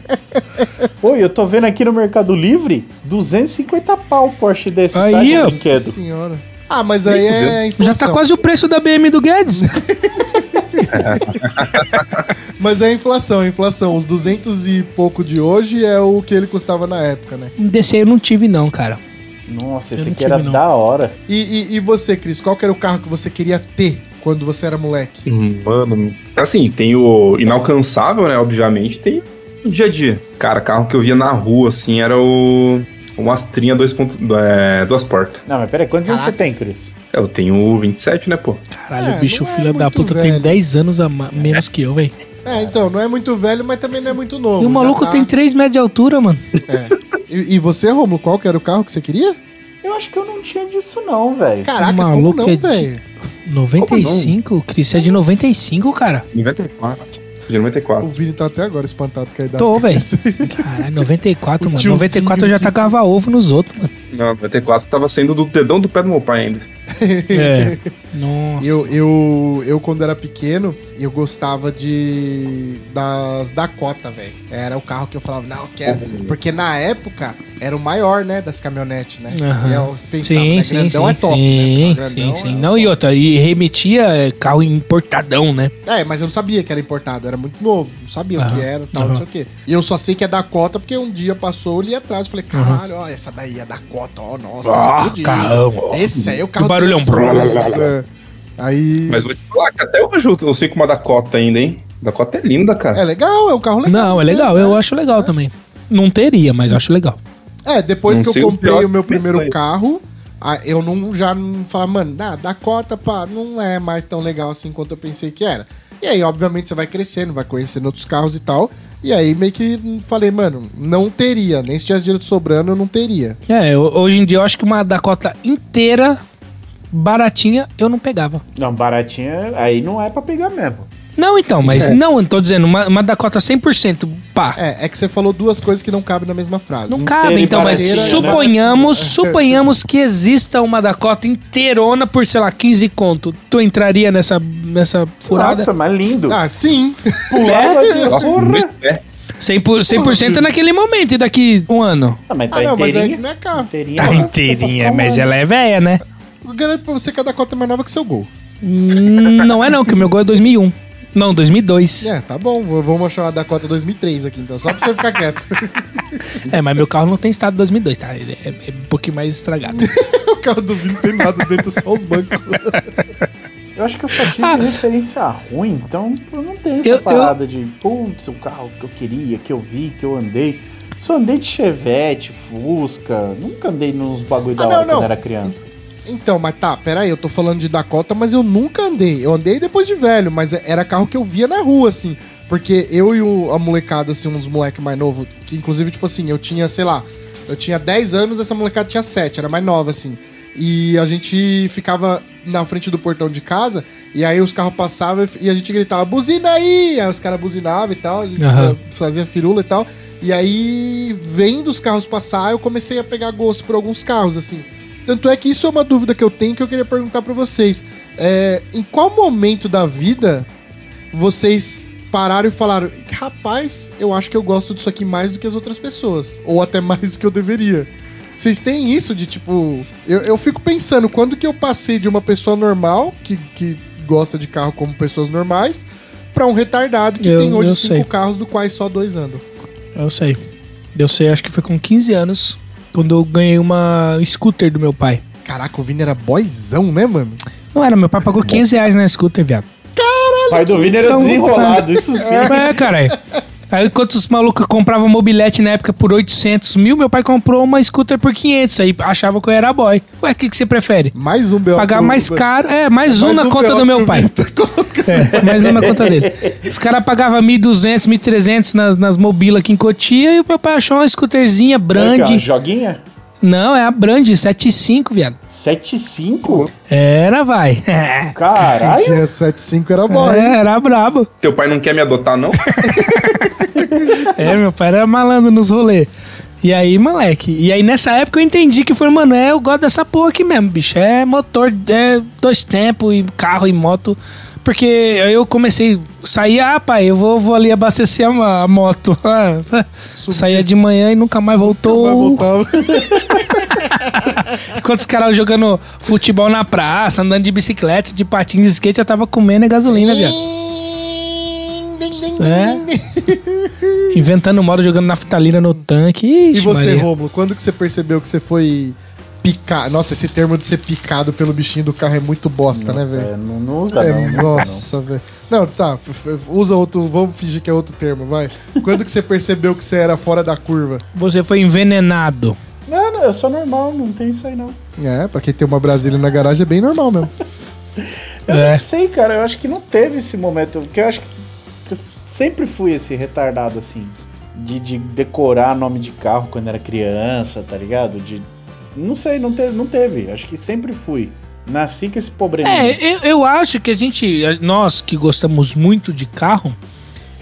Oi, eu tô vendo aqui no Mercado Livre 250 pau o Porsche desse Aí, tá, de ó. Nossa brinquedo. senhora. Ah, mas aí é Já inflação. tá quase o preço da BM do Guedes. Mas é inflação, é inflação. Os 200 e pouco de hoje é o que ele custava na época, né? Desse aí eu não tive, não, cara. Nossa, Eu esse não aqui era tive, não. da hora. E, e, e você, Cris, qual que era o carro que você queria ter? quando você era moleque? Mano, assim, tem o inalcançável, né? Obviamente, tem o dia a dia. Cara, carro que eu via na rua, assim, era o. Uma astrinha 2.0, é, duas portas. Não, mas peraí, quantos anos você Caraca. tem, Cris? Eu tenho 27, né, pô? É, Caralho, não o bicho é filho da muito puta velho. tem 10 anos a ma- menos que eu, velho. É, então, não é muito velho, mas também não é muito novo. E Já o maluco tá- tem 3 metros de altura, mano. É. E, e você, Romulo, qual que era o carro que você queria? Eu acho que eu não tinha disso, não, velho. Caraca, como maluco não, é de- velho? 95? Cris, você é de 95, cara? 94. De O 94. Vini tá até agora espantado com a idade. Tô, velho. Caralho, 94, O mano. tiozinho 94 eu já que- tacava ovo nos outros, mano. Não, 94 tava saindo do dedão do pé do meu pai ainda. <laughs> É. Nossa. Eu, eu, eu, quando era pequeno, eu gostava de. das Dakota, velho. Era o carro que eu falava, não, eu quero. Uhum. Porque na época era o maior, né? Das caminhonetes, né? Aham. E eu pensava, Sim, né? sim, grandão sim, é top. sim, né? sim, Grandão sim. é- Não, e outra, e remetia é, carro importadão, né? É, mas eu não sabia que era importado, era muito novo, não sabia o Aham. que era, tal, não Aham. sei o quê. E eu só sei que é Dakota porque um dia passou, eu li atrás, falei, caralho, ó, essa daí é Dakota, ó, nossa, é Ah, fudido. carrão, ó. Esse aí é o Que carro. barulhão. dos sonhos, é. Aí. Mas vou te falar que até hoje eu, eu sei com uma Dakota ainda, hein? Dakota é linda, cara. É legal, é um carro legal. Não, é legal, eu acho legal também. Não teria, mas eu acho legal. É, depois Não que sei eu o comprei pior o meu que primeiro foi. carro, a- eu não já não falava, mano, ah, Dakota, pá, não é mais tão legal assim quanto eu pensei que era. E aí, obviamente, você vai crescendo, vai conhecendo outros carros e tal. E aí, meio que hum, falei, mano, não teria. Nem se tivesse dinheiro sobrando, eu não teria. É, eu- hoje em dia eu acho que uma Dakota inteira, baratinha, eu não pegava. Não, baratinha, aí não é pra pegar mesmo. Não, então, mas não, eu tô dizendo, uma, uma Dakota 100%, pá. É, é que você falou duas coisas que É, não cabem na mesma frase. Não cabe, e então, mas barateira, né? suponhamos, suponhamos que exista uma Dakota inteirona por, sei lá, 15 conto. Tu entraria nessa, nessa furada? Nossa, mas lindo. Ah, sim. Pulava de Nossa, É, porra. dois pés. 100%, 100 é naquele momento e daqui um ano. Ah, mas tá Ah, não, mas aí que inteirinha. não é carro. Inteirinha. Tá Não, inteirinha, mas ela é velha, né? Eu garanto pra você que a Dakota é mais nova que seu gol. Hum, Não é não, que o meu gol é 2001. Não, 2002. É, tá bom. v- Vamos achar uma Dakota 2003 aqui, então. Só pra você ficar quieto. É, mas meu carro não tem estado 2002, tá? Ele é, é um pouquinho mais estragado. <laughs> o carro do Vini tem nada dentro, só os bancos. Eu acho que eu só tive referência ruim, então eu não tenho essa Ah. Eu- eu- parada de, putz, o carro que eu queria, que eu vi, que eu andei. Só andei de Chevette, Fusca, nunca andei nos bagulho da Ah, hora não, quando não. era criança. Então, mas tá, peraí, eu tô falando de Dakota, mas eu nunca andei. Eu andei depois de velho, mas era carro que eu via na rua, assim. Porque eu e o, a molecada, assim, uns moleque mais novo, que inclusive, tipo assim, eu tinha, sei lá, eu tinha 10 anos, essa molecada tinha 7, era mais nova, assim. E a gente ficava na frente do portão de casa, e aí os carros passavam e f- e a gente gritava, buzina aí! Aí os caras buzinavam e tal, a gente Aham. fazia firula e tal. E aí, vendo os carros passar, eu comecei a pegar gosto por alguns carros, assim. Tanto é que isso é uma dúvida que eu tenho que eu queria perguntar pra vocês. É, em qual momento da vida vocês pararam e falaram: rapaz, eu acho que eu gosto disso aqui mais do que as outras pessoas, ou até mais do que eu deveria? Vocês têm isso de tipo. Eu, eu fico pensando, quando que eu passei de uma pessoa normal, que, que gosta de carro como pessoas normais, pra um retardado que Eu- tem hoje eu cinco sei. carros, do quais só dois andam? Eu sei. Eu sei, acho que foi com 15 anos, quando eu ganhei uma scooter do meu pai. Caraca, o Vini era boyzão, né, mano? Não era, meu pai pagou 15 reais na scooter, viado. pai do Vini era Então, desenrolado, isso sim. É, caralho. Aí enquanto os malucos compravam mobilete na época por 800 mil, meu pai comprou uma scooter por 500, aí achava que eu era boy. Ué, o que, que você prefere? Mais um B.O. Pagar pro- mais caro, é, mais um Mais na um conta B.O. do meu pro pai. Vini tá colocando. É, mais um na conta dele. Os caras pagavam 1.200, 1.300 nas, nas mobilas aqui em Cotia e o meu pai achou uma scooterzinha Aqui, ó, Brand. joguinha? Não, é a Brand 75, viado. 7,5? Era, vai. É, Quem Caralho! tinha 7.5 era boy. era brabo. Teu pai não quer me adotar, não? É, meu pai era malandro nos rolês. E aí, moleque. E aí, nessa época, eu entendi que foi, mano, é, eu gosto dessa porra aqui mesmo, bicho. É motor, é dois tempos, e carro e moto. Porque aí eu comecei, saía, ah, pai, eu vou, vou ali abastecer a, ma- a moto. <laughs> Ah, Saía de manhã e nunca mais voltou. Vai voltar. Enquanto os caras jogando futebol na praça, andando de bicicleta, de patins, de skate, eu tava comendo gasolina, Né, viado. Né? É. Inventando moda, jogando naftalina no tanque. E Ixi, você, Maria. Rômulo, quando que você percebeu que você foi picar. Nossa, esse termo de ser picado pelo bichinho do carro é muito bosta, né, Nossa, velho? é, não, não usa É, não. não usa nossa, velho. Não, tá. f- f- Usa outro. Vamos fingir que é outro termo, vai. Quando que você percebeu que você era fora da curva? Você foi envenenado. Não. não, não, eu sou normal, não tem isso aí não. É, pra quem tem uma Brasília na garagem é bem normal mesmo. Eu É. não sei, cara, eu acho que não teve esse momento, porque eu acho que eu sempre fui esse retardado, assim, de, de decorar nome de carro quando era criança, tá ligado? De, não sei, não teve, não teve, acho que sempre fui. Nasci com esse probleminha. É, eu, eu acho que a gente, nós que gostamos muito de carro,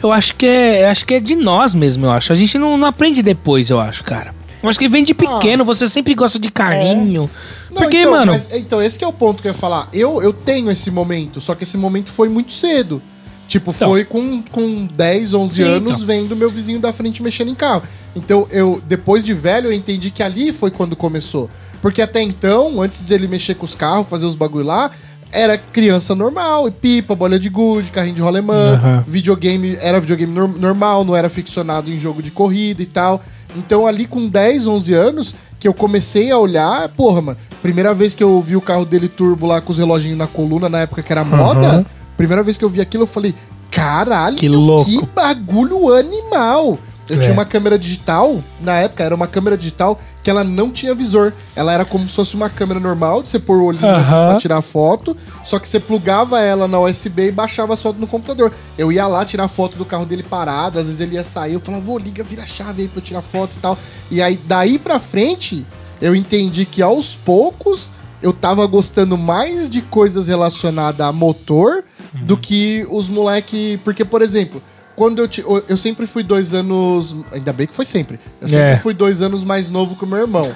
eu acho que é, acho que é de nós mesmo, eu acho. A gente não, não aprende depois, eu acho, cara. Eu acho que vem de pequeno, você sempre gosta de carrinho. Não, Porque, então, mano, mas- então, esse que é o ponto que eu ia falar. Eu, eu tenho esse momento, só que esse momento foi muito cedo. Tipo, Então. foi com, com 10, 11 Sim, anos então. vendo meu vizinho da frente mexendo em carro. Então, eu depois de velho, eu entendi que ali foi quando começou. Porque até então, antes dele mexer com os carros, fazer os bagulho lá, era criança normal, e pipa, bolha de gude, carrinho de rolemã, Aham. videogame, era videogame nor- normal, não era ficcionado em jogo de corrida e tal. Então ali com 10, 11 anos que eu comecei a olhar, porra, mano, primeira vez que eu vi o carro dele turbo lá com os reloginhos na coluna na época que era moda, primeira vez que eu vi aquilo eu falei, caralho, Que louco. que bagulho animal. Eu É. tinha uma câmera digital, na época era uma câmera digital que ela não tinha visor. Ela era como se fosse uma câmera normal, de você pôr o olhinho assim Aham. pra tirar foto, só que você plugava ela na USB e baixava as fotos no computador. Eu ia lá tirar foto do carro dele parado, às vezes ele ia sair, eu falava, ô, liga, vira a chave aí pra eu tirar foto e tal. E aí, daí pra frente, eu entendi que aos poucos eu tava gostando mais de coisas relacionadas a motor Uhum. do que os moleque. Porque, por exemplo, quando eu, ti- eu- eu sempre fui dois anos. Ainda bem que foi sempre. Eu sempre É. fui dois anos mais novo que o meu irmão.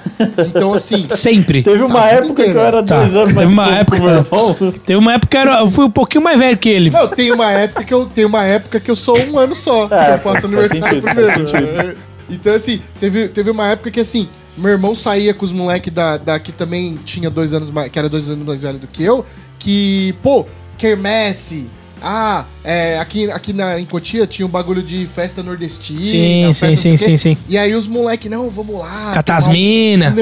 Então, assim. sempre. Teve Essa uma vida época que eu inteira. era Tá. dois anos Teve mais uma novo que o meu <laughs> irmão. Teve uma época que eu, era- eu fui um pouquinho mais velho que ele. Não, tem uma época que eu tenho uma época que eu sou um ano só. É, que eu faço faz aniversário sentido, faz primeiro. É. Então, assim, teve, teve uma época que assim, meu irmão saía com os moleques da, da que também tinha dois anos mais. que era dois anos mais velho do que eu, que, pô, quermesse. Ah, é, aqui, aqui na, em Cotia tinha um bagulho de festa nordestina. Sim, festa sim, não sei sim, o quê. sim, sim. E aí os moleques, não, vamos lá. tomar um- Catasmina.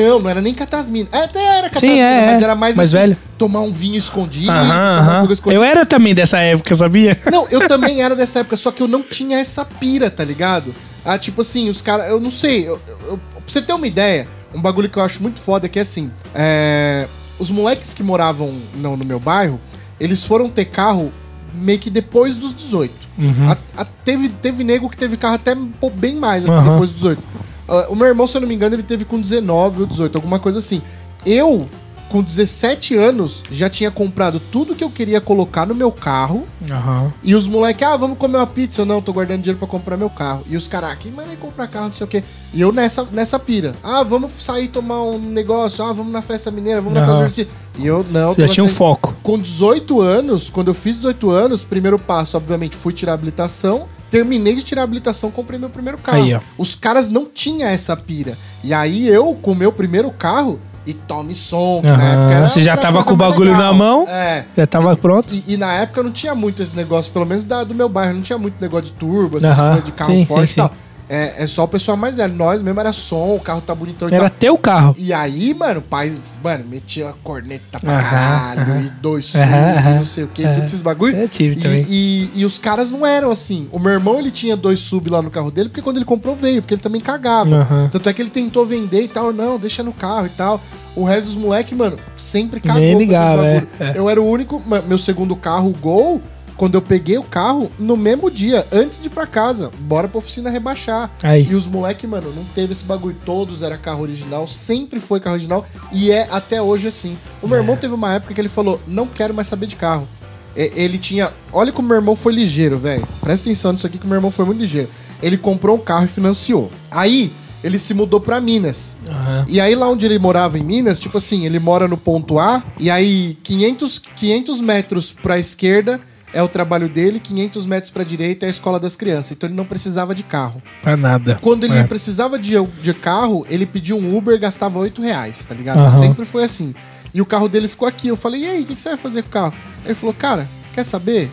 Não, não era nem catasmina. Até era catasmina, É. Sim, é, mas é. era mais, Mais velho. tomar um vinho escondido. tomar um Aham, bagulho aham. escondido. Eu era também dessa época, sabia? Não, eu também era dessa época, só que eu não tinha essa pira, tá ligado? Ah, tipo assim, os caras. Eu não sei. Eu, eu- eu- pra você ter uma ideia, um bagulho que eu acho muito foda é que assim. é, os moleques que moravam no, no meu bairro, eles foram ter carro meio que depois dos 18. Uhum. A- a- teve, teve nego que teve carro até um pouco bem mais, assim, Aham. depois dos 18. Ah, o meu irmão, se eu não me engano, ele teve com 19 ou 18, alguma coisa assim. Eu, com 17 anos, já tinha comprado tudo que eu queria colocar no meu carro. Aham. E os moleques, ah, vamos comer uma pizza. Eu não, tô guardando dinheiro pra comprar meu carro. E os caras, ah, quem manda aí comprar carro, não sei o quê. E eu nessa, nessa pira. Ah, vamos sair tomar um negócio. Ah, vamos na festa mineira, vamos na Aham. festa argentina. E eu, não. Você já tô tinha um gastando- foco. Com 18 anos, quando eu fiz 18 anos, primeiro passo, obviamente, fui tirar a habilitação. Terminei de tirar a habilitação, comprei meu primeiro carro. Aí, ó. Os caras não tinham essa pira. E aí eu, com o meu primeiro carro, e tome som, que na Aham. época era- Você já era tava coisa com o mais bagulho na mão? É. Já tava pronto? E, e na época não tinha muito esse negócio, pelo menos da- do meu bairro, não tinha muito negócio de turbo, essas Aham, coisas de carro sim, forte sim, e tal. É, é só o pessoal mais velho. Nós mesmo era som, o carro tá bonitão e Era tal. teu carro. E aí, mano, o pai, mano, metia a corneta pra Aham, caralho, e dois sumos, Aham, aham. e não sei o que, Aham. todos esses bagulho. Eu tive também. E, e- e os caras não eram assim. O meu irmão, ele tinha dois sub lá no carro dele, porque quando ele comprou veio, porque ele também cagava. Aham. Tanto é que ele tentou vender e tal, não, deixa no carro e tal. O resto dos moleques, mano, sempre cagou Nem com esses ligava, é, bagulho. Eu era o único, ma- meu segundo carro, o Gol, quando eu peguei o carro, no mesmo dia, antes de ir pra casa, bora pra oficina rebaixar. Aí. E os moleque, mano, não teve esse bagulho. Todos era carro original, sempre foi carro original e é até hoje assim. O meu irmão teve uma época que ele falou: não quero mais saber de carro. E- Ele tinha. Olha como meu irmão foi ligeiro, velho. Presta atenção nisso aqui que meu irmão foi muito ligeiro. Ele comprou um carro e financiou. Aí, ele se mudou pra Minas. Aham. E aí lá onde ele morava em Minas, tipo assim, ele mora no ponto A, e aí 500, 500 metros pra esquerda é o trabalho dele, 500 metros pra direita é a escola das crianças. Então ele não precisava de carro. Pra nada. Quando ele É. precisava de, de carro, ele pediu um Uber e gastava 8 reais, tá ligado? Aham. Sempre foi assim. E o carro dele ficou aqui. Eu falei, e aí, o que, que você vai fazer com o carro? Ele falou, cara, quer saber?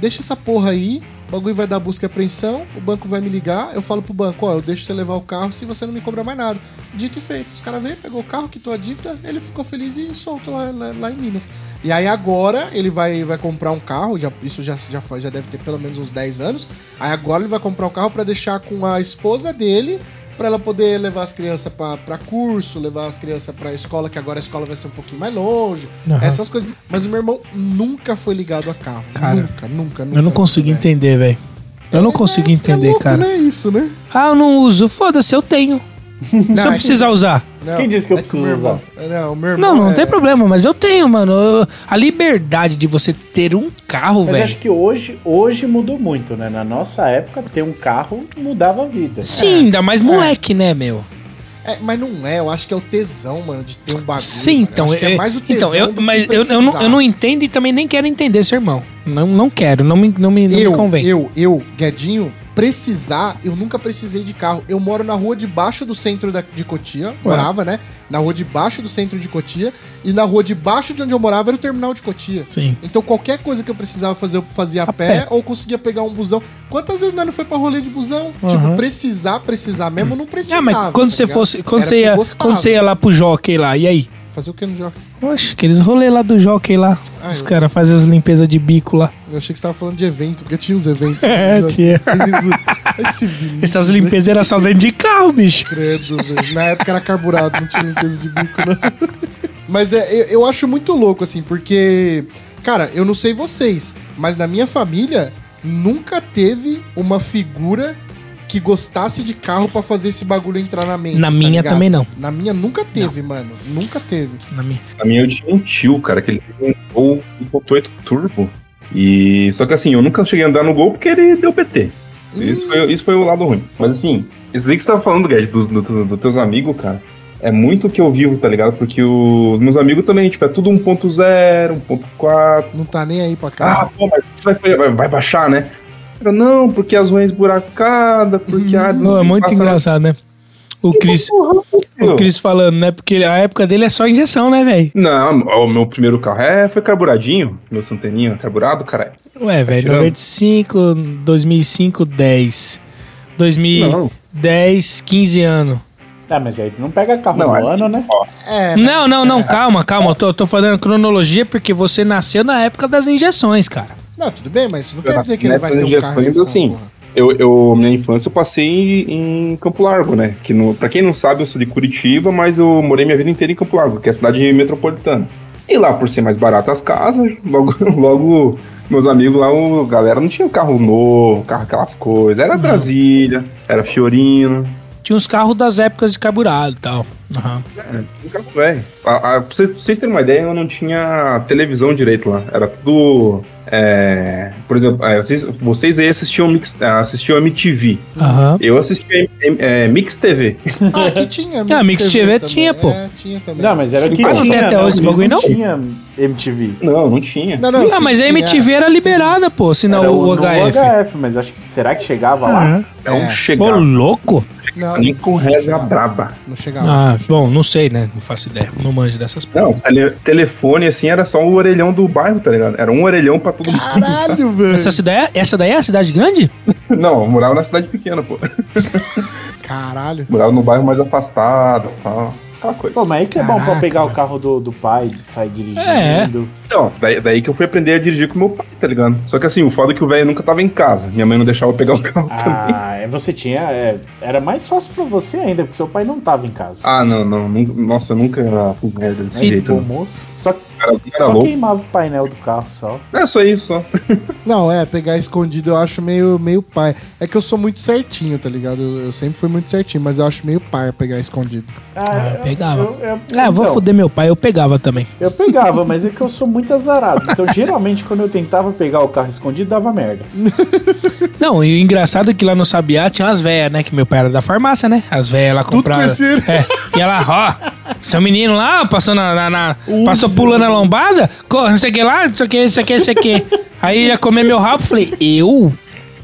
Deixa essa porra aí, O bagulho vai dar busca e apreensão, o banco vai me ligar, eu falo pro banco, ó, eu deixo você levar o carro se você não me cobrar mais nada. Dito e feito. Os caras veio, pegou o carro, quitou a dívida, ele ficou feliz e solto lá, lá, lá em Minas. E aí agora ele vai, vai comprar um carro, já, isso já, já, foi- já deve ter pelo menos uns 10 anos. Aí agora ele vai comprar um carro pra deixar com a esposa dele, pra ela poder levar as crianças pra pra curso, levar as crianças pra escola, que agora a escola vai ser um pouquinho mais longe, Aham. essas coisas. Mas o meu irmão nunca foi ligado a carro. Cara, nunca, nunca, nunca. Eu não consigo nunca, velho. entender, velho. Eu não consigo É entender, louco, cara. Não é isso, né? Ah, eu não uso. Foda-se, eu tenho. Se eu é precisar usar. Não, Quem disse que eu é o meu preciso irmão- Não, o meu irmão Não, não é- tem problema, mas eu tenho, mano. Eu- A liberdade de você ter um carro, Mas velho. acho que hoje, hoje mudou muito, né? Na nossa época, ter um carro mudava a vida. Sim, ainda mais moleque, né, meu? É, mas não é, eu acho que é o tesão, mano, de ter um bagulho. Sim, mano. Eu então. acho que é eu- mais o tesão então, eu, do que mas eu, eu não, eu não entendo e também nem quero entender seu irmão. Não, não quero, não me, não me, não me eu, convém. eu, eu, Guedinho, precisar, eu nunca precisei de carro. Eu moro na rua debaixo do centro da- de Cotia, morava, né? Na rua debaixo do centro de Cotia, e na rua debaixo de onde eu morava era o terminal de Cotia. Sim. Então qualquer coisa que eu precisava fazer, eu fazia a, pé, ou conseguia pegar um busão. Quantas vezes nós não foi pra rolê de busão? Tipo, Aham. precisar, precisar mesmo, não Ah, precisava. mas quando tá você ligado? fosse. Quando Era você, que ia, gostava. quando você ia lá pro jockey lá, e aí? Fazer o que no jogo? Oxe, aqueles rolê lá do jockey lá. Ah, Os eu- caras fazem as limpezas de bico lá. Eu achei que você tava falando de evento, porque tinha os eventos. <laughs> É, tia. Esse Vinícius, Essas né? limpezas eram só dentro de carro, bicho. Credo, velho. Na época era carburado, não tinha limpeza de bico, não. <laughs> Mas é, eu, eu acho muito louco, assim, porque. Cara, eu não sei vocês, mas na minha família nunca teve uma figura que gostasse de carro pra fazer esse bagulho entrar na mente. Na tá minha ligado? também não. Na minha nunca teve, mano. Nunca teve. Na minha. Pra mim, eu tinha um tio, cara, que ele teve um Gol 1.8 Turbo. E só que assim, eu nunca cheguei a andar no Gol porque ele deu PT. Isso, foi, isso foi o lado ruim. Mas assim, isso aí que você tava falando, Guedes, dos do, do- dos teus amigos, cara, é muito o que eu vivo, tá ligado? Porque os meus amigos também, tipo, é tudo 1.0, 1.4. Não tá nem aí pra Ah, carro. pô, mas você vai, vai, vai baixar, né? Eu, não, porque as ruas esburacadas, porque a. Não, é muito engraçado, né? O Cris, o Cris falando, né? Porque a época dele é só injeção, né, velho? Não, o meu primeiro carro é, foi carburadinho, meu Santeninho, é carburado, caralho. Ué, velho, tirando. 95, 2005, 10. 2010, Não, 15 anos. Ah, mas aí não pega carro Não, no é- ano, né? É, Não, não, não, calma, calma. Eu tô, eu tô fazendo cronologia porque você nasceu na época das injeções, cara. não, tudo bem, mas isso não Eu quer na- dizer que ele vai ter nessas um carro. gestões, injeção, assim, porra. eu, eu, minha infância eu passei em, em Campo Largo, né? Que no, pra quem não sabe, eu sou de Curitiba, mas eu morei minha vida inteira em Campo Largo, que é a cidade metropolitana. E lá, por ser mais barato as casas, <laughs> logo, logo meus amigos lá, o galera não tinha carro novo, carro aquelas coisas. Era Brasília, era Fiorino. Tinha uns carros das épocas de carburado e tal. Aham. Um carro velho. A- a- Pra vocês- pra vocês terem uma ideia, eu não tinha televisão direito lá. Era tudo. é, por exemplo, é, vocês, vocês aí assistiam, mix, é, assistiam MTV. Aham. Eu assistia é, Mix TV. É. Ah, aqui tinha. Não, Mix TV tinha, pô. É, tinha também. Não, mas era Sim, o que mas não tinha, tem até né? hoje esse Eles bagulho, não? tinha MTV. <laughs> Não, não tinha. Não, Ah, sim, mas a tinha. MTV era liberada, pô, senão Era no o HF. HF, mas acho que será que chegava lá? Ah, Então é. Ô, chegava louco? Não, nem com reza chegava. braba. Não chegava. Ah, bom, não sei, né? Não faço ideia. Não manjo dessas Não, tele- telefone assim era só o orelhão do bairro, tá ligado? Era um orelhão pra todo mundo. <laughs> Caralho, velho. Essa, cidade, essa daí é a cidade grande? <laughs> Não, eu morava na cidade pequena, pô. Caralho. Morava no bairro mais afastado tal. Aquela coisa. Pô, mas aí que é bom Caraca, pra pegar velho. o carro do, do pai, sair dirigindo. É. Então, daí, daí que eu fui aprender a dirigir com meu pai, tá ligado? Só que assim, o foda é que o velho nunca tava em casa. Minha mãe não deixava eu pegar o carro <laughs> também. Ah, é, você tinha. é, era mais fácil pra você ainda, porque seu pai não tava em casa. Ah, não, não. nunca- nossa, eu nunca fiz merda desse E jeito. O né? moço só, Era, era só louco. queimava o painel do carro só. É só isso, só. Não, é, pegar escondido eu acho meio, meio pai. É que eu sou muito certinho, tá ligado? Eu, eu sempre fui muito certinho, mas eu acho meio pai pegar escondido. Ah, eu pegava. É, Eu, eu- Ah, vou então, foder meu pai, eu pegava também. Eu pegava, mas é que eu sou muito azarado. <laughs> Então, geralmente, quando eu tentava pegar o carro escondido, dava merda. Não, e o engraçado é que lá no Sabiá tinha umas velhas, né? Que meu pai era da farmácia, né? As velhas lá compraram. conhecido. É, e ela, ó, seu menino lá passou, na, na- na- passou Uh. pulando a lombada, co- não sei o que lá, não sei o que, não sei o que, não sei o que. Aí ia comer meu rabo, falei, eu?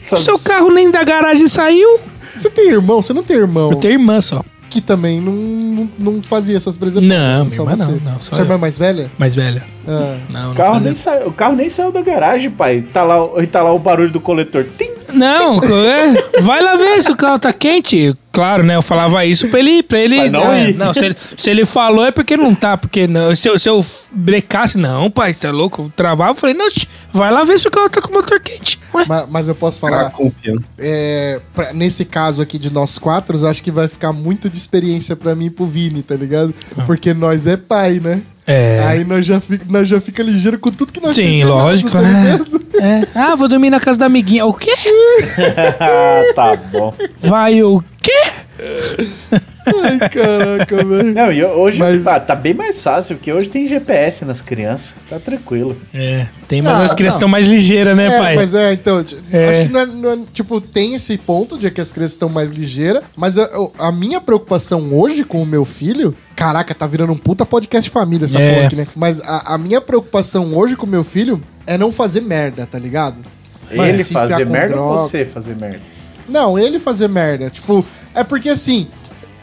Só- Seu carro nem da garagem saiu? Você tem irmão? Você não tem irmão? Eu tenho irmã só. Que também não, não, não fazia essas presas. Não, minha irmã não, não, só Sua irmã é mais velha? Mais velha. Ah. Não, não o carro né? fazia. nem saiu- o carro nem saiu da garagem, pai. Tá lá, o- tá lá o barulho do coletor. Tim! <laughs> Não, é, vai lá ver se o carro tá quente. Claro, né? Eu falava isso pra ele. Pra ele Pra não é, ir. não, se ele, se ele falou é porque não tá, porque não. Se eu, se eu brecasse, não, pai, você é louco? Eu travava, eu falei, não, tch, vai lá ver se o carro tá com o motor quente. Ué, Ma- Mas eu posso Ah. Cara, falar, confiando. é, pra- nesse caso aqui de nós quatro, eu acho que vai ficar muito de experiência pra mim e pro Vini, tá ligado? Porque nós é pai, né? Ah. É. Aí nós já, fi- nós já fica ligeiro com tudo que nós Sim, fizemos, lógico. tá ligado? É, é. Ah, vou dormir na casa da amiguinha. O quê? Ah, tá bom. Vai o quê? <laughs> Ai, caraca, velho. Não, e hoje Mas- tá, tá bem mais fácil, porque hoje tem GPS nas crianças. Tá tranquilo. É, tem, mas Ah, as crianças não. estão mais ligeiras, né, É, pai? mas é, então, t- É. acho que não é, não é- tipo, tem esse ponto de que as crianças estão mais ligeiras, mas eu- eu- a minha preocupação hoje com o meu filho, caraca, tá virando um puta podcast família essa É. porra aqui, né? Mas a, a minha preocupação hoje com o meu filho é não fazer merda, tá ligado? Mano, Ele se enfiar fazer com merda droga. ou você fazer merda? Não, ele fazer merda. Tipo, é porque assim,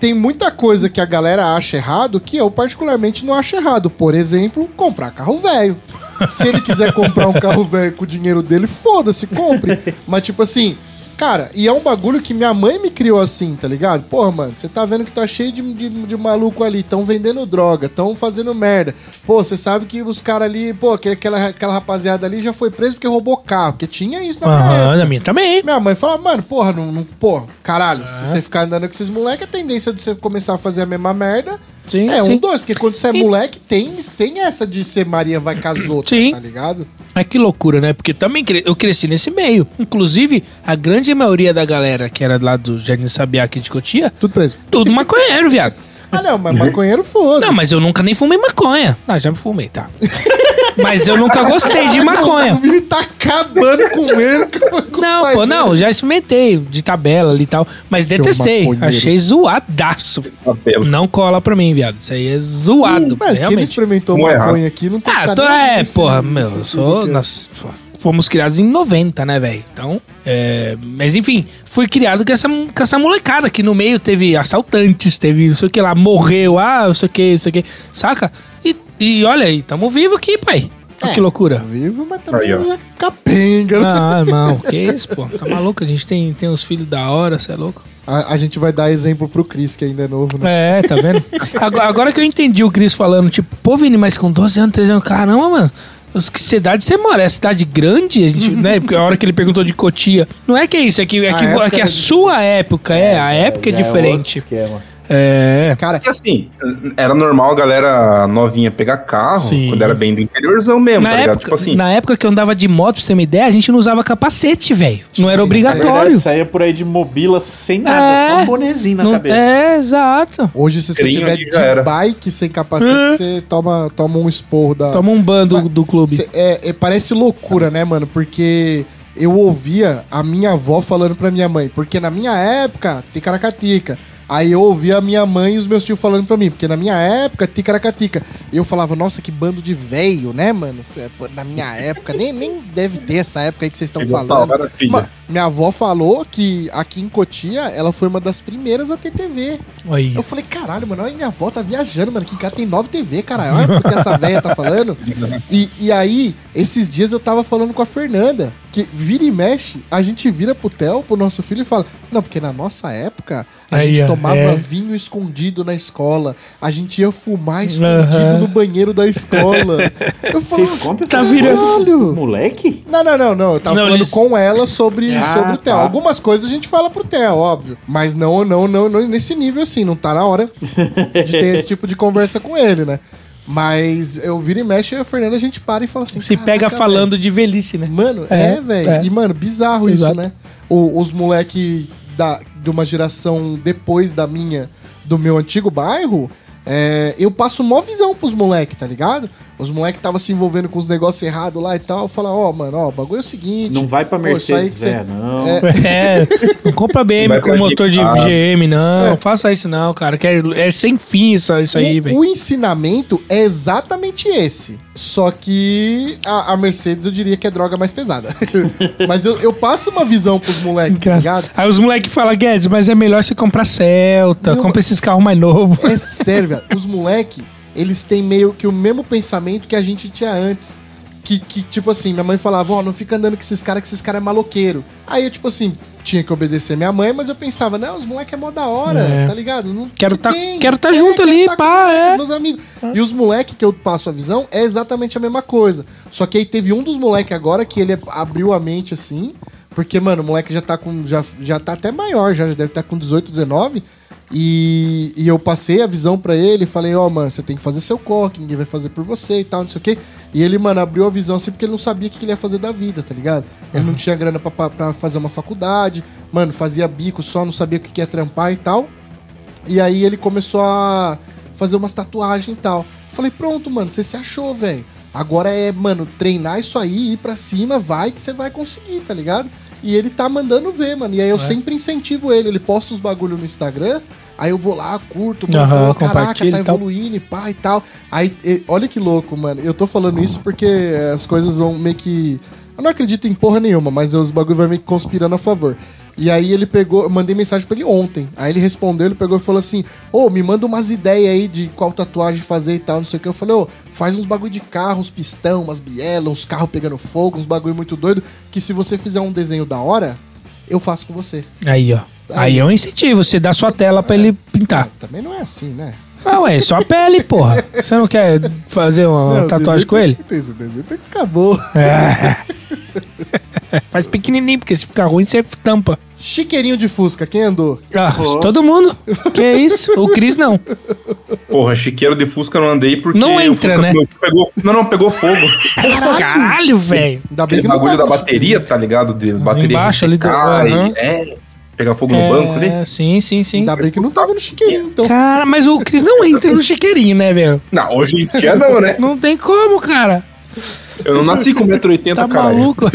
tem muita coisa que a galera acha errado que eu particularmente não acho errado. Por exemplo, comprar carro velho. Se ele quiser comprar um carro velho com o dinheiro dele, foda-se, compre. Mas tipo assim, cara, e é um bagulho que minha mãe me criou assim, tá ligado? Porra, mano, você tá vendo que tá cheio de, de, de maluco ali, tão vendendo droga, tão fazendo merda. Pô, você sabe que os caras ali, pô, aquele- aquela, aquela rapaziada ali já foi preso porque roubou carro, porque tinha isso na minha época. Aham, na minha também. Minha mãe fala, mano, porra, não, não- porra, caralho, É. se você ficar andando com esses moleques, a tendência de você começar a fazer a mesma merda Sim, é sim. um, dois. Porque quando você é moleque, tem, tem essa de ser Maria vai com as outras, Sim. tá ligado? Mas que loucura, né? Porque também cre- eu cresci nesse meio. Inclusive, a grande maioria da galera que era lá do Jardim Sabiá aqui de Cotia, Tudo preso. tudo maconheiro, <laughs> viado. Ah, não, mas Uhum. maconheiro foda. Não, mas eu nunca nem fumei maconha. Ah, já me <laughs> fumei, tá. Mas eu nunca gostei de O maconha. Vini tá acabando com ele. com- com o Não, pai pô, dele. não, já experimentei de tabela ali e tal. Mas é Seu detestei. maconheiro. Achei zoadaço. Papel. Não cola pra mim, viado. Isso aí é zoado, Hum, Mas quem não realmente. experimentou Não é maconha aqui não tem que Ah, tá tô, nem é, nesse- porra, nesse meu, eu sou. sentido. Nós f- fomos criados em 90, né, velho? Então, é, mas enfim, fui criado com essa, com essa molecada que no meio teve assaltantes, teve não sei o que lá, morreu, ah, não sei o que, não sei o que, saca? E, e olha aí, tamo vivo aqui, pai. Olha É. <laughs> Que loucura. Vivo, mas também Aí, ó. é capenga. né? Ah, não, que isso, pô. Tá maluco? A gente tem, tem uns filhos da hora, você é louco? A, a gente vai dar exemplo pro Chris, que ainda é novo, né? É, tá vendo? Agora, agora que eu entendi o Cris falando, tipo, pô, Vini, mas com 12 anos, 13 anos, caramba, mano. Os, que cidade você mora? É cidade grande? A gente, né? Porque a hora que ele perguntou de Cotia. Não é que é isso, é que, é A que, vo- é época que a era sua época, é. A época é Já outro diferente. esquema. É. Cara, E assim, era normal a galera novinha pegar carro, Sim. quando era bem do interiorzão mesmo, Na, tá ligado? época, Tipo assim, na época que eu andava de moto, pra você ter uma ideia, a gente não usava capacete, velho. Não era É Na verdade, obrigatório. saía por aí de mobila sem nada, só É. um bonezinho na Não- cabeça. é, exato. Hoje, se você Trinho tiver ali de já era. bike sem capacete, você toma, toma um esporro da. Toma um bando do clube. Cê- é, é- parece loucura, né, mano? Porque eu ouvia a minha avó falando pra minha mãe, porque na minha época, ticaracatica. Aí eu ouvia a minha mãe e os meus tios falando pra mim, porque na minha época, ticaracatica. Eu falava, nossa, que bando de velho, né, mano? É, pô, Na minha época, nem, nem deve ter essa época aí que vocês estão pegou falando. palavra, filha. Ma- minha avó falou que aqui em Cotia, ela foi uma das primeiras a ter TV. Aí. Eu falei, caralho, mano, olha minha avó tá viajando, mano. Que em casa tem nove TV, caralho. Olha porque essa velha tá <laughs> falando. E, e aí, esses dias eu tava falando com a Fernanda, que vira e mexe, a gente vira pro Theo, pro nosso filho, e fala: Não, porque na nossa época a Aí, gente ó, tomava é. vinho escondido na escola, a gente ia fumar escondido Aham. no banheiro da escola. <laughs> eu falo, Vocês contam Tá essas virando- Caralho. coisas? Moleque? não, não, não, não. Eu tava Não, falando eles- com ela sobre, Ah, sobre o Theo. tá. Algumas coisas a gente fala pro Theo, óbvio. Mas não, não, não, não nesse nível assim. Não tá na hora de <laughs> ter esse tipo de conversa com ele, né? Mas eu viro e mexe e a Fernanda a gente para e fala assim. Se "Caraca, pega velho." falando de velhice, né? Mano, é, É, velho. é. E, mano, bizarro Exato. isso, né? O- os moleque da, de uma geração depois da minha, do meu antigo bairro, é, eu passo mó visão pros moleque, tá ligado? Os moleque tava se envolvendo com os negócios errados lá e tal. Fala, ó, mano, ó, o bagulho é o seguinte. Não vai pra Pô, isso aí Mercedes, que você- velho, não. É. <laughs> É, não compra BM Vai com motor de pra Ah. GM, não. Faça isso não, cara. Que é, é sem fim isso, isso aí, o, velho. o ensinamento é exatamente esse. Só que a, a Mercedes eu diria que é droga mais pesada. <laughs> Mas eu, eu passo uma visão pros moleques, tá ligado? Aí os moleques falam, Guedes, mas é melhor você comprar Celta, Não, compra esses carros mais novos. <laughs> É sério, velho. Os moleque, eles têm meio que o mesmo pensamento que a gente tinha antes. que, que, tipo assim, minha mãe falava, ó, não fica andando com esses caras, que esses caras é maloqueiro. Aí eu, tipo assim, tinha que obedecer minha mãe, mas eu pensava, não, os moleques é mó da hora, É. tá ligado? Não, Quero que tá- tem, quero tá junto ali, com pá, eles, é. meus amigos. E os moleques que eu passo a visão é exatamente a mesma coisa. Só que aí teve um dos moleques agora que ele abriu a mente assim, porque, mano, o moleque já tá com. Já, já tá até maior, já, já deve estar com 18, 19. E, e eu passei a visão pra ele e falei, ó, mano, você tem que fazer seu corre, ninguém vai fazer por você e tal, não sei o quê. E ele, mano, abriu a visão assim porque ele não sabia o que que ele ia fazer da vida, tá ligado? Ele não tinha grana pra- pra pra fazer uma faculdade, mano, fazia bico só, não sabia o que que ia trampar e tal. E aí ele começou a fazer umas tatuagens e tal. Falei, pronto, mano, você se achou, velho. Agora é, mano, treinar isso aí, ir pra cima, vai que você vai conseguir, tá ligado? E ele tá mandando ver, mano. E É. aí eu sempre incentivo ele. Ele posta os bagulho no Instagram, aí eu vou lá, curto, mano, Aham, falo, caraca, compartilha tá e tal." evoluindo e pá e tal. Aí, e- olha que louco, mano. Eu tô falando isso porque as coisas vão meio que. Eu não acredito em porra nenhuma, mas os bagulho vai meio que conspirando a favor. E aí ele pegou, eu mandei mensagem pra ele ontem. Aí ele respondeu, ele pegou e falou assim: Ô, me manda umas ideias aí de qual tatuagem fazer e tal, não sei o que. Eu falei, ô, faz uns bagulho de carro, uns pistão, umas bielas, uns carros pegando fogo, uns bagulho muito doido. Que se você fizer um desenho da hora, eu faço com você. Aí, ó. Aí é um incentivo. Você dá sua tela pra ele pintar. Também não é assim, né? Ah, ué, só a pele, porra. Você não quer fazer uma Não, tatuagem desenho com tem- ele? É. tem- Esse desenho tem que ficar boa. <laughs> Faz pequenininho, porque se ficar ruim, você tampa. Chiqueirinho de Fusca, quem andou? Ah, Nossa. todo mundo. Que isso? O Cris não. Porra, chiqueiro de Fusca eu não andei porque. Não o entra, Fusca né? meu pegou, não, não, <laughs> pegou fogo. <laughs> Caralho, velho. Ainda bem Aquele que não bagulho da tava no bateria, tá ligado? De bateria. embaixo ali do- cai, aham. É. Pegar fogo no banco, né? É, Sim, sim, sim. Ainda bem que não tava no chiqueirinho, então. <laughs> Cara, mas o Cris não entra no chiqueirinho, né, velho? Não, hoje em dia não, né? Não tem como, cara. Eu não nasci com 1,80m, Tá cara. maluco?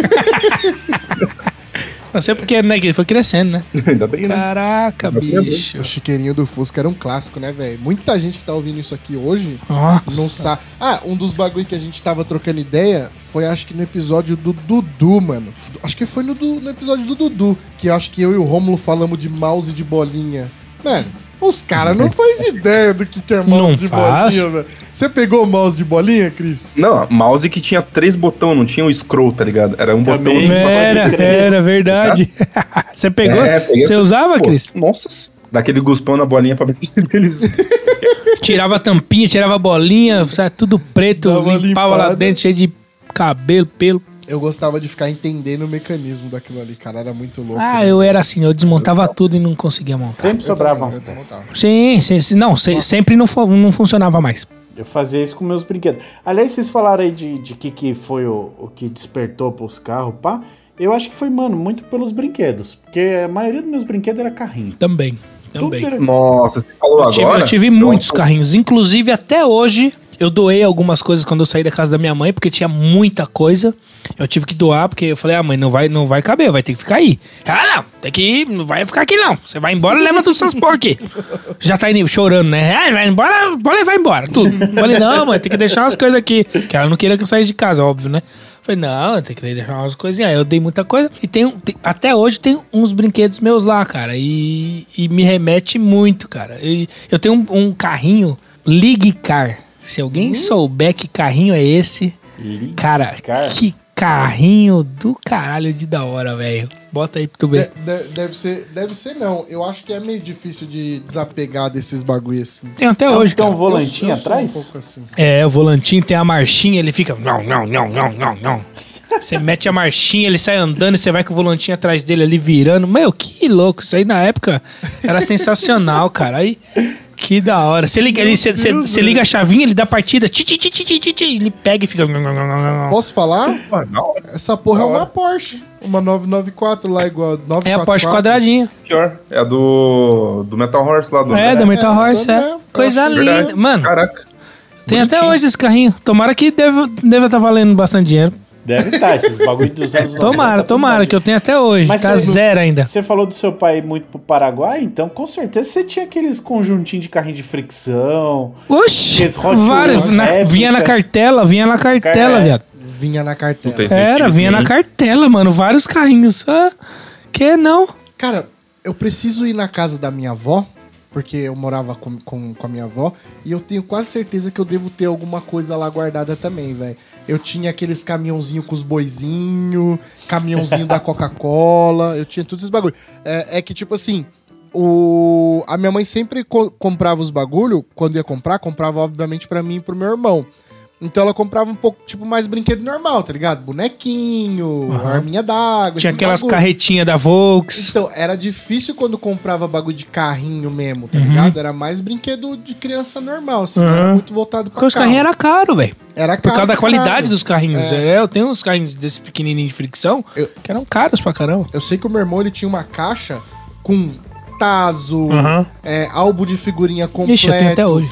não sei porque, né, que ele foi crescendo, né? <laughs> Ainda bem, né? Caraca, bicho. O chiqueirinho do Fusca era um clássico, né, velho? Muita gente que tá ouvindo isso aqui hoje Ó, não sabe. Ah, um dos bagulho que a gente tava trocando ideia foi, acho que no episódio do Dudu, mano. Acho que foi no, du- no episódio do Dudu, que eu acho que eu e o Rômulo falamos de mouse de bolinha. Mano, os caras <laughs> não faz ideia do que que é mouse Não de faz. bolinha, velho. Você pegou o mouse de bolinha, Cris? Não, mouse que tinha três botões, não tinha o scroll, tá ligado? Era um Também. botão. assim, Era, era, verdade. <laughs> Você pegou? É, peguei Você essa- usava, pô, Cris? Nossa. Daquele guspão na bolinha pra assim ver <laughs> se eles. Tirava a tampinha, tirava a bolinha, sabe, tudo preto, Dava uma limpava lá limpada. dentro, cheio de cabelo, pelo. Eu gostava de ficar entendendo o mecanismo daquilo ali, cara. Era muito louco. Ah, eu era assim, eu desmontava tudo e não conseguia montar. Sempre sobravam Eu as também, eu peças. desmontava. Sim, sim, sim. não, se- sempre não, fu- não funcionava mais. Eu fazia isso com meus brinquedos. Aliás, vocês falaram aí de, de que, que foi o, o que despertou pros carros, pá. Eu acho que foi, mano, muito pelos brinquedos. Porque a maioria dos meus brinquedos era carrinho. Também, também. Tudo era Nossa, você falou Eu agora. tive, eu tive muitos carrinhos. Inclusive, até hoje, eu doei algumas coisas quando eu saí da casa da minha mãe, porque tinha muita coisa. Eu tive que doar, porque eu falei, ah, mãe, não vai, não vai caber, vai ter que ficar aí. Ela, não, tem que ir, não vai ficar aqui não. Você vai embora, leva todos essas porra aqui. Já tá indo, chorando, né? Ah, vai embora, pode levar embora, tudo. Eu falei, não, mãe, tem que deixar umas coisas aqui. Porque ela não queria que eu saísse de casa, óbvio, né? Eu Falei, não, tem que deixar umas coisinhas. Aí eu dei muita coisa. E tem, um- tem- até hoje tem uns brinquedos meus lá, cara. E, e me remete muito, cara. E eu tenho um, um carrinho Ligue Car. Se Hum? alguém souber que carrinho é esse, Ligue cara, Car? que carrinho do caralho de da hora, velho. Bota aí pra tu É. ver. De- de- deve ser, deve ser não. Eu acho que é meio difícil de desapegar desses bagulho assim. Tem até Então, hoje, tem um cara. volantinho Eu sou- eu sou atrás? Um pouco assim. É, o volantinho tem a marchinha, ele fica. Não, não, não, não, não, não. Você mete a marchinha, ele sai andando e você vai com o volantinho atrás dele ali virando. Meu, que louco. Isso aí na época era sensacional, cara. Aí, que da hora. Você liga, ele, você, você- você liga a chavinha, ele dá partida. Ti, ti, ti, ti, ti, ti, ti, ele pega e fica. Posso falar? Ah, não, é Essa porra é Da uma hora. Porsche. Uma 994 lá igual a 944. É a Porsche quadradinha. pior. É a do. Do Metal Horse lá do. É, da Metal é, Horse, é. é. Coisa Eu acho Verdade. linda. Mano, Caraca. tem até hoje esse carrinho. Tomara que deva estar valendo bastante dinheiro. Deve estar, esses bagulho dos anos 90, Tomara, tá tudo tomara, bem. que eu tenho até hoje. Mas tá você- zero ainda. Você falou do seu pai ir muito pro Paraguai, então com certeza você tinha aqueles conjuntinhos de carrinho de fricção. Oxi, Esse Hot Wheels vários. na- épica. vinha na cartela, vinha na cartela, Cara, viado. Vinha na cartela. Puta, esse Era, filme vinha na também. cartela, mano. Vários carrinhos. Ah, que não? Cara, eu preciso ir na casa da minha avó. porque eu morava com, com, com a minha avó, e eu tenho quase certeza que eu devo ter alguma coisa lá guardada também, velho. Eu tinha aqueles caminhãozinho com os boizinho, caminhãozinho <laughs> da Coca-Cola, eu tinha todos esses bagulho. É, é que, tipo assim, o... a minha mãe sempre co- comprava os bagulho, quando ia comprar, comprava, obviamente, pra mim e pro meu irmão. Então ela comprava um pouco, tipo, mais brinquedo normal, tá ligado? Bonequinho, arminha d'água, Tinha esses aquelas bagulho. carretinhas da Volks. Então, era difícil quando comprava bagulho de carrinho mesmo, tá Uhum. ligado? Era mais brinquedo de criança normal, assim, não era muito voltado pra Porque os carrinhos eram caros, velho. Era Uhum. Por Então, é caro causa da pra qualidade caralho. dos carrinhos. É, eu tenho uns carrinhos desse pequenininho de fricção Eu- que eram caros pra caramba. Eu sei que o meu irmão, ele tinha uma caixa com tazo, Aham. é, álbum de figurinha completo, Ixi, eu tenho até hoje.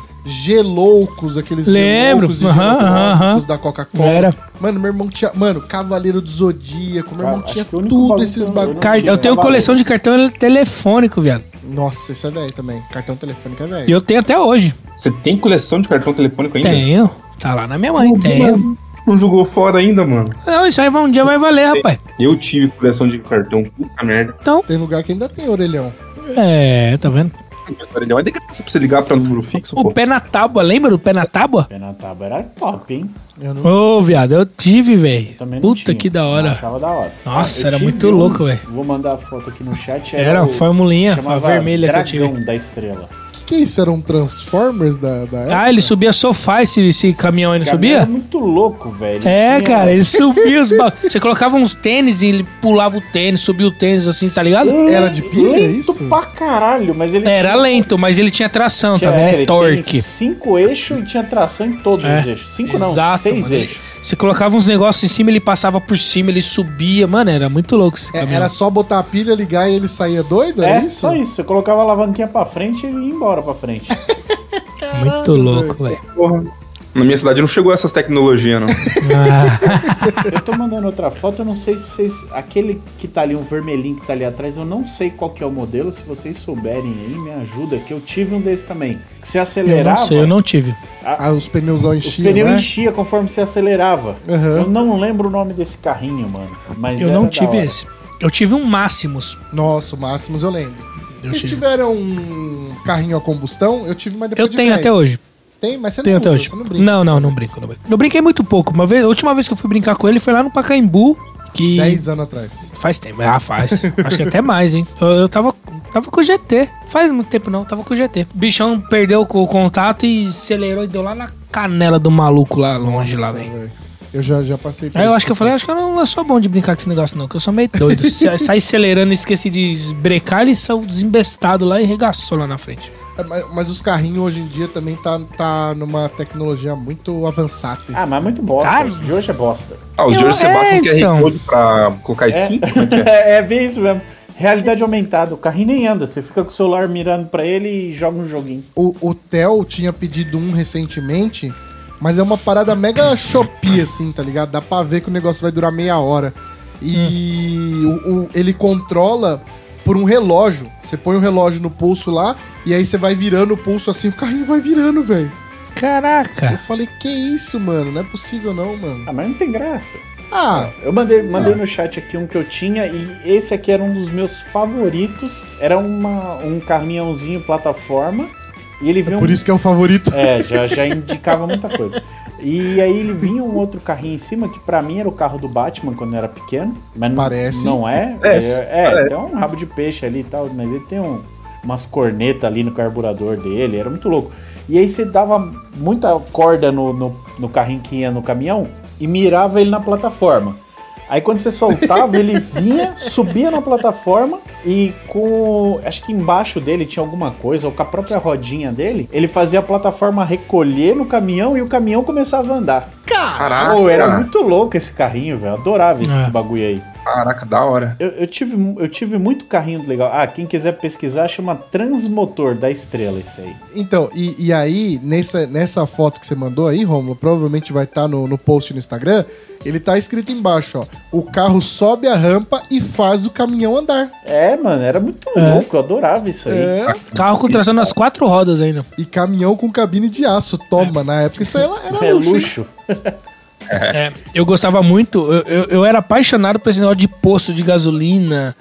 geloucos, aqueles Lembro, geloucos de aham, geloucos aham, cósmicos aham. da Coca-Cola. Era. Mano, meu irmão tinha... Mano, Cavaleiro do Zodíaco, meu irmão Cara, acho tinha que o único bagulho tudo que esses eu- né? bagulhos. Car- Eu tenho coleção de cartão telefônico, viado. Nossa, isso é velho também. Cartão telefônico é E velho. eu tenho até hoje. Você tem coleção de cartão telefônico ainda? Tenho. Tá lá na minha mãe, tenho. Mano, Não jogou fora ainda, mano. Não, isso aí vai- um dia vai valer, rapaz. Eu tive coleção de cartão, puta merda. Tem lugar que ainda tem orelhão. É, tá vendo? Olha é de graça pra você ligar pra número fixo, O pô. pé na tábua, lembra do pé na tábua? Penataba era top, hein? Eu não... Ô, viado, eu tive, velho. Também não Puta tinha. que da Não hora. Achava da hora. Nossa, Eu era tive muito um, louco, velho. Vou mandar a foto aqui no chat. Era uma o- formulinha, chamava a vermelha que eu tive. Dragão da estrela. Que que é isso? Eram Transformers da, da época? Ah, ele subia sofá esse, esse caminhão aí, não Cara, Era subia? muito né? louco, velho. É, Tinha- cara, ele subia os ba... Você colocava uns tênis e ele pulava o tênis, subia o tênis assim, tá Hum. ligado? Era de pilha, é Lento isso? pra caralho, mas ele... um Era lento, mas ele tinha tração, Tinha, tá é, vendo? ele tem É torque. cinco eixos e tinha tração em todos É, os eixos. Cinco não, exato, seis mano, ele- eixos. Você colocava uns negócios em cima, ele passava por cima, ele subia. Mano, era muito louco esse É, caminhão. era só botar a pilha, ligar e ele saía doido? É, Era isso? só isso. Você colocava a alavanquinha pra frente e ele ia embora pra frente. Muito louco, velho. Porra. Na minha cidade não chegou essas tecnologias, não. <laughs> Ah, eu tô mandando outra foto, eu não sei se vocês... Aquele que tá ali, um vermelhinho que tá ali atrás, eu não sei qual que é o modelo. Se vocês souberem aí, me ajuda, que eu tive um desse também. Que você eu não acelerava... sei, eu não tive. Ah, os pneuzão Os enchiam, pneus né? enchia conforme você acelerava. Aham. Eu não lembro o nome desse carrinho, mano. Mas Eu era não da tive hora. esse. Eu tive um Máximos. Nossa, o Máximos eu lembro. Eu Vocês tive. tiveram um carrinho a combustão? Eu tive, mas depois Eu tenho velho. até hoje. Tem, mas é. você Tenho não até usa, hoje. você não brinca. Não, não, não brinco, não brinco. Eu brinquei muito pouco. Uma vez, a última vez que eu fui brincar com ele foi lá no Pacaembu. Que 10 anos atrás. Faz tempo. <laughs> Ah, faz. Acho que até mais, hein? Eu, eu tava, tava com o GT. Faz muito tempo não, tava com o GT. O bichão perdeu co- o contato e acelerou e deu lá na canela do maluco lá longe lá, Nossa, velho. velho. Eu já, já passei por Aí eu isso. é. acho que eu falei, acho que eu não eu sou bom de brincar com esse negócio não, que eu sou meio <laughs> doido. Sa- Saí acelerando e esqueci de brecar, ele saiu desembestado lá e regaçou lá na frente. É, mas- Mas os carrinhos hoje em dia também tá, tá numa tecnologia muito avançada. Ah, mas muito bosta. Cara. Os de hoje é bosta. Ah, os Eu- de hoje você é, bate no então. QR Code pra colocar skin? Como é que é? É, é bem isso mesmo. Realidade aumentada. O carrinho nem anda. Você fica com o celular mirando pra ele e joga um joguinho. O, o Theo tinha pedido um recentemente, mas é uma parada mega Shopee, assim, tá ligado? Dá pra ver que o negócio vai durar meia hora. E É. o- o- ele controla por um relógio. Você põe o relógio no pulso lá, e aí você vai virando o pulso assim, o carrinho vai virando, velho. Eu É. Caraca. falei, que isso, mano? Não é possível não, mano. Ah, mas não tem graça. Ah, Eu mandei, mandei no chat aqui um que eu tinha e esse aqui era um dos meus favoritos. Era uma, um caminhãozinho plataforma. E ele vinha um por isso que é o favorito. É, já, já indicava muita coisa. E aí ele vinha um outro carrinho em cima, que pra mim era o carro do Batman quando eu era pequeno. Mas não- Parece. Não é? Parece, é, é, tem um rabo de peixe ali e tal, mas ele tem um- umas cornetas ali no carburador dele, era muito louco. E aí você dava muita corda no, no, no carrinho que ia no caminhão e mirava ele na plataforma. Aí quando você soltava, <laughs> ele vinha, subia na plataforma e com. Acho que embaixo dele tinha alguma coisa, ou com a própria rodinha dele, ele fazia a plataforma recolher no caminhão e o caminhão começava a andar. Caraca, Pô, era muito louco esse carrinho, velho. Adorava esse É. bagulho aí. caraca, da hora. Eu, eu tive, mu- eu tive muito carrinho legal. Ah, quem quiser pesquisar, chama Transmotor da Estrela, isso aí. Então, e, e aí, nessa, nessa foto que você mandou aí, Romulo, provavelmente vai estar no, no post no Instagram, ele tá escrito embaixo, ó. O carro sobe a rampa e faz o caminhão andar. É, mano, era muito louco. Eu adorava isso aí. É. Carro com tração nas quatro rodas ainda. <laughs> E caminhão com cabine de aço. Toma, na época isso aí era, era É luxo. hein? luxo. É, eu gostava muito, eu, eu, eu era apaixonado por esse negócio de posto de gasolina,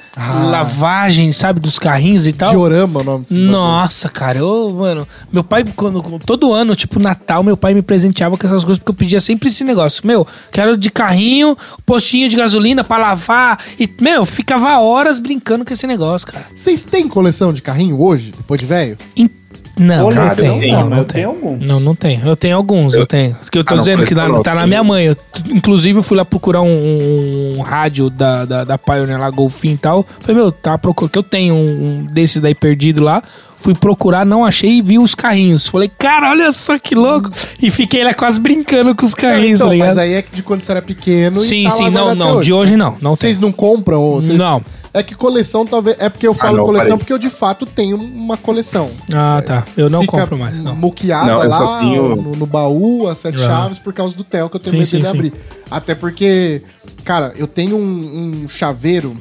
lavagem, sabe, dos carrinhos e tal. Diorama é o nome desse Nossa, cara, eu, mano, meu pai, quando, todo ano, tipo, Natal, meu pai me presenteava com essas coisas, porque eu pedia sempre esse negócio. Meu, quero de carrinho, postinho de gasolina pra lavar. E, meu, eu ficava horas brincando com esse negócio, cara. Vocês têm coleção de carrinho hoje, depois de velho? In- Não, Olha, não eu tenho, tenho, não, não eu tenho. tenho alguns. Não, não tem. Eu tenho alguns, eu, Eu- tenho. Isso que eu tô Ah, não, dizendo que coleção lá, não, tá na tem. minha mãe. Eu, t- inclusive, eu fui lá procurar um, um rádio da, da, da Pioneer lá, Golfinho e tal. Falei, meu, tá procurando, que eu tenho um, um desse daí perdido lá. Fui procurar, não achei e vi os carrinhos. Falei, cara, olha só que louco. E fiquei lá quase brincando com os carrinhos, Então, tá ligado? mas aí é que de quando você era pequeno sim, e tá lá sim, não, guardado até não. De hoje não, não tem. Vocês não compram? Ou vocês... Não. É que coleção talvez. É porque eu falo não, coleção parei. porque eu de fato tenho uma coleção. Ah, tá. Eu não Fica compro mais, não. Muqueada Não, eu só lá tenho- no, no baú, as sete Ah. chaves, por causa do Theo, que eu tenho Sim, medo sim, dele sim. abrir. Até porque, cara, eu tenho um, um chaveiro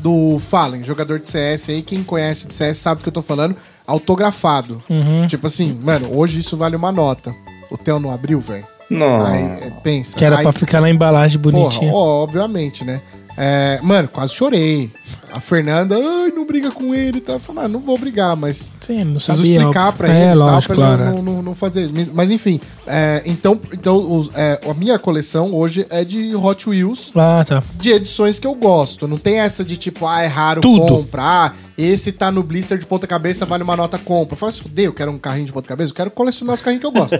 do Fallen, jogador de CS aí, quem conhece de CS sabe do que eu tô falando, autografado. Uhum. Hum. Tipo assim, mano, hoje isso vale uma nota. O Theo não abriu, velho. Não. Aí, é, pensa. Que era aí, pra ficar na embalagem bonitinha. Porra, ó, obviamente, né? É, mano, quase chorei. A Fernanda, ai, não briga com ele, tá? Eu falei, mano, não vou brigar, mas Sim, não preciso sabia. explicar óbvio. pra ele, e É, tal, lógico, pra ele claro. não, não- não fazer. Mas- Mas enfim, é, então, então os- é, a minha coleção hoje é de Hot Wheels, Ah, tá. de edições que eu gosto. Não tem essa de tipo, ah, é raro Tudo. comprar. Esse tá no blister de ponta cabeça, vale uma nota compra. Faz fuder, eu quero um carrinho de ponta cabeça, eu quero colecionar os carrinhos que eu <laughs> gosto.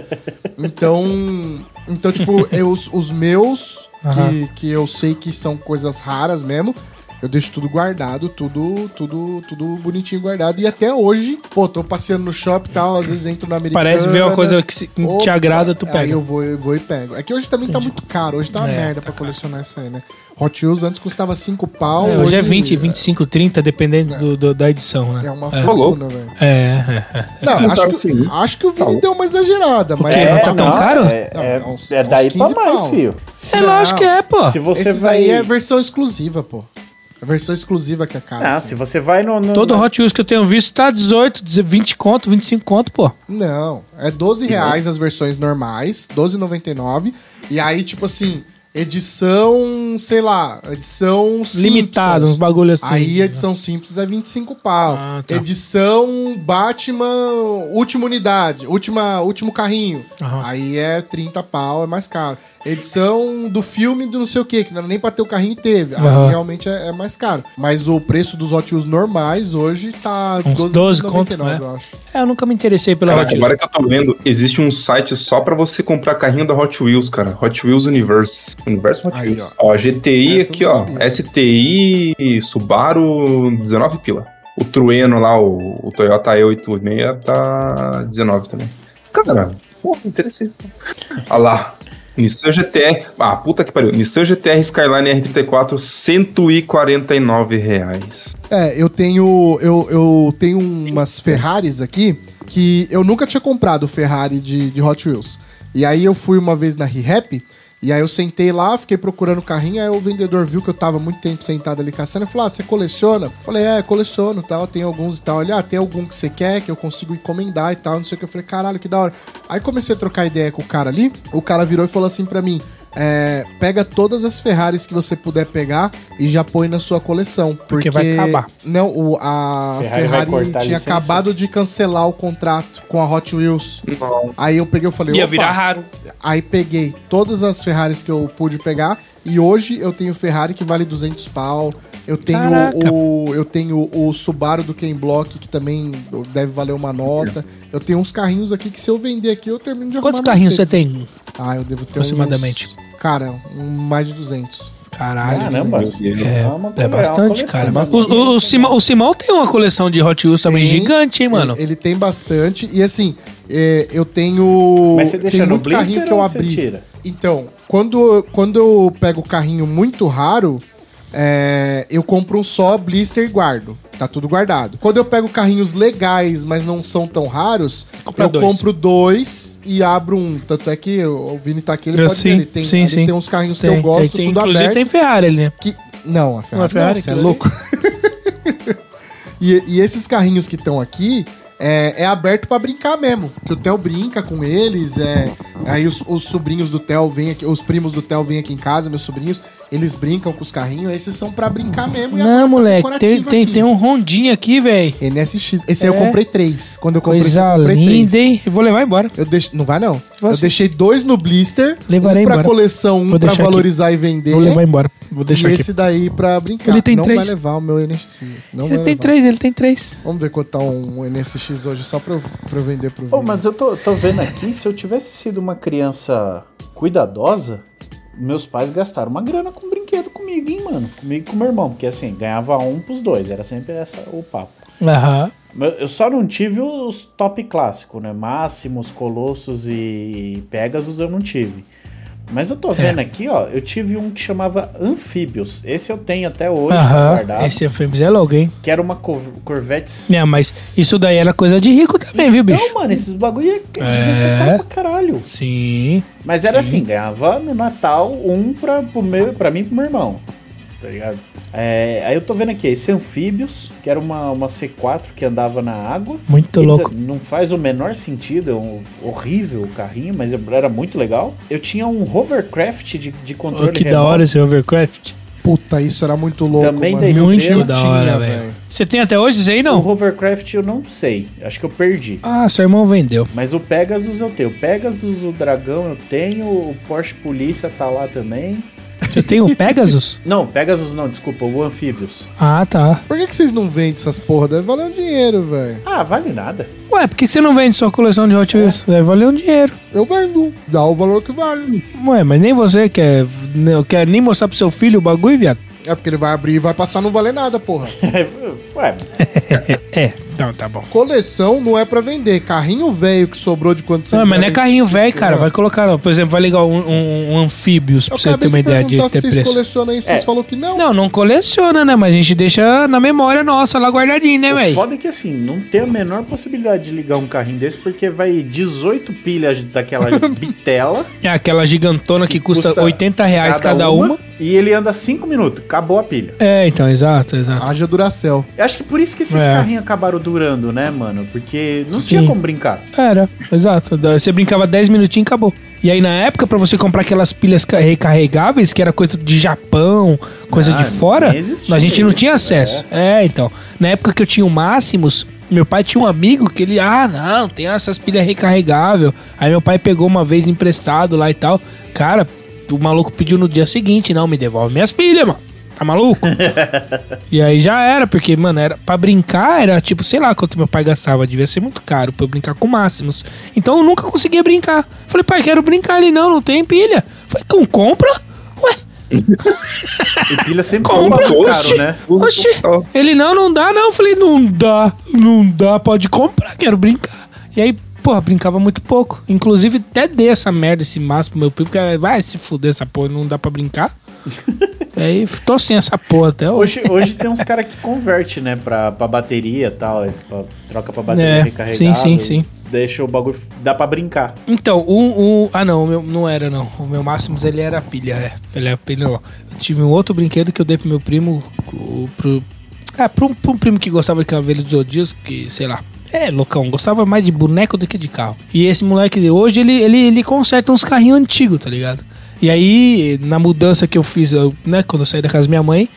então, então tipo, eu, os- os meus, Aham. que, que eu sei que são coisas raras mesmo, eu deixo tudo guardado, tudo, tudo, tudo bonitinho guardado. E até hoje, pô, tô passeando no shopping e tal, às vezes entro na Americanas. Parece ver uma coisa que se- que te Opa, agrada, tu Aí pega. eu vou, eu vou e pego. É que hoje também tá muito caro, hoje tá uma É, merda pra colecionar isso aí, né? Hot Wheels antes custava 5 pau. É, hoje é 20, 25, 30, dependendo do- do- da edição, É né? uma É. fortuna, velho. É, é, é. Não, caro, acho sim. que, acho que o Vini Tá. deu uma exagerada, mas. quê? É, Não tá tão caro? É, Não, é- é uns- é uns daí pra 15 mais, pau. filho. É lógico que é, pô. Se você Esses vai. aí é versão exclusiva, pô. É versão exclusiva que é cara. Ah, assim. se você vai no. no- Todo Hot Wheels que eu tenho visto tá 18, 20 conto, 25 conto, pô. Não, é 12 reais as versões normais, 12,99. E aí, tipo assim, edição, sei lá, edição Limitado, uns Simpsons. bagulho assim. Aí edição Simpsons é 25 pau. Ah, tá. Edição Batman, última unidade, última, último carrinho. Aham. Aí é 30 pau, é mais caro. Edição do filme do não sei o que, que não era nem pra ter o carrinho e teve. Aham. Aí realmente é, é mais caro. Mas o preço dos Hot Wheels normais hoje tá Uns 12 conto, 12,99, né? eu acho. É, eu nunca me interessei pela Cara, Hot Wheels. agora que eu tô vendo, existe um site só pra você comprar carrinho da Hot Wheels, cara. Hot Wheels Universe. Universo Hot Aí, Wheels. Ó, Essa GTI eu aqui, não ó. sabia. STI Subaru 19 pila. O Trueno lá, o, o Toyota E86 tá 19 também. Cara, porra, interessante. Olha lá. Nissan GTR. Ah, puta que pariu. Nissan GTR Skyline R34, R$ 149 reais. É, eu tenho. Eu, eu tenho umas Ferraris aqui que eu nunca tinha comprado Ferrari de, de Hot Wheels. E aí eu fui uma vez na ReHap, e aí eu sentei lá, fiquei procurando o carrinho, aí o vendedor viu que eu tava muito tempo sentado ali caçando e falou: Ah, você coleciona? Falei, é, coleciono tal, tem alguns e tal. Ele, ah, tem algum que você quer, que eu consigo encomendar e tal, não sei o que. Eu falei, caralho, que da hora. Aí comecei a trocar ideia com o cara ali, o cara virou e falou assim pra mim. É, pega todas as Ferraris que você puder pegar e já põe na sua coleção. Porque vai acabar. Não, o, a Ferrari Ferrari, vai cortar a tinha licença. acabado de cancelar o contrato com a Hot Wheels. Aí eu peguei, eu falei, Ia opa. virar raro. Aí peguei todas as Ferraris que eu pude pegar e hoje eu tenho Ferrari que vale 200 pau. Eu tenho Caraca. o eu tenho o Subaru do Ken Block que também deve valer uma nota. Eu tenho uns carrinhos aqui que se eu vender aqui eu termino de Quantos arrumar carrinhos você Mercedes. tem? Ah, eu devo ter Aproximadamente. uns- cara, um- mais de 200. Caralho. Caramba. Meu Deus. É, É uma- é é uma bastante, coleção, cara. né? O, o- o Simão, o Simão tem uma coleção de Hot Wheels também Tem. gigante, hein, mano? Ele, ele tem bastante. E assim, é, eu tenho. Mas você deixa tem no muito blister carrinho que eu ou você abri. tira? Então, quando, quando eu pego carrinho muito raro, é, eu compro um só blister e guardo. Tá tudo guardado. Quando eu pego carrinhos legais, mas não são tão raros, Compra eu dois. compro dois e abro um. Tanto é que o o Vini tá aqui, ele Eu pode sim, ver. Ele tem, sim, ali sim. tem uns carrinhos Tem, que eu gosto, tem, tem, tudo inclusive aberto. tem Ferrari ali, né? Que... Não, a Ferrari, Uma Ferrari, não, você é aquilo ali. louco. e, e esses carrinhos que estão aqui é, é aberto pra brincar mesmo. Que o Theo brinca com eles. É, Aí os, os sobrinhos do Theo vêm aqui, os primos do Theo vêm aqui em casa, meus sobrinhos, eles brincam com os carrinhos, esses são pra brincar mesmo. e agora tá Não, moleque, tem, decorativo tem, aqui. tem um rondinho aqui, velho. NSX. Esse aí eu É. comprei três. Quando eu comprei, esse, Coisa eu comprei é, linda, três. hein? Eu vou levar embora. Eu deix... Não vai, não. Vai Eu sim. deixei dois no blister. Levarei um pra embora. coleção, um Vou pra deixar aqui. valorizar e vender. Vou levar embora. Vou deixar e aqui. esse daí pra brincar. Ele tem não três. vai levar o meu NSX. Não Ele vai tem levar. três, ele tem três. Vamos ver quanto tá um NSX hoje, só pra eu, pra eu vender pro Ô, Vini. mas eu tô, tô vendo aqui, se eu tivesse sido uma criança cuidadosa, meus pais gastaram uma grana com brinquedo comigo, hein, mano? Comigo e com meu irmão, porque assim, ganhava um pros dois, era sempre essa o papo. Aham. Mas Eu só não tive os top clássico, né? Máximos, Colossos e Pegasus eu não tive. Mas eu tô É. vendo aqui, ó, eu tive um que chamava Anfíbios. Esse eu tenho até hoje Aham. guardado. Esse filme é logo, hein? Que era uma cor- Corvette Não, mas isso daí era coisa de rico também, viu, bicho? Então, mano, esses bagulho é, devia ser caro pra caralho. Sim. Mas era assim, ganhava no Natal um pra, pro meu, pra mim e pro meu irmão. Tá ligado? É, aí eu tô vendo aqui, esse Anfíbios, que era uma, uma C4 que andava na água. Muito Ele louco. Não faz o menor sentido, é um horrível o carrinho, mas era muito legal. Eu tinha um hovercraft de, de Ô, controle que da remoto. hora esse Overcraft. Puta, isso era muito louco. Também mano. da Não Muito tinha, da hora, velho. Você tem até hoje isso aí, não? O hovercraft eu não sei, acho que eu perdi. Ah, seu irmão vendeu. Mas o Pegasus eu tenho. O Pegasus, o Dragão eu tenho. O Porsche Polícia tá lá também. Você tem <laughs> o Pegasus? Não, o Pegasus não, desculpa, o Anfíbios. Ah, tá. Por que, que vocês não vendem essas porra? Deve valer um dinheiro, velho. Ah, vale nada. Ué, por que você não vende sua coleção de Hot Wheels? Deve valer um dinheiro. Eu vendo. Dá o valor que vale. Ué, mas nem você quer, não quer nem mostrar pro seu filho o bagulho, viado. É porque ele vai abrir e vai passar, não valer nada, <laughs> porra. Ué, É, então tá bom. Coleção não é pra vender. Carrinho velho que sobrou de quando você Não, mas não é carrinho velho, cara. Vai colocar, ó, por exemplo, vai ligar um, um, um anfíbios pra Eu você ter acabei uma de ideia de perguntar ter se vocês preço. colecionam isso, vocês É. falaram que não. Não, não coleciona, né? Mas a gente deixa na memória nossa lá guardadinho, né, o velho? foda é que assim, não tem a menor possibilidade de ligar um carrinho desse, porque vai 18 pilhas <laughs> daquela bitela. É aquela gigantona que custa, custa 80 reais cada, É uma. E ele anda 5 minutos, acabou a pilha. É, então, exato, exato. Haja Duracel. Eu acho que por isso que esses É. carrinhos acabaram durando, né, mano? Porque não Sim. tinha como brincar. Era, exato. Da- Você brincava 10 minutinhos e acabou. E aí, na época, pra você comprar aquelas pilhas ca- recarregáveis, que era coisa de Japão, coisa Ah, de fora, nem existia a gente não isso, né? tinha acesso. É. então. Na época que eu tinha o Máximos, meu pai tinha um amigo que ele, ah, não, tem essas pilhas recarregáveis. Aí meu pai pegou uma vez emprestado lá e tal. Cara, o maluco pediu no dia seguinte, não, me devolve minhas pilhas, mano. Tá maluco? E aí já era, porque, mano, era para brincar era tipo, sei lá quanto meu pai gastava, devia ser muito caro pra eu brincar com máximos. Então eu nunca conseguia brincar. Falei, pai, quero brincar ele, não, não tem pilha. Falei, com compra? Ué, É, E pilha <laughs> sempre Compra, foi um bagulho oxi. caro, né? oxi. Tá Ele, não, não dá, não. Falei, não dá, não dá, pode comprar, quero brincar. E aí, porra, brincava muito pouco. Inclusive, até dei essa merda, esse máximo pro meu primo, porque vai se fuder essa porra, não dá pra brincar. e aí, tô sem essa porra até hoje. Hoje, hoje tem uns caras que converte, né, pra, pra bateria e tal, é, pra- troca pra bateria É, recarregada. sim, sim, e sim. Deixa o bagulho, dá pra brincar. Então, o, o- Ah, não, o meu, não era, não. O meu Máximos, ele era pilha, é. Ele era pilha, ó. Eu tive um outro brinquedo que eu dei pro meu primo, o- pro... Ah, pra um, pra um primo que gostava de Cavaleiros dos Zodíacos, que, sei lá... É, loucão, gostava mais de boneco do que de carro. E esse moleque, hoje, ele, ele, ele conserta uns carrinhos antigos, tá ligado? E aí, na mudança que eu fiz, eu, né, quando eu saí da casa da minha mãe,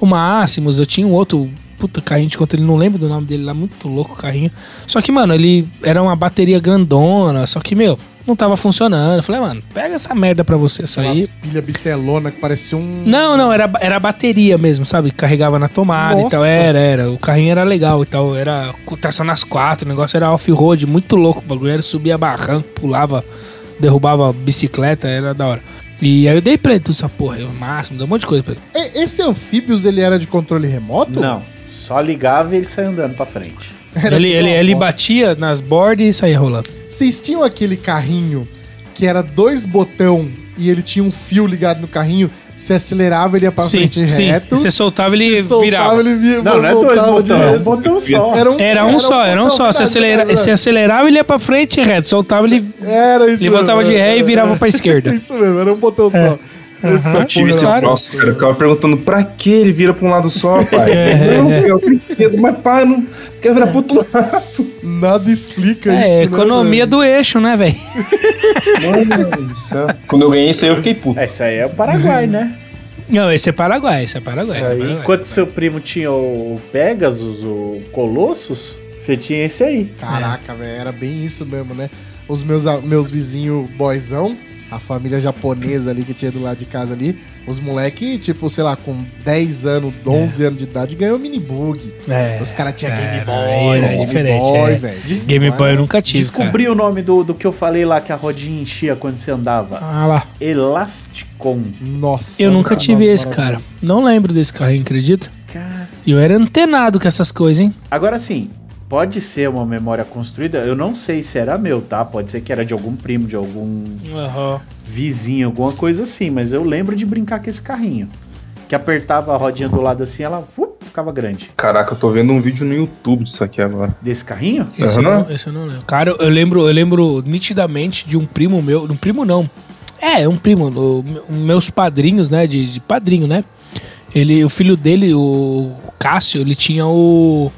o Máximos, eu tinha um outro puta carrinho de conta, ele não lembro do nome dele lá, muito louco o carrinho. Só que, mano, ele era uma bateria grandona, só que, meu, não tava funcionando. Eu falei, "Ah, mano, pega essa merda pra você só aí. Aquelas pilha bitelona que parecia um. Não, não, era, era a bateria mesmo, sabe? Carregava na tomada e Nossa. tal. Era, era. O carrinho era legal e tal. Era com tração nas quatro, o negócio era off-road, muito louco o bagulho. Era subia barranco, pulava, derrubava bicicleta, era da hora. E aí eu dei pra ele tudo essa porra, eu, máximo, deu um monte de coisa pra ele. E- Esse anfíbios ele era de controle remoto? Não, só ligava e ele saia andando pra frente. Era ele, tudo ele, uma ele bosta. batia nas bordas e saía rolando. Vocês tinham aquele carrinho que era dois botão e ele tinha um fio ligado no carrinho, se acelerava ele ia pra frente reto. Você soltava, se ele soltava, virava. ele via- Não, não é dois voltava de botão, é um vez. botão só. Era um, Era um só, era um só. Você acelerava, você acelerava, ele ia pra frente reto. Soltava, ele Era isso levantava de mesmo, ré e era- <laughs> virava pra esquerda. É. Isso mesmo, era um botão só. Aham. é Tive esse Claro. troço, cara. Eu ficava perguntando pra que ele vira pra um <laughs> lado só, pai. É. não, eu tenho medo, mas pai, eu não quero virar pro outro lado. <laughs> Nada explica isso. É, né, economia velho? do eixo, né, velho? <laughs> Mano do céu. Quando eu ganhei isso aí, eu fiquei puto. Esse aí é o Paraguai, né? Não, esse é Paraguai, esse é Isso Paraguai. esse é aí, Paraguai. enquanto seu primo tinha o Pegasus, o Colossus, você tinha esse aí. Caraca, velho, era bem isso mesmo, né? Os meus, a- meus vizinhos boizão, a família japonesa ali que tinha do lado de casa ali, os moleque, tipo, sei lá, com 10 anos, 11 anos de idade, ganhou minibug. É. Os caras tinham Game Era- Boy, era Game diferente, Boy, é. velho. Game Boy eu nunca tive, Descobri o nome do, do que eu falei lá que a rodinha enchia quando você andava. cara. Ah lá. Elasticon. Nossa. Eu nunca cara, tive não, esse, cara. Não lembro desse carrinho, acredita? Cara. E eu era antenado com essas coisas, hein? Agora sim, pode ser uma memória construída. Eu não sei se era meu, tá? Pode ser que era de algum primo, de algum Aham. vizinho, alguma coisa assim. Mas eu lembro de brincar com esse carrinho. Que apertava a rodinha do lado assim, ela fup, ficava grande. Caraca, eu tô vendo um vídeo no YouTube disso aqui agora. Desse carrinho? Esse, eu Aham. não- esse eu não lembro. Cara, eu lembro, eu lembro nitidamente de um primo meu. Um primo não. É, um primo. o- me- meus padrinhos, né? De, de padrinho, né? Ele, o filho dele, o Cássio, ele tinha o.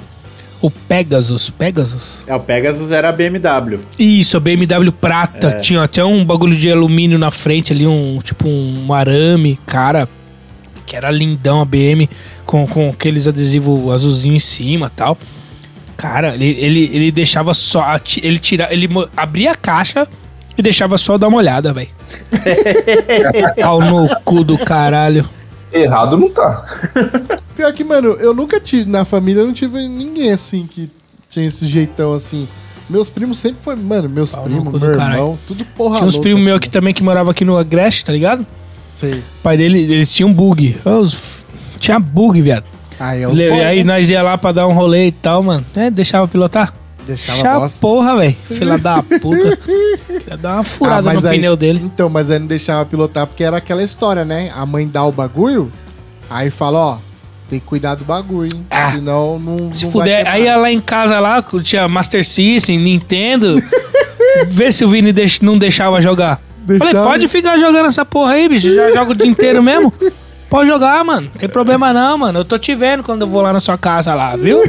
O Pegasus. Pegasus? É, o Pegasus era a BMW. Isso, a BMW prata. Tinha até um bagulho de alumínio na frente ali, um tipo um arame, cara. Que era lindão a BM, com, com aqueles adesivos azulzinhos em cima e tal. Cara, ele, ele, ele deixava só. a ti- Ele, tira, ele mo- abria a caixa e deixava só eu dar uma olhada, velho. Pau no cu do caralho. Errado não tá. Pior que, mano, eu nunca tive. Na família eu não tive ninguém assim que tinha esse jeitão assim. Meus primos sempre foi. Mano, meus Pau no primos, cu do meu caralho. irmão, tudo porra. Tinha uns louca, primos meus assim. aqui também que moravam aqui no Agreste, tá ligado? Sei. O pai dele, eles tinham bug. Os f- Tinha bug, viado. Aí é os Le- boy, e aí né? nós ia lá pra dar um rolê e tal, mano. É, deixava pilotar. Deixava Deixava bosta. porra, <laughs> velho. Filha da puta. Queria dar uma Ah, furada mas no aí- pneu dele. Então, mas aí não deixava pilotar porque era aquela história, né? A mãe dá o bagulho, aí fala, ó, tem que cuidar do bagulho, hein? Ah. Senão não. Se não vai fuder, quebrar. aí ia lá em casa lá, tinha Master <laughs> System, Nintendo. Vê se o Vini deix- não deixava jogar. Falei, Deixava. pode ficar jogando essa porra aí, bicho. Já joga o dia inteiro mesmo. Pode jogar, mano. Não tem problema não, mano. Eu tô te vendo quando eu vou lá na sua casa lá, viu?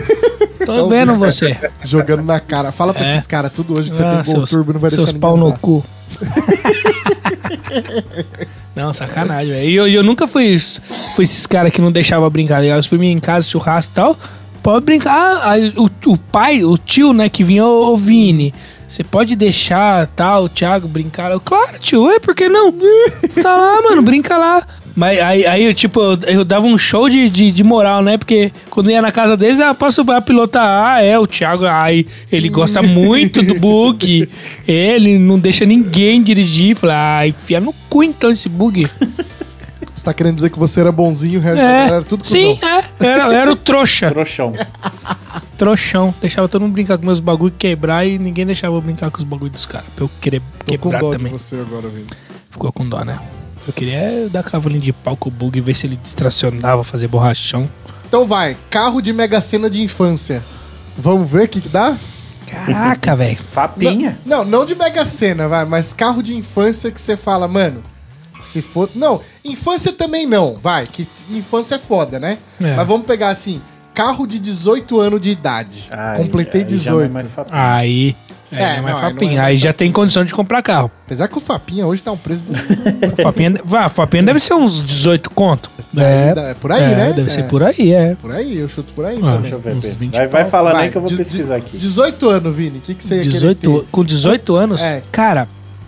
Então, Tô <laughs> vendo você. Jogando na cara. Fala pra É. esses caras tudo hoje que você Ah, tem gol turbo, não vai deixar seus ninguém pau no entrar. cu. <laughs> não, sacanagem, velho. E eu, eu nunca fui, isso- fui esses caras que não deixava brincar. tá ligado? Os primeiros em casa, churrasco e tal. Pode brincar. Ah, Aí o, o pai, o tio, né, que vinha, ô ô, Vini, você pode deixar tal, o Thiago brincar? Eu, claro, tio, é, por <laughs> que não? tá lá, mano, brinca lá. Mas aí, aí eu, tipo, eu, eu dava um show de, de, de moral, né? Porque quando eu ia na casa deles, ah, posso pilotar? Ah, é, o Thiago, ai, ele <laughs> gosta muito do bug. Ele não deixa ninguém dirigir. Fala, ah, enfia no cu então esse bug. Você tá querendo dizer que você era bonzinho, o resto da galera <laughs> era É, tudo sim, é. Era, era o trouxa, <laughs> Trouxão. trouxão. Deixava todo mundo brincar com meus bagulho quebrar e ninguém deixava eu brincar com os bagulhos dos caras. Pra eu querer Tô com quebrar dó também. de você agora, Vini. Ficou com dó, né? Eu queria dar cavalinho de pau com o bug, ver se ele distracionava, fazer borrachão. <laughs> Então vai, carro de Mega Sena de infância. Vamos ver o que, que dá? Caraca, velho. Fapinha. Não, não de Mega Sena, vai, mas carro de infância que você fala, mano. Se for. Não, infância também não, vai. Que t- infância é foda, né? É. Mas vamos pegar assim: carro de 18 anos de idade. Ai, Completei ai, já não é 18. mais fapinha. Aí. É, É, não é não, aí Fapinha. Aí, não é já tem condição de comprar carro. Apesar que o Fapinha hoje tá um preço <laughs> do. Fapinha, vá, Fapinha deve ser uns 18 conto. Daí dá- é por aí, é, né? Deve ser É. por aí, é. Por aí, eu chuto por aí Ah, também. Deixa eu ver, uns Pedro. 20 Vai, vai falando Vai, aí né, que eu vou de- pesquisar de- aqui. 18 anos, Vini. O que, que você ia 18, querer ter? com 18 anos, É. cara,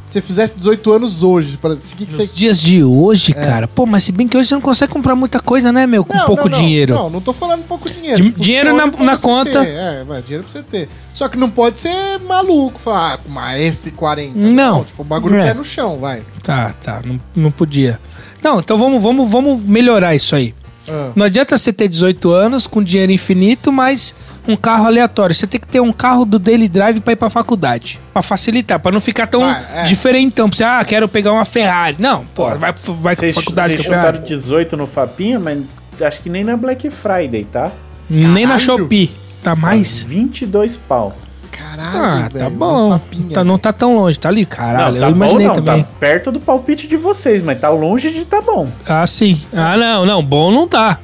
Se você fizesse 18 anos hoje, para o que, que você... É. nos dias de hoje, cara, pô, mas se bem que hoje você não consegue comprar muita coisa, né, meu? Com pouco não, dinheiro. Não, não tô falando pouco dinheiro. Di- dinheiro fone na- pra na você conta. ter, É, vai, dinheiro pra você ter. Só que não pode ser maluco, falar ah, com uma F40. Não. Tipo, o bagulho é. É. pé no chão, vai. Tá, tá, não, não podia. Não, então vamos, vamos, vamos melhorar isso aí. Ah, Não adianta você ter 18 anos com dinheiro infinito, mas um carro aleatório. Você tem que ter um carro do daily drive pra ir pra faculdade. Pra facilitar, pra não ficar tão Vai, é. diferentão. Pra você, ah, quero pegar uma Ferrari. Não, pô, vai, vai com a Vocês faculdade vocês com a chutaram Ferrari. 18 no Fapinha, mas acho que nem na Black Friday, tá? Nem na Caralho. Shopee. Tá mais? 22 pau. Caralho, Ah, velho. uma né? tá bom. Sapinha, Tá, não tá tão longe, tá ali, caralho. não, tá eu imaginei bom não, também. tá perto do palpite de vocês, mas tá longe de tá bom. Ah, sim. Ah, não, não, bom <laughs> não tá.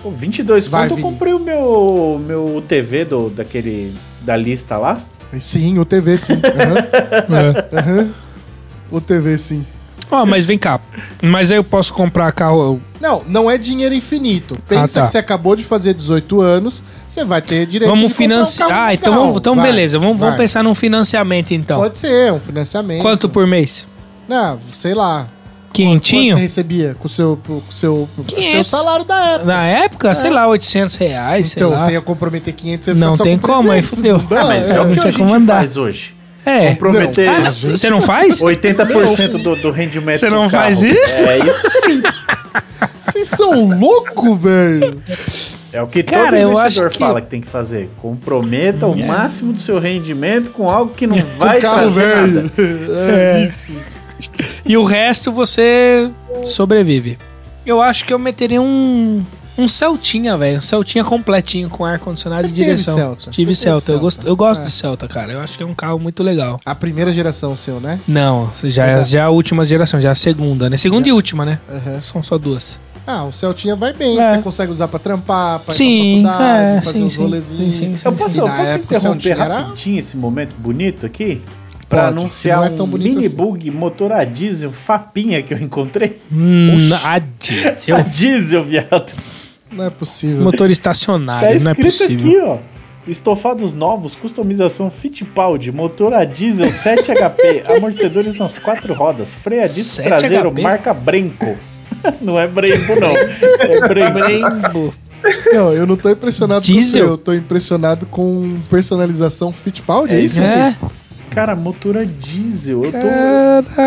Pô, 22 Vai, quando eu Vini. comprei o meu, meu TV do, daquele, da lista lá. Sim, o TV sim. Aham, É. aham. O TV sim. Ó, mas vem cá. Mas aí eu posso comprar carro. Não, não é dinheiro infinito. Pensa Ah, tá. que você acabou de fazer 18 anos, você vai ter direito de vamos comprar um financiar. carro ah, então, legal. vamos, então Vai, beleza. Vamos, vamos vai. pensar num financiamento então. Pode ser, um financiamento. Quanto por mês? Não, sei lá. Quanto Quintinho? você recebia com o seu, com o seu, com o seu 500. salário da época? Na época, sei lá, 800 reais, sei então, lá. você ia comprometer 500, você ia Não ficar só tem com como, aí 300, fudeu. não dá, Ah, é. mas é o que Não a tinha gente como andar. faz hoje. É. Comprometer Ah, não, você não faz? 80% do, do rendimento Você do não carro. faz isso? É isso sim. Vocês são loucos, velho. É o que todo Cara, eu investidor acho que- fala que tem que fazer. Comprometa o É. máximo do seu rendimento com algo <laughs> que não vai O carro trazer nada. velho. É, isso. E o resto você sobrevive. Eu acho que eu meteria um. Um Celtinha, velho. Um Celtinha completinho com ar-condicionado Você e teve direção. Celta? Tive Você teve Celta. Eu Celta? gosto, eu gosto É. do Celta, cara. Eu acho que é um carro muito legal. A primeira geração seu, né? Não, já, é- Verdade. já é a última geração, já é a segunda, né? Segunda e última, né? Aham. São só duas. Ah, o Celtinha vai bem, É. você consegue usar pra trampar, pra Sim, ir pra faculdade, é, fazer sim, uns sim. rolezinhos. Sim, sim, sim. Eu E posso, eu na posso época é o interromper Celtinha era- rapidinho esse momento bonito aqui? Pra Pode, anunciar não é tão um bonito mini assim. bug motor a diesel Fapinha que eu encontrei. Hum, a diesel. A diesel, viado. Não é possível. Motor Tá estacionário, não é escrito possível. aqui, ó. Estofados novos, customização Fittipaldi, motor a diesel 7 HP, <laughs> amortecedores nas quatro rodas, freio a disco 7 traseiro, HP? marca Brenco. <laughs> Não é Brenco, não. <laughs> É Tá Brenco. Brembo. Não, eu não tô impressionado Diesel? com o seu, eu tô impressionado com personalização Fittipaldi, é, É isso? É. Cara, motor a diesel. Eu tô,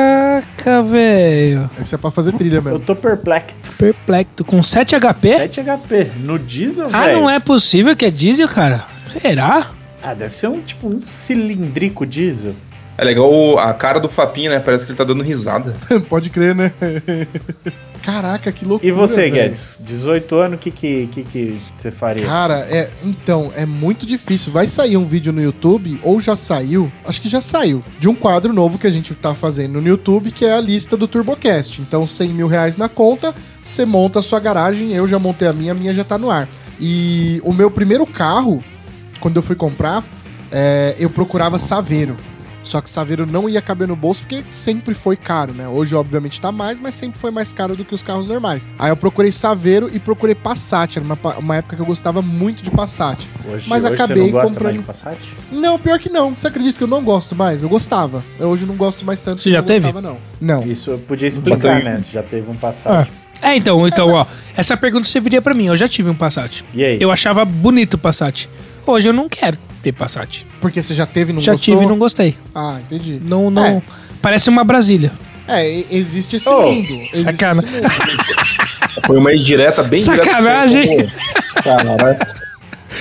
Caraca, velho. Isso é pra fazer trilha eu mesmo. tô perplexo. Perplexo. Com 7 HP? 7 HP no diesel, Ah, velho. não é possível que é diesel, cara? Será? Ah, deve ser um tipo um cilindrico diesel. É legal o- a cara do Fapinha, né? Parece que ele tá dando risada. Pode crer, né? <laughs> Caraca, que loucura. E você, velho. Guedes? 18 anos, o que que, que que você faria? Ah, Cara, é, então, é muito difícil. Vai sair um vídeo no YouTube, ou já saiu, acho que já saiu, de um quadro novo que a gente tá fazendo no YouTube, que é a lista do TurboCast. Então, 100 mil reais na conta, você monta a sua garagem, eu já montei a minha, a minha já tá no ar. E o meu primeiro carro, quando eu fui comprar, é, eu procurava Saveiro. Só que Saveiro não ia caber no bolso porque sempre foi caro, né? Hoje, obviamente, tá mais, mas sempre foi mais caro do que os carros normais. Aí eu procurei Saveiro e procurei Passat. Era uma, pa- uma época que eu gostava muito de Passat. Hoje, mas hoje acabei você não gosta comprando- mais de Passat? Não, pior que não. Você acredita que eu não gosto mais? Eu gostava. Eu hoje não gosto mais tanto. Você que já eu teve? Gostava, não. Não. Isso eu podia explicar, né? Você já teve um Ah. Passat. É, então, então, ó. Essa pergunta você viria pra mim. Eu já tive um Passat. E aí? Eu achava bonito o Passat. Hoje eu não quero ter Passat. Porque você já teve e não já gostou? tive e não gostei. Ah, entendi. Não, não. É. Parece uma Brasília. É, e- existe esse Oh, mundo. Existe sacana. esse mundo. Foi uma indireta bem direta pra você, Sacanagem. como- Tá, Caralho.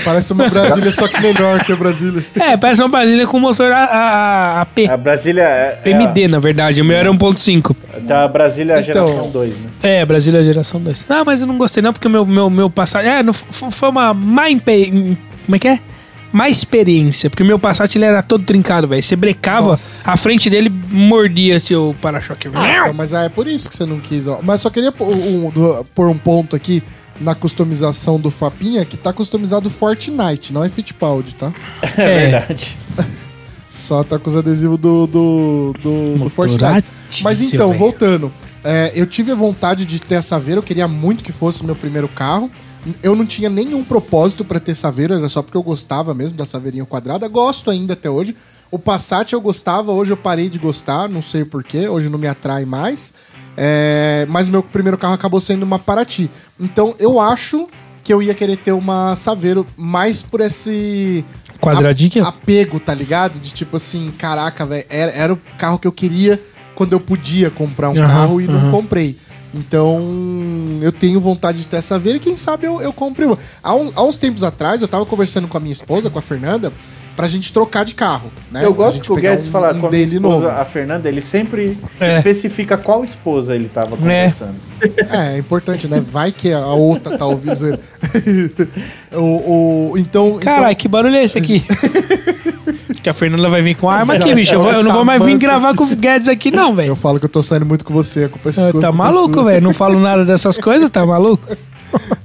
Parece <laughs> uma Brasília, só que melhor que a Brasília. É, parece uma Brasília com motor a, a, a AP. A Brasília. é- é MD, na verdade. O meu era 1.5. a- Tá a Brasília Então. geração 2, né? É, Brasília geração 2. Ah, mas eu não gostei não, porque o meu, meu, meu Passat... É, não, f- foi uma má... Impe... Como é que é? Má experiência, porque o meu Passat ele era todo trincado, velho. Você brecava, a frente dele mordia seu para-choque. Ah, então, mas ah, é por isso que você não quis, ó. Mas só queria pôr um, do- pôr um ponto aqui na customização do Fapinha, que tá customizado Fortnite, não é Fittipaldi, tá? É, É. verdade. Só tá com os adesivos do, do, do, do Fortnite. Mas então, velho. voltando. é, eu tive a vontade de ter a Saveiro, eu queria muito que fosse meu primeiro carro. Eu não tinha nenhum propósito pra ter Saveiro, era só porque eu gostava mesmo da Saveirinha quadrada. Gosto ainda até hoje. O Passat eu gostava, hoje eu parei de gostar, não sei porquê, hoje não me atrai mais. É, mas o meu primeiro carro acabou sendo uma Paraty. Então eu acho que eu ia querer ter uma Saveiro mais por esse Quadradinha? apego, tá ligado? De tipo assim, caraca, velho, era, era o carro que eu queria quando eu podia comprar um Aham, carro e não aham. comprei. Então, eu tenho vontade de ter essa ver e quem sabe eu, eu compre uma. Há, um- há uns tempos atrás, eu tava conversando com a minha esposa, com a Fernanda, pra gente trocar de carro, né? Eu Pra gosto gente que o pegar um Guedes fala com a minha dele esposa, a Fernanda, ele sempre É. especifica qual esposa ele tava Né? conversando. É, é importante, né? Vai que a outra tá ouvindo. <laughs> isso aí. o, o, então, então- <laughs> Caralho, que barulho é esse aqui? Porque a Fernanda vai vir com arma Já- tá aqui, bicho. Eu, vou- eu não vou mais vir Mano. gravar com o Guedes aqui, não, Eu velho. falo que eu tô saindo muito com você, a culpa é sua, a culpa Tá é maluco, sua. velho? Não falo nada dessas coisas, tá maluco?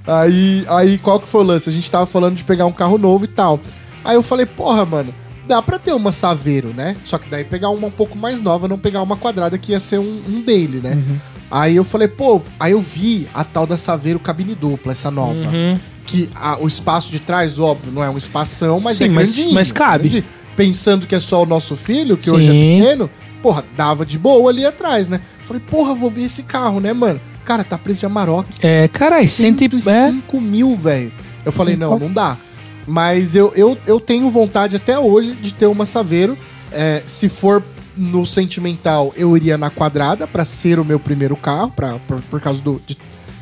Aí, aí qual que foi o lance? A gente tava falando de pegar um carro novo e tal. Aí eu falei, porra, mano, dá pra ter uma Saveiro, né? Só que daí pegar uma um pouco mais nova, não pegar uma quadrada que ia ser um, um dele, né? Uhum. Aí eu falei, pô, aí eu vi a tal da Saveiro cabine dupla, essa nova. Uhum. Uhum. Que a- o espaço de trás, óbvio, não é um espação, mas Sim, é mas- grandinho. mas cabe. grandinho. Pensando que é só o nosso filho, que hoje é Sim. pequeno, porra, dava de boa ali atrás, né? Falei, porra, vou ver esse carro, né, mano? Cara, tá preso de Amarok. É, caralho, cento e... É, 105 mil, velho. Eu falei, não, não dá. Mas eu, eu, eu tenho vontade até hoje de ter uma Saveiro. É, se for no sentimental, eu iria na quadrada pra ser o meu primeiro carro, pra, por, por causa do, de,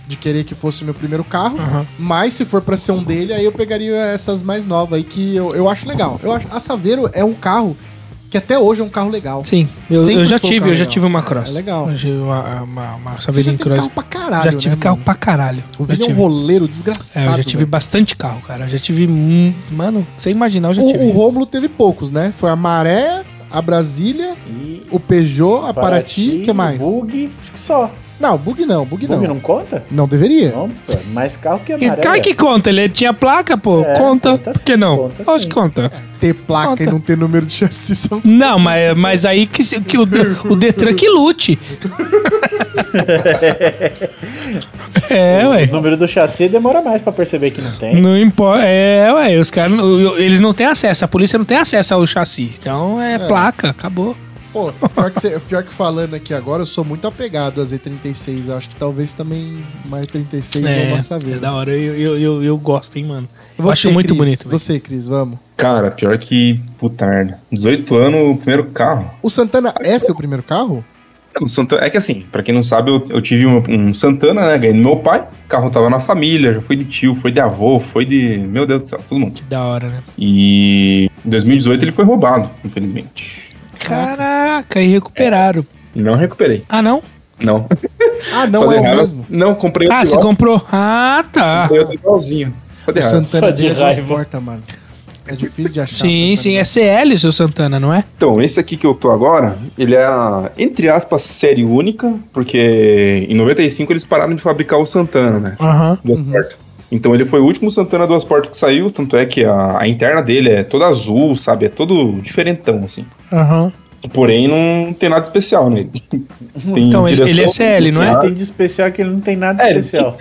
de querer que fosse o meu primeiro carro. Mas se for pra ser um dele, aí eu pegaria essas mais novas aí, que eu, eu acho legal. Eu acho, a Saveiro é um carro que até hoje é um carro legal. sim. Eu, Sempre eu já foi um tive, carro eu já legal. tive uma É, cross. é legal. Eu tive Uma, uma, uma Você já Saverin teve Cross. carro pra caralho, já tive né, carro mano? pra caralho. O Já vídeo é um tive. roleiro É, desgraçado. eu já tive velho. bastante carro, cara. Eu já tive. hum, Mano, sem imaginar, eu já O, tive. o Rômulo teve poucos, né? Foi a Maré, a Brasília, E o Peugeot, a Paraty, o que é mais? Bug, acho que só. Não, bug não, bug não. Bug Não, não conta? deveria. Não, pô, é mais carro que a Que- maré. é. Claro que conta, ele tinha placa, pô. É, conta. conta Por que sim, não? conta Lógico sim. que conta. Ter placa Conta. e não ter número de chassi são... Não, mas, mas aí que, se- que o, o Detran <laughs> que lute. é, ué. O número do chassi demora mais pra perceber que não tem. Não importa. É, ué. Os caras. não- eu- Eles não têm acesso. A polícia não tem acesso ao chassi. Então é, placa, acabou. Pô, pior que, cê- pior que falando aqui agora, eu sou muito apegado a Z36. Eu acho que talvez também mais 36 é, É, uma é Saveiro. da hora. Eu, eu, eu, eu gosto, hein, mano. Eu Você, acho muito Cris, bonito. velho. Você, Cris, vamos. Cara, pior que puta merda. 18 anos, o primeiro carro. O Santana é seu primeiro carro? Não, Santana- é que assim, pra quem não sabe, eu, eu tive um, um Santana, né? Ganhei do meu pai. O carro tava na família, já foi de tio, foi de avô, foi de. Meu Deus do céu, todo mundo. Que da hora, né? E em 2018 ele foi roubado, infelizmente. Caraca, e recuperaram. Não recuperei. Ah, não? Não. Ah, não Fazer é o raiva. mesmo. Não, comprei Ah, você igual, comprou. Ah, tá. comprei outro igualzinho. Só de O raiva. Santana Só de dele é duas raiva. portas, mano. É difícil de achar. Santana. Sim, sim, é CL, seu Santana, não é? Então, esse aqui que eu tô agora, ele é, a, entre aspas, série única, porque em 95 eles pararam de fabricar o Santana, né? Aham. duas portas. Então ele foi o último Santana duas portas que saiu, tanto é que a, a interna dele é toda azul, sabe? É todo diferentão, assim. Aham. Porém, não tem nada especial <laughs> nele. Tem Então, ele- ele é direção, CL, não é? Ele tem de especial que ele não tem nada É, de ele- especial.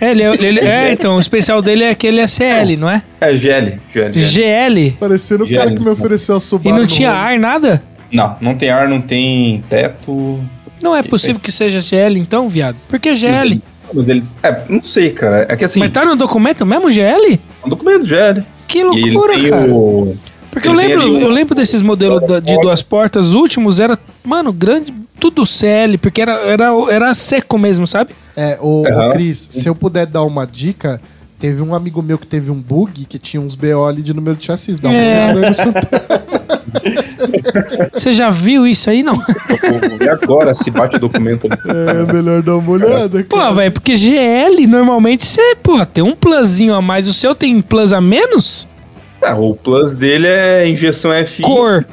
É, ele é, ele- <laughs> é, então, o especial dele é que ele é CL, não é? É GL, GL. GL. Parecendo o cara que me ofereceu a E Subaru. não no tinha Rômulo. ar, nada? Não, não tem ar, não tem teto. Não é possível que seja GL, então, viado. Por que GL? Mas ele. É, não sei, cara. É que assim, Mas tá no documento mesmo GL? é um documento GL. Que E ele loucura, tem cara. o- Porque eu ele tem lembro, ali o- eu lembro desses modelos da- de duas portas, os últimos era, mano, grande, tudo CL, porque era, era, era seco mesmo, sabe? É, ô, ô, Aham. Cris, se eu puder dar uma dica, teve um amigo meu que teve um bug que tinha uns BO ali de número de chassis. Dá uma É. olhada aí no <laughs> Santana. Você já viu isso aí, não? <laughs> o- E agora se bate o documento ali. É melhor dar uma olhada. Pô, velho, porque GL, normalmente você, pô, tem um plusinho a mais, o seu tem plus a menos? Ah, o plus dele é injeção F. Cor.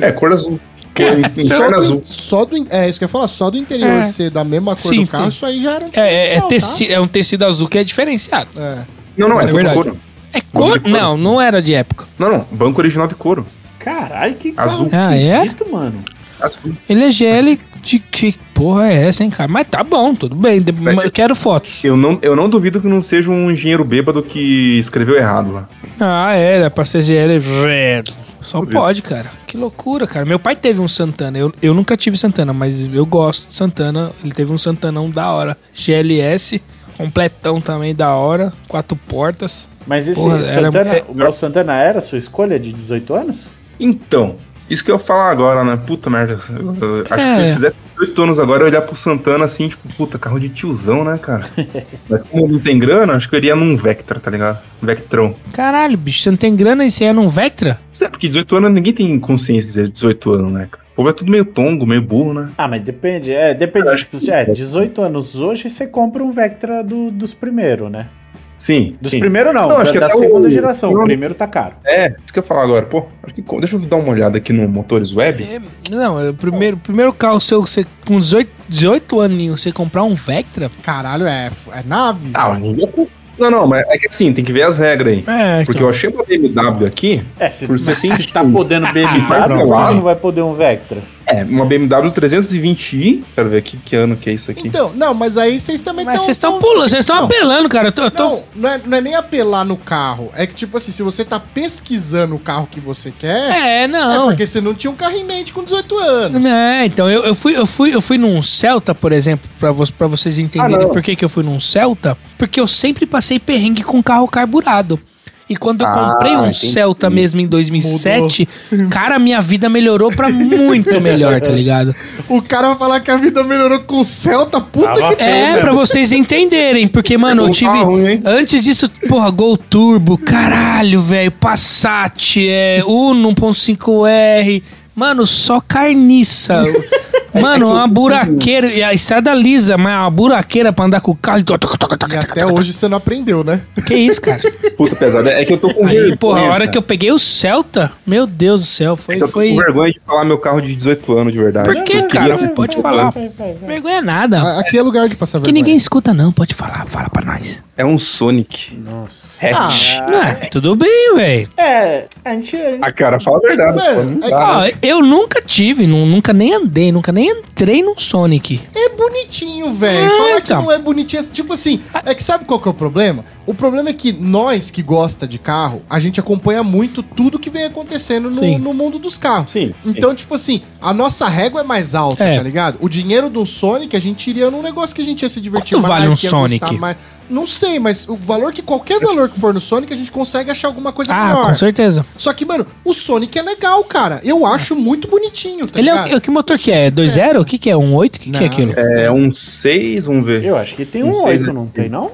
É, cor azul. <laughs> Cor, Só interna azul. do, só do in- é isso que eu ia falar, só do interior um É. ser da mesma cor Sim, do carro, tem. isso aí já era um É, é, é, diferencial, teci- é um tecido azul que é diferenciado. tá? É. Não, não, é, É tudo verdade. couro. É cor? Banco de Não, não era de época. Não, não, banco original de couro. Caralho, que Azul. carro Ah, é? esquisito, mano. Azul. Ele é GL de que porra é essa, hein, cara? Mas tá bom, tudo bem. de- mas tipo- eu quero fotos. Eu não, eu não duvido que não seja um engenheiro bêbado que escreveu errado lá. Ah, é, era pra ser GL. É, red. Só pode, cara. Que loucura, cara. Meu pai teve um Santana. Eu, eu nunca tive Santana, mas eu gosto de Santana. Ele teve um Santanão da hora. GLS, completão também da hora. Quatro portas. Mas esse Porra, era- Santana, é- o Léo Santana era a sua escolha de 18 anos? Então, isso que eu ia falar agora, né? Puta merda. Eu- eu- acho que se É. eu fizesse 18 anos agora, eu ia olhar pro Santana assim, tipo, puta, carro de tiozão, né, cara? Mas como não tem grana, acho que eu iria num Vectra, tá ligado? Vectron. Caralho, bicho, você não tem grana e você é num Vectra? Isso é porque 18 anos ninguém tem consciência de 18 anos, né, cara? O povo é tudo meio tongo, meio burro, né? Ah, mas depende. assim, É, depende. Tipo, é, 18 anos hoje você compra um Vectra do- dos primeiros, né? Sim. Dos sim. primeiros não, Não, da, acho que da até o- segunda geração. O não. primeiro tá caro. É, isso que eu ia falar agora. Pô, acho que, deixa eu dar uma olhada aqui no Motores Web. É, Não, é o primeiro, primeiro carro seu, você, com 18, 18 aninhos, você comprar um Vectra? Caralho, é, é nave? Ah, o louco. Não, não, mas é que assim, tem que ver as regras aí. É, Porque eu achei uma BMW aqui, É, se por assim, você 60 tá podendo BMW, Ah, por não, que não. não vai poder um Vectra? É, uma BMW 320i. Quero ver aqui que ano que é isso aqui. Então, não, mas aí vocês também Mas então tão- vocês estão tão- pulando, vocês estão Não. apelando, cara. Eu tô, eu tô- Não, não é, não é nem apelar no carro. É que, tipo assim, se você tá pesquisando o carro que você quer, É, é não. porque você não tinha um carro em mente com 18 anos. Né, então eu, eu fui eu fui eu fui num Celta, por exemplo, pra vo para vocês Ah, entenderem por que, que eu fui num Celta, porque eu sempre passei perrengue com carro carburado. E quando eu Ah, comprei um entendi. Celta mesmo em 2007, cara, minha vida melhorou pra muito melhor, tá ligado? O cara vai falar que a vida melhorou com o Celta, puta Tava que... É, pra vocês entenderem, porque, mano, eu né? É um Carro tive. ruim, hein? Antes disso, porra, Gol Turbo, caralho, velho, Passat, é, Uno 1.5R. Mano, só <laughs> carniça. Mano, É uma buraqueira. E a estrada lisa, mas é uma buraqueira pra andar com o carro. E até hoje você não aprendeu, né? Que isso, <laughs> cara? Puta pesada. É que eu tô com Aí, porra, a hora cara. que eu peguei o Celta, meu Deus do céu, É foi. que eu tô foi... com vergonha de falar meu carro de 18 anos de verdade. Por que, Eu queria um cara? ter Pode 18 falar. anos. Vergonha é Ah, nada. A- Aqui é lugar de passar Que vergonha. ninguém escuta, não. Pode falar, fala pra nós. É um Sonic. Nossa. É. Ah, Ah, É, tudo bem, velho. É, a gente. a gente- Ah, cara, fala a verdade. Mano, pô, não é dá, Ó, né? Ah, eu nunca tive, nu- nunca nem andei, nunca nem entrei num Sonic. é bonitinho, velho. É, Falar então. que não é bonitinho, é tipo assim, é que sabe qual que é o problema? O problema é que nós que gosta de carro, a gente acompanha muito tudo que vem acontecendo Sim. no, no mundo dos carros. Sim. Então, tipo assim, a nossa régua é mais alta, É. tá ligado? O dinheiro do Sonic, a gente iria num negócio que a gente ia se divertir Quanto vale um que ia Sonic? gostar mais. Não sei, mas o valor que qualquer valor que for no Sonic, a gente consegue achar alguma coisa Ah, melhor. com certeza. Só que, mano, o Sonic é legal, cara. Eu acho muito bonitinho, tá Ele é ligado? o, o que motor que é? 2.0? O que que é? 1.8? O que que é Não, aquilo? É um 6, vamos ver. Eu acho que tem Não um sei, 8, né? não tem, não?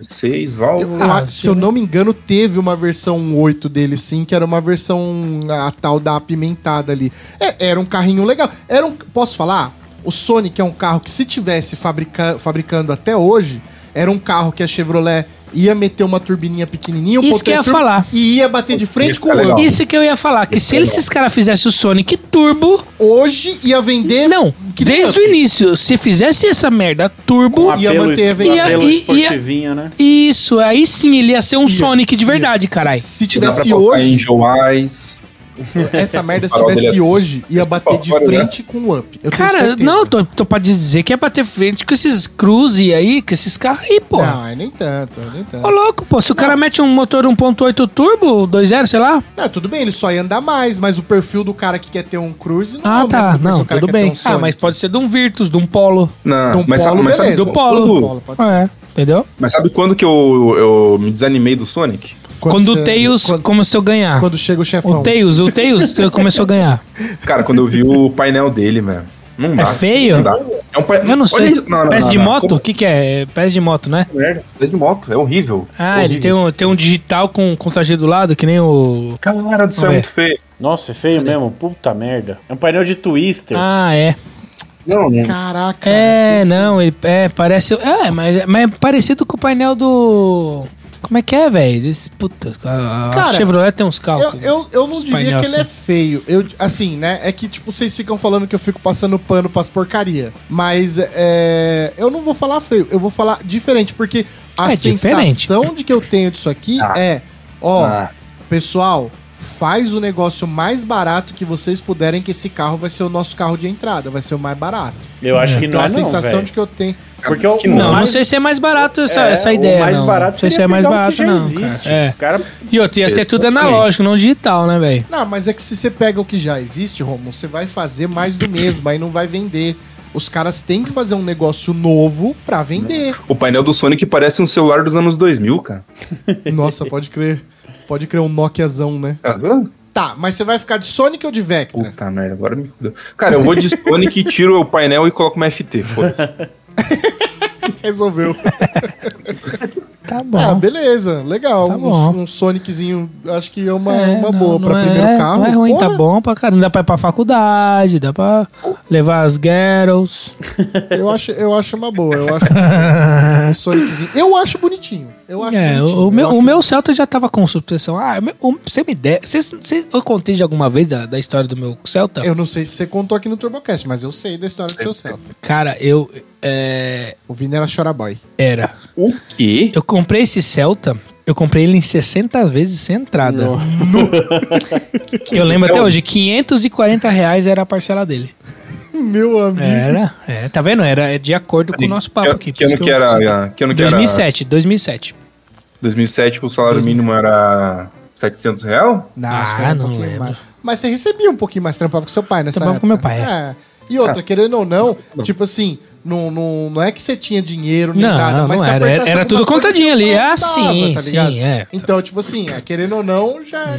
6, Eu- válvula. eu Ah, acho- sim. se eu não me engano, teve uma versão 8 dele, sim, que era uma versão a tal da apimentada ali. É, era um carrinho legal. Era um, posso falar? O Sonic é um carro que, se tivesse fabrica- fabricando até hoje, era um carro que a Chevrolet ia meter uma turbininha pequenininha, um Isso que eu ia potenciômetro, falar. e ia bater de frente Isso com é o legal. Andy. Isso que eu ia falar, que se esses caras fizessem o Sonic Turbo. Hoje ia vender. Não, que nem desde o tanto. inível, se fizesse essa merda Turbo. Um apelo, manter a um venda. apelo Ia- ia- esportivinho, né? Isso, aí sim ele ia ser um Sonic de verdade, carai. Se Dá pra tivesse colocar hoje, Angel Eyes. essa merda, se O farol dele tivesse é- hoje, ia bater de Fora, né? frente com o Up. Eu tenho Cara, certeza. não, tô, tô pra dizer que ia bater frente com esses Cruze aí, com esses carros aí, pô. Não, é nem tanto, é nem tanto. Ô, louco, pô, se o cara mete um motor 1.8 turbo, 2.0, sei lá, Não, tudo bem, ele só ia andar mais, mas o perfil do cara que quer ter um Cruze não é Ah, o mesmo tá. do perfil Não, do cara tudo que quer ter bem. um ah, Sonic. mas pode ser de um Virtus, de um Polo. Não, Num mas, sabe, polo, mas, sabe, beleza. Do Polo, Polo. pode ser. É, entendeu? mas sabe quando que eu, eu me desanimei do Sonic? Quando, você- o Tails Quando, começou a ganhar. quando chega o O chefão. Tails, o Tails <laughs> começou a ganhar. Cara, quando eu vi <laughs> o painel dele, mano. Não dá. É feio? Não dá. É um painel. Eu não sei. Pés de moto? O que que é? É Pés de moto, né? Pés de moto, é horrível. Ah, ele tem um, tem um digital com contagia do lado, que nem o... Cara do céu, é Vamos muito feio. Nossa, é feio mesmo, puta merda. É um painel de twister. Ah, é. Não, não. Caraca. É, não, ele é, parece... É, mas, mas é parecido com o painel do... Como é que é, velho? Esse- Puta, a, a Cara, Chevrolet tem uns carros. Eu, eu, eu não Os diria painel que ele é assim. feio. Eu, assim, né? É que, tipo, vocês ficam falando que eu fico passando pano pras porcaria. Mas é, eu não vou falar feio, eu vou falar diferente, porque a É sensação diferente. de que eu tenho disso aqui Ah. é, ó, Ah. pessoal, faz o negócio mais barato que vocês puderem, que esse carro vai ser o nosso carro de entrada, vai ser o mais barato. Eu acho que não Então é a não, sensação velho. de que eu tenho. Porque o, Que o Não, não mais- sei se é mais barato essa, é, essa o ideia, mais não. barato não sei se seria é mais pegar o que barato, já não, existe. cara. É. Os cara- E outra, ia ser tudo analógico, não digital, né, velho? Não, mas é que se você pega o que já existe, Romulo, você vai fazer mais do mesmo, aí não vai vender. Os caras têm que fazer um negócio novo pra vender. O painel do Sonic parece um celular dos anos 2000, cara. Nossa, pode crer. Pode crer um Nokiazão, né? Tá vendo? Tá, mas você vai ficar de Sonic ou de Vectra? Puta merda, agora me fudeu. Cara, eu vou de <laughs> Sonic, tiro o painel e coloco uma FT, foda-se. Resolveu. Tá bom. Ah, beleza, legal. Tá Um- bom. um, Soniczinho, acho que é uma, uma não, boa não pra é- primeiro carro. Não é ruim, Porra, tá bom pra caramba. Dá pra ir pra faculdade, dá pra levar as girls. Eu acho, eu acho uma boa, <laughs> eu acho um Soniczinho. Eu acho bonitinho. Eu acho É, bonitinho. o, o eu meu, acho- o meu Celta já tava com suspensão. Ah, o meu- o- você me der. Cês, cês- eu contei de alguma vez da, da história do meu Celta? Eu não sei se você contou aqui no Turbocast, mas eu sei da história do seu Celta. Cara, eu. é, O Vini era choraboy. era. O quê? Eu comprei esse Celta, eu comprei ele em 60 vezes sem entrada. <laughs> eu lembro É um- até hoje, 540 reais era a parcela dele. Meu amigo. Era, é, tá vendo? Era é de acordo com o nosso papo Uhum. Que- aqui. por Que isso ano que era? Que ano que era? 2007, 2007. 2007 que o salário 2007. mínimo era 700 real? Não, Ah, acho que era um não pouquinho lembro. mais. Mas você recebia um pouquinho mais, trampava com seu pai nessa Trampava com época. meu pai, É. E outra, querendo ou não, tipo assim, não, não, não é que você tinha dinheiro nem Não, nada, mas não você era. apertasse Era, era alguma tudo coisa, contadinho seu ali. pai Ah, dava, sim, tá ligado? sim, é. Então, tipo assim, é, querendo ou não, já.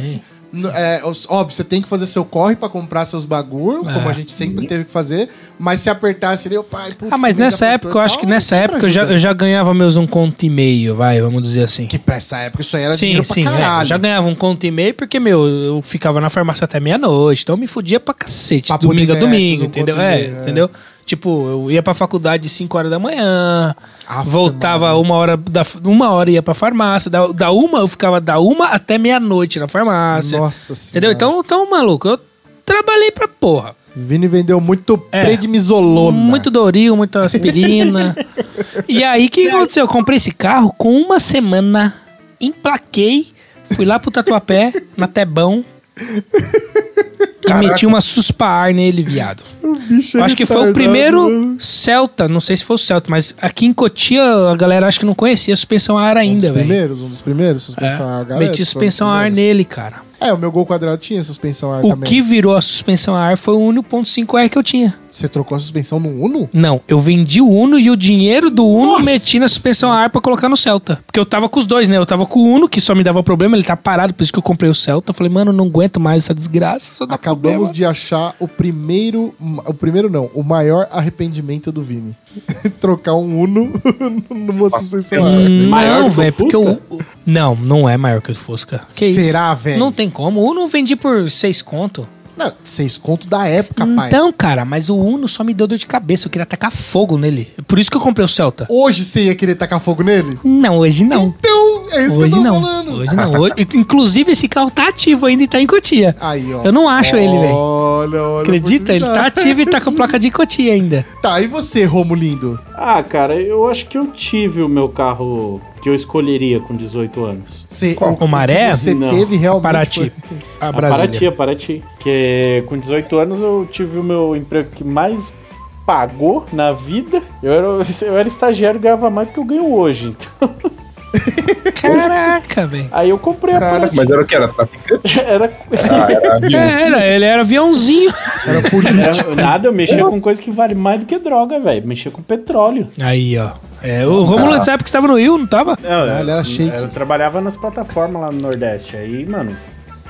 n- é, os- óbvio, você tem que fazer seu corre pra comprar seus bagulho, como É. a gente sempre teve que fazer, mas se apertasse ali, o pai, putz, Ah, mas esse mês nessa apertou época, eu e acho tal, que nessa sempre época eu já, ajuda. eu já ganhava meus um conto e meio, vai, vamos dizer assim. Que pra essa época isso aí era sim, dinheiro sim, pra é, eu caralho. já ganhava um conto e meio porque, meu, eu ficava na farmácia até meia-noite, então eu me fudia pra cacete, Pra poder domingo a ganhar esses domingo, um entendeu? conto e É, meio, é. entendeu? Tipo, eu ia pra faculdade 5 horas da manhã, Aff, voltava uma hora, da, uma hora ia pra farmácia, da, da uma eu ficava da uma até meia-noite na farmácia, Nossa senhora. entendeu? Então, então, maluco, eu trabalhei pra porra. Vini vendeu muito É. prednisolona. Muito Doril, <laughs> muita aspirina. e aí, o que aconteceu? Eu comprei esse carro com uma semana, emplaquei, fui lá pro Tatuapé, na Tebão. E meti uma suspar nele, viado. Bicho tá Eu acho que foi o retardado, primeiro mano. Celta, não sei se foi o Celta, mas aqui em Cotia a galera acho que não conhecia a suspensão a ar Um dos ainda, velho. primeiros, um dos primeiros, suspensão a ar. É, galera, foi meti um dos suspensão a ar primeiros. nele, cara. É, o meu Gol Quadrado tinha suspensão a ar O também. que virou a suspensão a ar foi o Uno 1.5R que eu tinha. Você trocou a suspensão no Uno? Não, eu vendi o Uno e o dinheiro do Uno Nossa meti na suspensão a ar pra colocar no Celta. Porque eu tava com os dois, né? Eu tava com o Uno, que só me dava problema, ele tá parado, por isso que eu comprei o Celta. Eu falei, mano, não aguento mais essa desgraça, só dá Acabamos problema. de achar o primeiro. O primeiro não, o maior arrependimento do Vini. <laughs> Trocar um Uno <laughs> numa suspensão a ar. Hum, Maior que não, o velho, porque Fusca? o... o- Não, não é maior que o Fusca. Que Será, isso? velho? Não tem como. O Uno eu vendi por seis conto. Não, seis conto da época, pai. Então, cara, mas o Uno só me deu dor de cabeça. Eu queria tacar fogo nele. Por isso que eu comprei o Celta. Hoje você ia querer tacar fogo nele? Não, hoje não. Então, é isso que eu Hoje tô não. falando. Hoje não. Hoje- Inclusive, esse carro tá ativo ainda e tá em Cotia. Aí, ó. Eu não acho ele, velho. Olha, olha. a Acredita? Ele tá oportunidade. ativo e tá com placa de cotia ainda. Tá, e você, Romulindo? Ah, cara, eu acho que eu tive o meu carro que eu escolheria com 18 anos. Você, O Maré? Você Não. teve realmente. É? Paraty. foi- A A Paraty, Brasília. a Paraty. Que com 18 anos eu tive o meu emprego que mais pagou na vida. Eu era, <laughs> eu era estagiário e ganhava mais do que eu ganho hoje. Então, <laughs> Caraca, velho. aí eu comprei a Caraca, Paraty. mas era o que? Era <laughs> traficante? Era, Ah, era avião. É, Era, ele era aviãozinho. Era <laughs> político. era nada, eu mexia com coisa que vale mais do que droga, velho. Mexia com petróleo. Aí, ó. É, o Romulo nessa época estava no Rio, não tava? Não, ele era shake. Eu trabalhava nas plataformas lá no Nordeste. Aí, mano,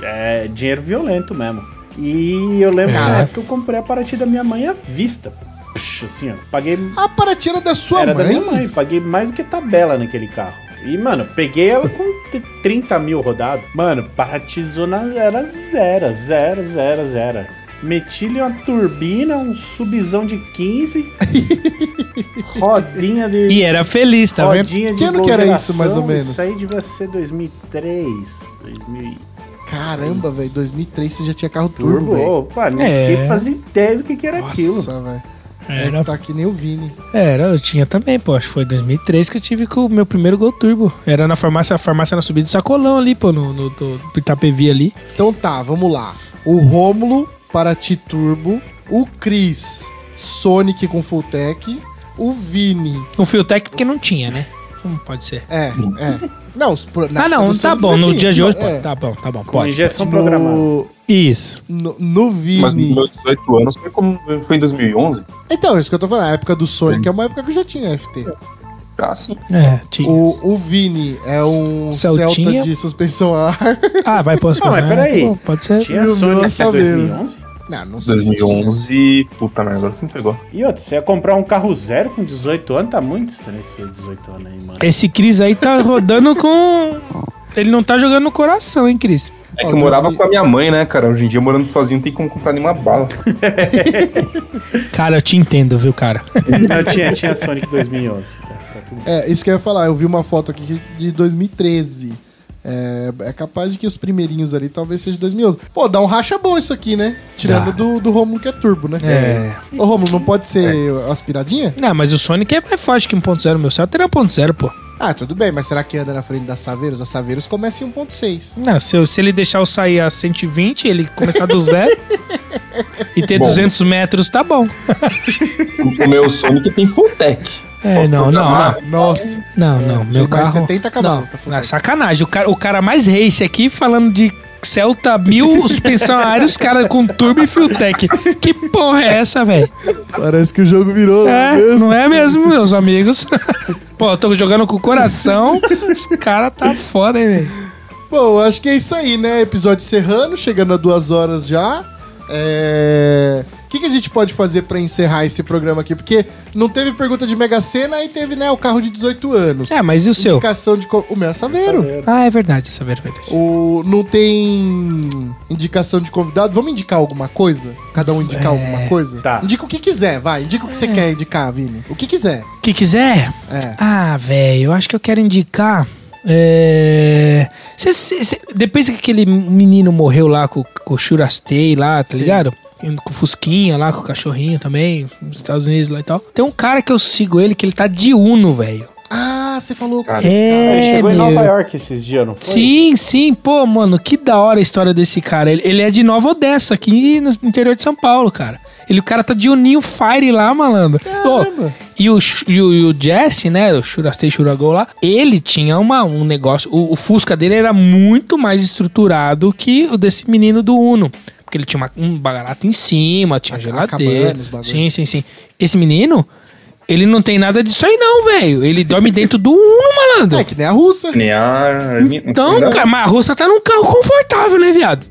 é dinheiro violento mesmo. E eu lembro Caraca. na época eu comprei a Paraty da minha mãe à vista. Puxa, assim, ó. Paguei. A Paraty era da sua era mãe? da minha mãe, paguei mais do que tabela naquele carro. E, mano, peguei ela com t- 30 mil rodado. Mano, Paraty zona era zero, zero, zero, zero. Meti-lhe uma turbina, um subzão de <laughs> 15, rodinha de E era feliz, tá vendo? Rodinha de Que ano boa que era geração, isso, mais ou menos? Isso aí devia ser 2003, 2000 Caramba, velho. 2003 você já tinha carro turbo, turbo. velho. Opa, É. ninguém fazia ideia do que, que era aquilo. Nossa, velho. É Era, que tá aqui nem o Vini. era, eu tinha também, pô. Acho que foi em 2003 que eu tive com o meu primeiro Gol Turbo. Era na farmácia, a farmácia na subida do sacolão ali, pô, no, no, no Itapevi ali. Então tá, vamos lá. O Rômulo, Paraty Turbo. O Cris, Sonic com full tech. O Vini. Com fio tech porque não tinha, né? Como pode ser? É, é. <laughs> Não, os pro- na ah, não, produção tá já bom. No tinha. dia de hoje, pô. É. Tá bom, tá bom, Com pode. injeção programada. No, Isso. no, no Vini. Mas nos meus 18 anos foi, como, foi em 2011. Então, isso que eu tô falando. A época do Sonic é uma época que eu já tinha FT. Ah, sim. É, tinha. O, o Vini é um Celtinha. Celta de suspensão a ar. <laughs> Ah, vai pôr as Não, mas coisas. Ah, peraí. tá bom, Pode ser. Tinha Meu Deus, Sonic até saber. 2011? Não, não sei se tinha. 2011. Puta merda, agora você me pegou. E outra, você ia comprar um carro zero com 18 anos, tá muito estranho esse 18 anos aí, <laughs> mano. Esse Cris aí tá rodando com. Ele não tá jogando no coração, hein, Cris? É Ó, que eu morava 2000 com a minha mãe, né, cara? Hoje em dia, morando sozinho, não tem como comprar nenhuma bala. Cara, eu te entendo, viu, cara? Não, tinha, tinha Sonic 2011. Tá, tá tudo bem. É, isso que eu ia falar. Eu vi uma foto aqui que- de 2013. É, é capaz de que os primeirinhos ali talvez seja 2011. Pô, dá um racha bom isso aqui, né? Tirando Dá. É. do, do Romulo que é turbo, né? Ô, Romulo, não pode ser aspiradinha? Não, mas o Sonic é mais forte que 1.0. Meu Celta era 1.0, pô. Ah, tudo bem, mas será que anda na frente da Saveiros? A Saveiros começa em 1.6. Não, se, eu- se ele deixar eu sair a 120, ele começar do zero e ter Bom. 200 metros, tá bom. o meu Sonic tem full tech. É, Posso É, não, não, programar? não, Ah, nossa. não, não. Meu Tem mais carro... 70 Não, cavalos. pra não, fazer. é sacanagem. O cara, o cara mais race aqui falando de Celta mil, <laughs> suspensão aérea, os caras com turbo e full tech. Que porra é essa, velho? Parece que o jogo virou. não é É, mesmo? não é mesmo, meus amigos? <laughs> Pô, eu tô jogando com o coração, os cara tá foda, hein, velho? Bom, acho que é isso aí, né? Episódio serrano, chegando a duas horas já. É... O que, que a gente pode fazer pra encerrar esse programa aqui? Porque não teve pergunta de Mega Sena e teve, né, o carro de 18 anos. É, mas e o seu? Indicação de... co- O meu é Saveiro. Ah, é verdade, essa é verdade. O... Não tem indicação de convidado. Vamos indicar alguma coisa? Cada um indicar alguma coisa? Tá. Indica o que quiser, vai. Indica o que É. você quer indicar, Vini. O que quiser. O que quiser, É. Ah, velho, eu acho que eu quero indicar. É... cê- cê- cê- depois que aquele menino morreu lá com, com o Churastei lá, tá Sim. ligado? Indo Com o Fusquinha lá, com o cachorrinho também, nos Estados Unidos lá e tal. Tem um cara que eu sigo ele que ele tá de Uno, velho. Ah, você falou que Cara, você- Ele É, chegou em Nova meu. York esses dias, não foi? Sim, sim, pô, mano, que da hora a história desse cara. Ele, ele é de Nova Odessa, aqui no interior de São Paulo, cara. Ele, o cara tá de Uninho Fire lá, malandro. Ô, E o, Sh- e o, e o Jesse, né? O Shurastei Shuragol lá, ele tinha uma, um negócio. O, o Fusca dele era muito mais estruturado que o desse menino do Uno. Porque ele tinha uma- um barato em cima, tinha A- a geladeira. cabana, os bagulho. sim, sim, sim. Esse menino, ele não tem nada disso aí, não, velho. Ele dorme dentro do Uno, malandro. É que nem a russa. Near, Então, cara, mas a russa tá num carro confortável, né, viado?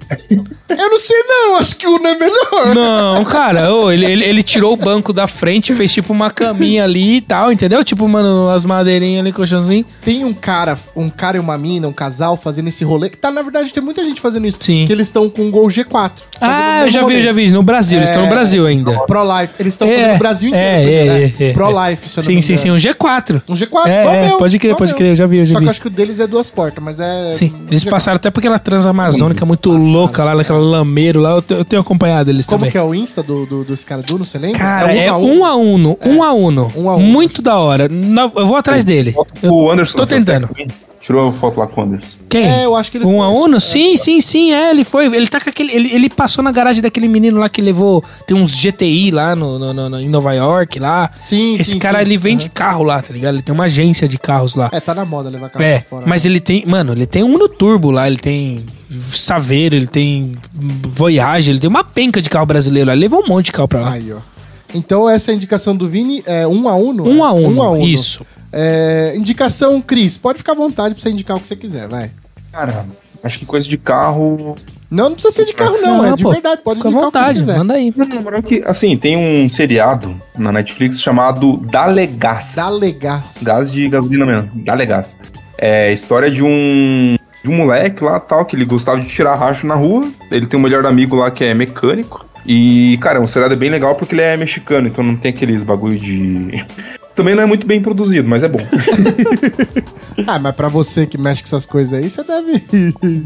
Eu não sei, não. Acho que o não é melhor. Não, cara, ô, ele, ele, ele tirou o banco da frente, fez tipo uma caminha ali e tal, entendeu? Tipo, mano, as madeirinhas ali, colchãozinho. Tem um cara, um cara e uma mina, um casal fazendo esse rolê. Que tá, na verdade, tem muita gente fazendo isso. Sim. Que eles estão com um Gol G4. Ah, eu já vi, eu já vi. No Brasil, eles estão no Brasil ainda. Pro-Life. Eles estão É, fazendo o Brasil inteiro. é, primeiro, é, né? é, é. Pro-Life, se eu não Sim, me sim, sim, engano. um G4. Um G4, É, igual é, meu, pode crer, igual pode meu. crer, eu já vi, eu já Só vi. que eu acho que o deles é duas portas, mas é. Sim, um eles G4. passaram até por aquela transamazônica muito louca lá, naquela lameiro lá. Eu, te- eu tenho acompanhado eles Como também. que é o Insta do, do, dos caras do, não você lembra? Cara, é a um a uno, um a uno. um a uno. Muito da hora. Não, eu vou atrás dele. o Anderson. tô tentando. Tirou a foto lá com o Anderson. Quem? É, eu acho que ele Um a foi, uno? Sim, sim, sim, é, ele foi. Ele tá com aquele. Ele, ele passou na garagem daquele menino lá que levou. Tem uns GTI lá no, no- no- no- em Nova York lá. Sim, Esse sim, cara sim. ele vende carro lá, tá ligado? Ele tem uma agência de carros lá. É, tá na moda levar carro É, pra fora. né? mas ele tem, mano, ele tem um no turbo lá, ele tem Saveiro, ele tem Voyage, ele tem uma penca de carro brasileiro lá, ele levou um monte de carro pra lá. Aí, ó. Então, essa é a indicação do Vini é um a uno? um a um, Um a uno. isso. É, indicação, Cris, pode ficar à vontade pra você indicar o que você quiser, vai. Cara, acho que coisa de carro. Não, não precisa ser de carro, não. é de pô, verdade, pode Fica à indicar o que vontade, você quiser. manda aí. Não, na moral que, assim, tem um seriado na Netflix chamado Dalegás. Dá legás. Gás de gasolina mesmo, Dalegás. É história de um, de um moleque lá, tal, que ele gostava de tirar racho na rua. Ele tem um melhor amigo lá que é mecânico. E, cara, o seriado é bem legal porque ele é mexicano, então não tem aqueles bagulho de... <laughs> Também não é muito bem produzido, mas é bom. Ah, mas pra você que mexe com essas coisas aí, você deve.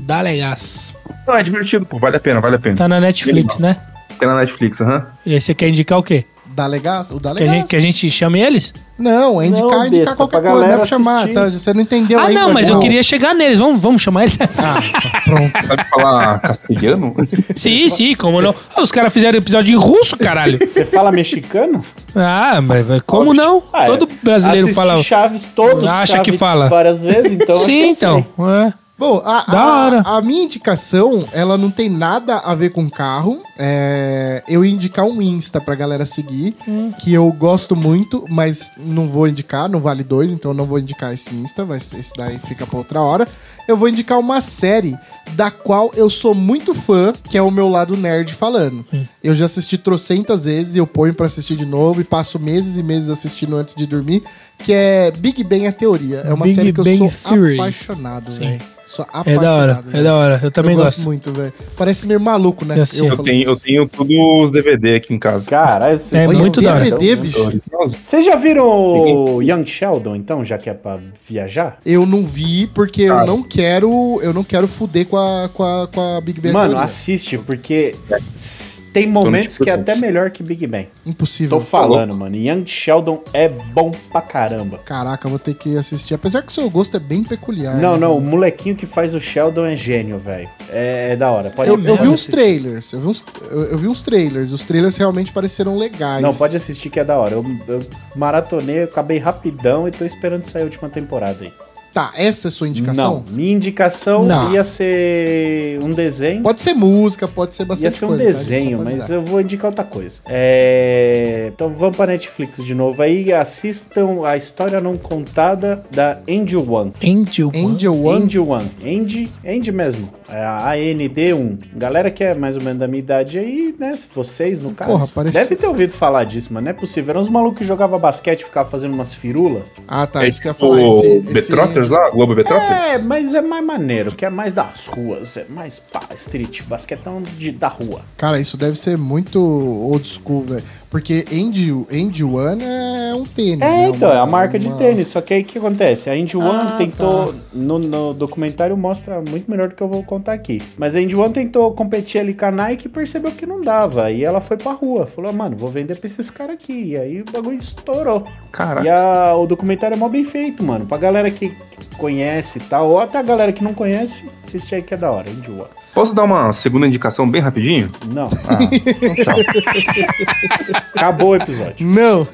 Dá legas. Não, é divertido, pô, vale a pena, vale a pena. Tá na Netflix, né? Tem na Netflix, aham. E aí você quer indicar o quê? Dá legás? O dá Que a, legás. gente, que a gente chame eles? Não, é indicar, Não, indicar besta, qualquer pra coisa. Não é galera pra chamar, assistir. tá? Você não entendeu ah, aí, não, mas eu Gordão. queria chegar neles. Vamos, vamos chamar eles? Sabe falar <laughs> castelhano? sim, sim, como não? Ah, os caras fizeram episódio em russo, caralho. Você fala mexicano? Ah, mas mas como não? Ah, é. Todo brasileiro Assisti fala. Chaves todos. Acha Chaves que fala. Várias vezes, então. acho que Sim, eu então. sei. é. Bom, a, Da a- hora. a minha indicação, ela não tem nada a ver com carro. É, eu ia indicar um Insta pra galera seguir, Hum. que eu gosto muito, mas não vou indicar, não vale dois, então eu não vou indicar esse Insta, mas esse daí fica pra outra hora. Eu vou indicar uma série da qual eu sou muito fã, que é o meu lado nerd falando. Hum. Eu já assisti trocentas vezes, eu ponho pra assistir de novo e passo meses e meses assistindo antes de dormir, que é Big Bang a Teoria. É uma Big série que eu Bang sou Theory. apaixonado, Sim. velho. Sou É apaixonado. da hora, é velho. da hora. Eu também né? eu gosto, gosto. muito, velho. Parece meio maluco, né? Eu assisti. Eu falo tenho, eu isso. tenho todos os DVD aqui em casa. Então, Cara, esse É Olha, muito da hora. né? DVD, bicho. Nossa, Vocês já viram o Young Sheldon, então, já que é pra viajar? Eu não vi porque eu Cara. não quero, eu não quero fuder com a, com a, com a Big Bang Mano, Theory. assiste, porque s- tem momentos que é até melhor que Big Bang. impossível. Tô falando, mano. Young Sheldon é bom pra caramba. Caraca, eu vou ter que assistir. Apesar que o seu gosto é bem peculiar. Não, né? não, o molequinho que faz o Sheldon é gênio, velho. É, é da hora. Pode Eu, eu vi mesmo uns assistir. trailers, eu vi uns, eu, eu vi uns trailers. Os trailers realmente pareceram legais. Não, pode assistir que é da hora. Eu, eu maratonei, eu acabei rapidão e tô esperando sair a última temporada aí. Tá, essa é a sua indicação? Não, minha indicação Não. ia ser um desenho. Pode ser música, pode ser bastante Ia ser um coisa, tá? A gente desenho, só pode mas avisar. eu vou indicar outra coisa. É, Então vamos pra Netflix de novo aí. Assistam a história não contada da Angel One. Angel, mano. Angel One? Andy One. Andy, Andy mesmo. É a AND1. Galera que é mais ou menos da minha idade aí, né? se Vocês, no caso. Porra, parece- Deve ter ouvido falar disso, mas não é possível. Eram uns malucos que jogavam basquete e ficavam fazendo umas firulas. Ah, tá, é isso que eu ia tipo falar. o Esse, esse... Betrotters lá? Globo Betrotters? É, mas é mais maneiro, que é mais das ruas, é mais pá, street, basquetão de, da rua. Cara, isso deve ser muito old school, velho. Porque Andy, Andy One é um tênis. É, né? então, Uma- é a marca de uma- tênis. Só que aí o que acontece? A Indy One Ah, tentou. No, no documentário mostra muito melhor do que eu vou contar aqui. Mas a Indy One tentou competir ali com a Nike e percebeu que não dava. E ela foi pra rua. Falou, "Ah, mano, vou vender pra esses caras aqui. E aí o bagulho estourou. Cara, E a- o documentário é mó bem feito, mano. Pra galera que que conhece e tal, ou até a galera que não conhece, assiste aí que é da hora, Indy One. posso dar uma segunda indicação bem rapidinho? Não, Ah, então tchau. acabou <laughs> o episódio. Não,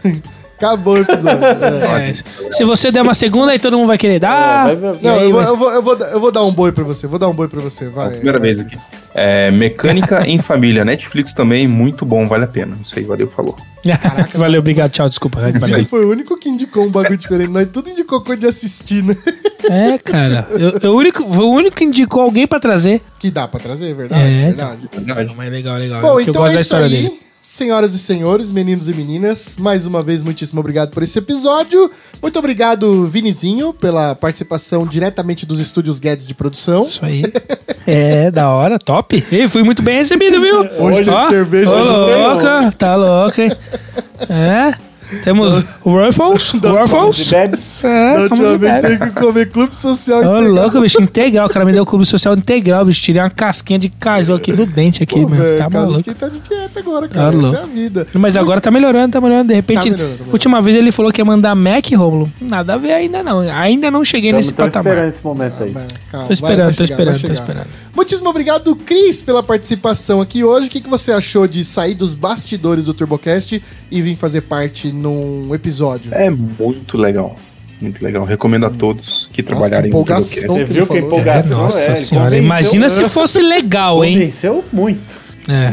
acabou o episódio. <laughs> é. É, se você der uma segunda, aí todo mundo vai querer dar. Ah, É, vai- vai- E Não, aí eu vou, vai- eu, vou, eu, vou, dar- eu vou dar um boi pra você, vou dar um boi pra você, vai. É a primeira vai. vez aqui. É, Mecânica <laughs> em Família, Netflix também, muito bom, vale a pena. Isso aí, valeu, falou. <laughs> Valeu, obrigado, tchau, desculpa. Você foi o único que indicou um bagulho diferente, nós tudo indicou coisa de assistir, né? <laughs> É, cara. Eu, eu único, foi o único que indicou alguém pra trazer. Que dá pra trazer, é verdade? É, então. verdade. Verdade. Mas legal, legal. Bom, Porque eu então gosto é da isso história aí. dele. Senhoras e senhores, meninos e meninas, mais uma vez, muitíssimo obrigado por esse episódio. Muito obrigado, Vinizinho, pela participação diretamente dos estúdios Guedes de produção. Isso aí. <laughs> É, da hora, top. Ei, fui muito bem recebido, viu? Hoje de Ó, cerveja, Ô, hoje louca, tá louca, hein? É. Temos <laughs> o Ruffles. De Ruffles. Bebs. tá É, Da vamos última vez embora. teve que comer clube social Ô, integral. louco, bicho, integral. O cara me deu o clube social integral, bicho. Tirei uma casquinha de caju aqui do dente aqui, Pô, mano. velho, Tá caso de maluco. quem tá de dieta agora, cara. Tá Essa louco. é a vida. Mas agora tá melhorando, tá melhorando. De repente, melhorando, tá melhorando. última vez ele falou que ia mandar Mac, Romulo. Nada a ver ainda não. Ainda não cheguei Estamos nesse esperando patamar. esse momento aí. Vai, calma, Tô esperando, vai, tô vai chegar, esperando, vai tô chegar. esperando. Muitíssimo obrigado, Cris, pela participação aqui hoje. O que, que você achou de sair dos bastidores do TurboCast e vir fazer parte num episódio? É muito legal. Muito legal. Recomendo a todos que Nossa, trabalharem que no empolgação. Videocast. Então, Você que viu ele que falou. É, empolgação nossa é, ele senhora, convenceu- imagina se fosse legal, hein? Convenceu muito. É.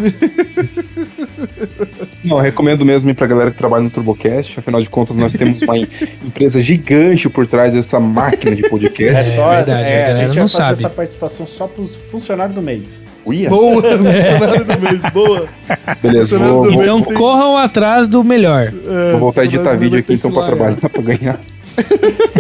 Não, eu recomendo mesmo ir pra galera que trabalha no TurboCast. Afinal de contas, nós temos uma <laughs> em- empresa gigante por trás dessa máquina de É, podcast. só verdade, essa- a é, a, galera gente não vai fazer sabe. essa participação só pros funcionários do mês. Uia. Boa, <laughs> funcionário do mês, boa. Beleza, vou, Funcionando vou- bem. Então Sim. corram atrás do melhor. É, vou voltar a editar funcionário do vídeo mês aqui então tem esse pra lá, é. trabalhar, <laughs> pra ganhar.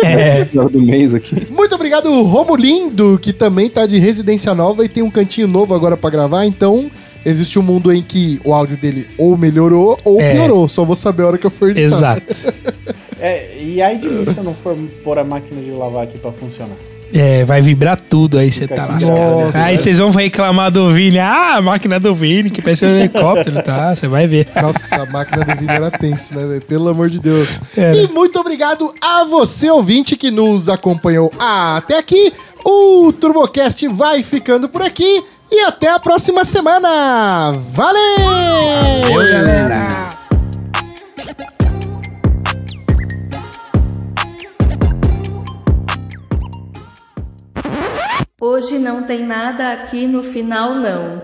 <laughs> É. do mês aqui. Muito obrigado, Romulindo, que também tá de residência nova e tem um cantinho novo agora pra gravar. Então, existe um mundo em que o áudio dele ou melhorou ou É. piorou. Só vou saber a hora que eu for editar. Exato. É, e aí de mim se eu não for pôr a máquina de lavar aqui pra funcionar. É, vai vibrar tudo, aí você Fica tá aqui lascado. Nossa, aí velho. vocês vão reclamar do Vini. Ah, a máquina do Vini, que parece um helicóptero, tá? Você vai ver. Nossa, a máquina do vídeo era tenso, né, velho? Pelo amor de Deus. Era. E muito obrigado a você, ouvinte, que nos acompanhou até aqui. O TurboCast vai ficando por aqui e até a próxima semana. Valeu! Valeu, galera. O Hoje não tem nada aqui no final não.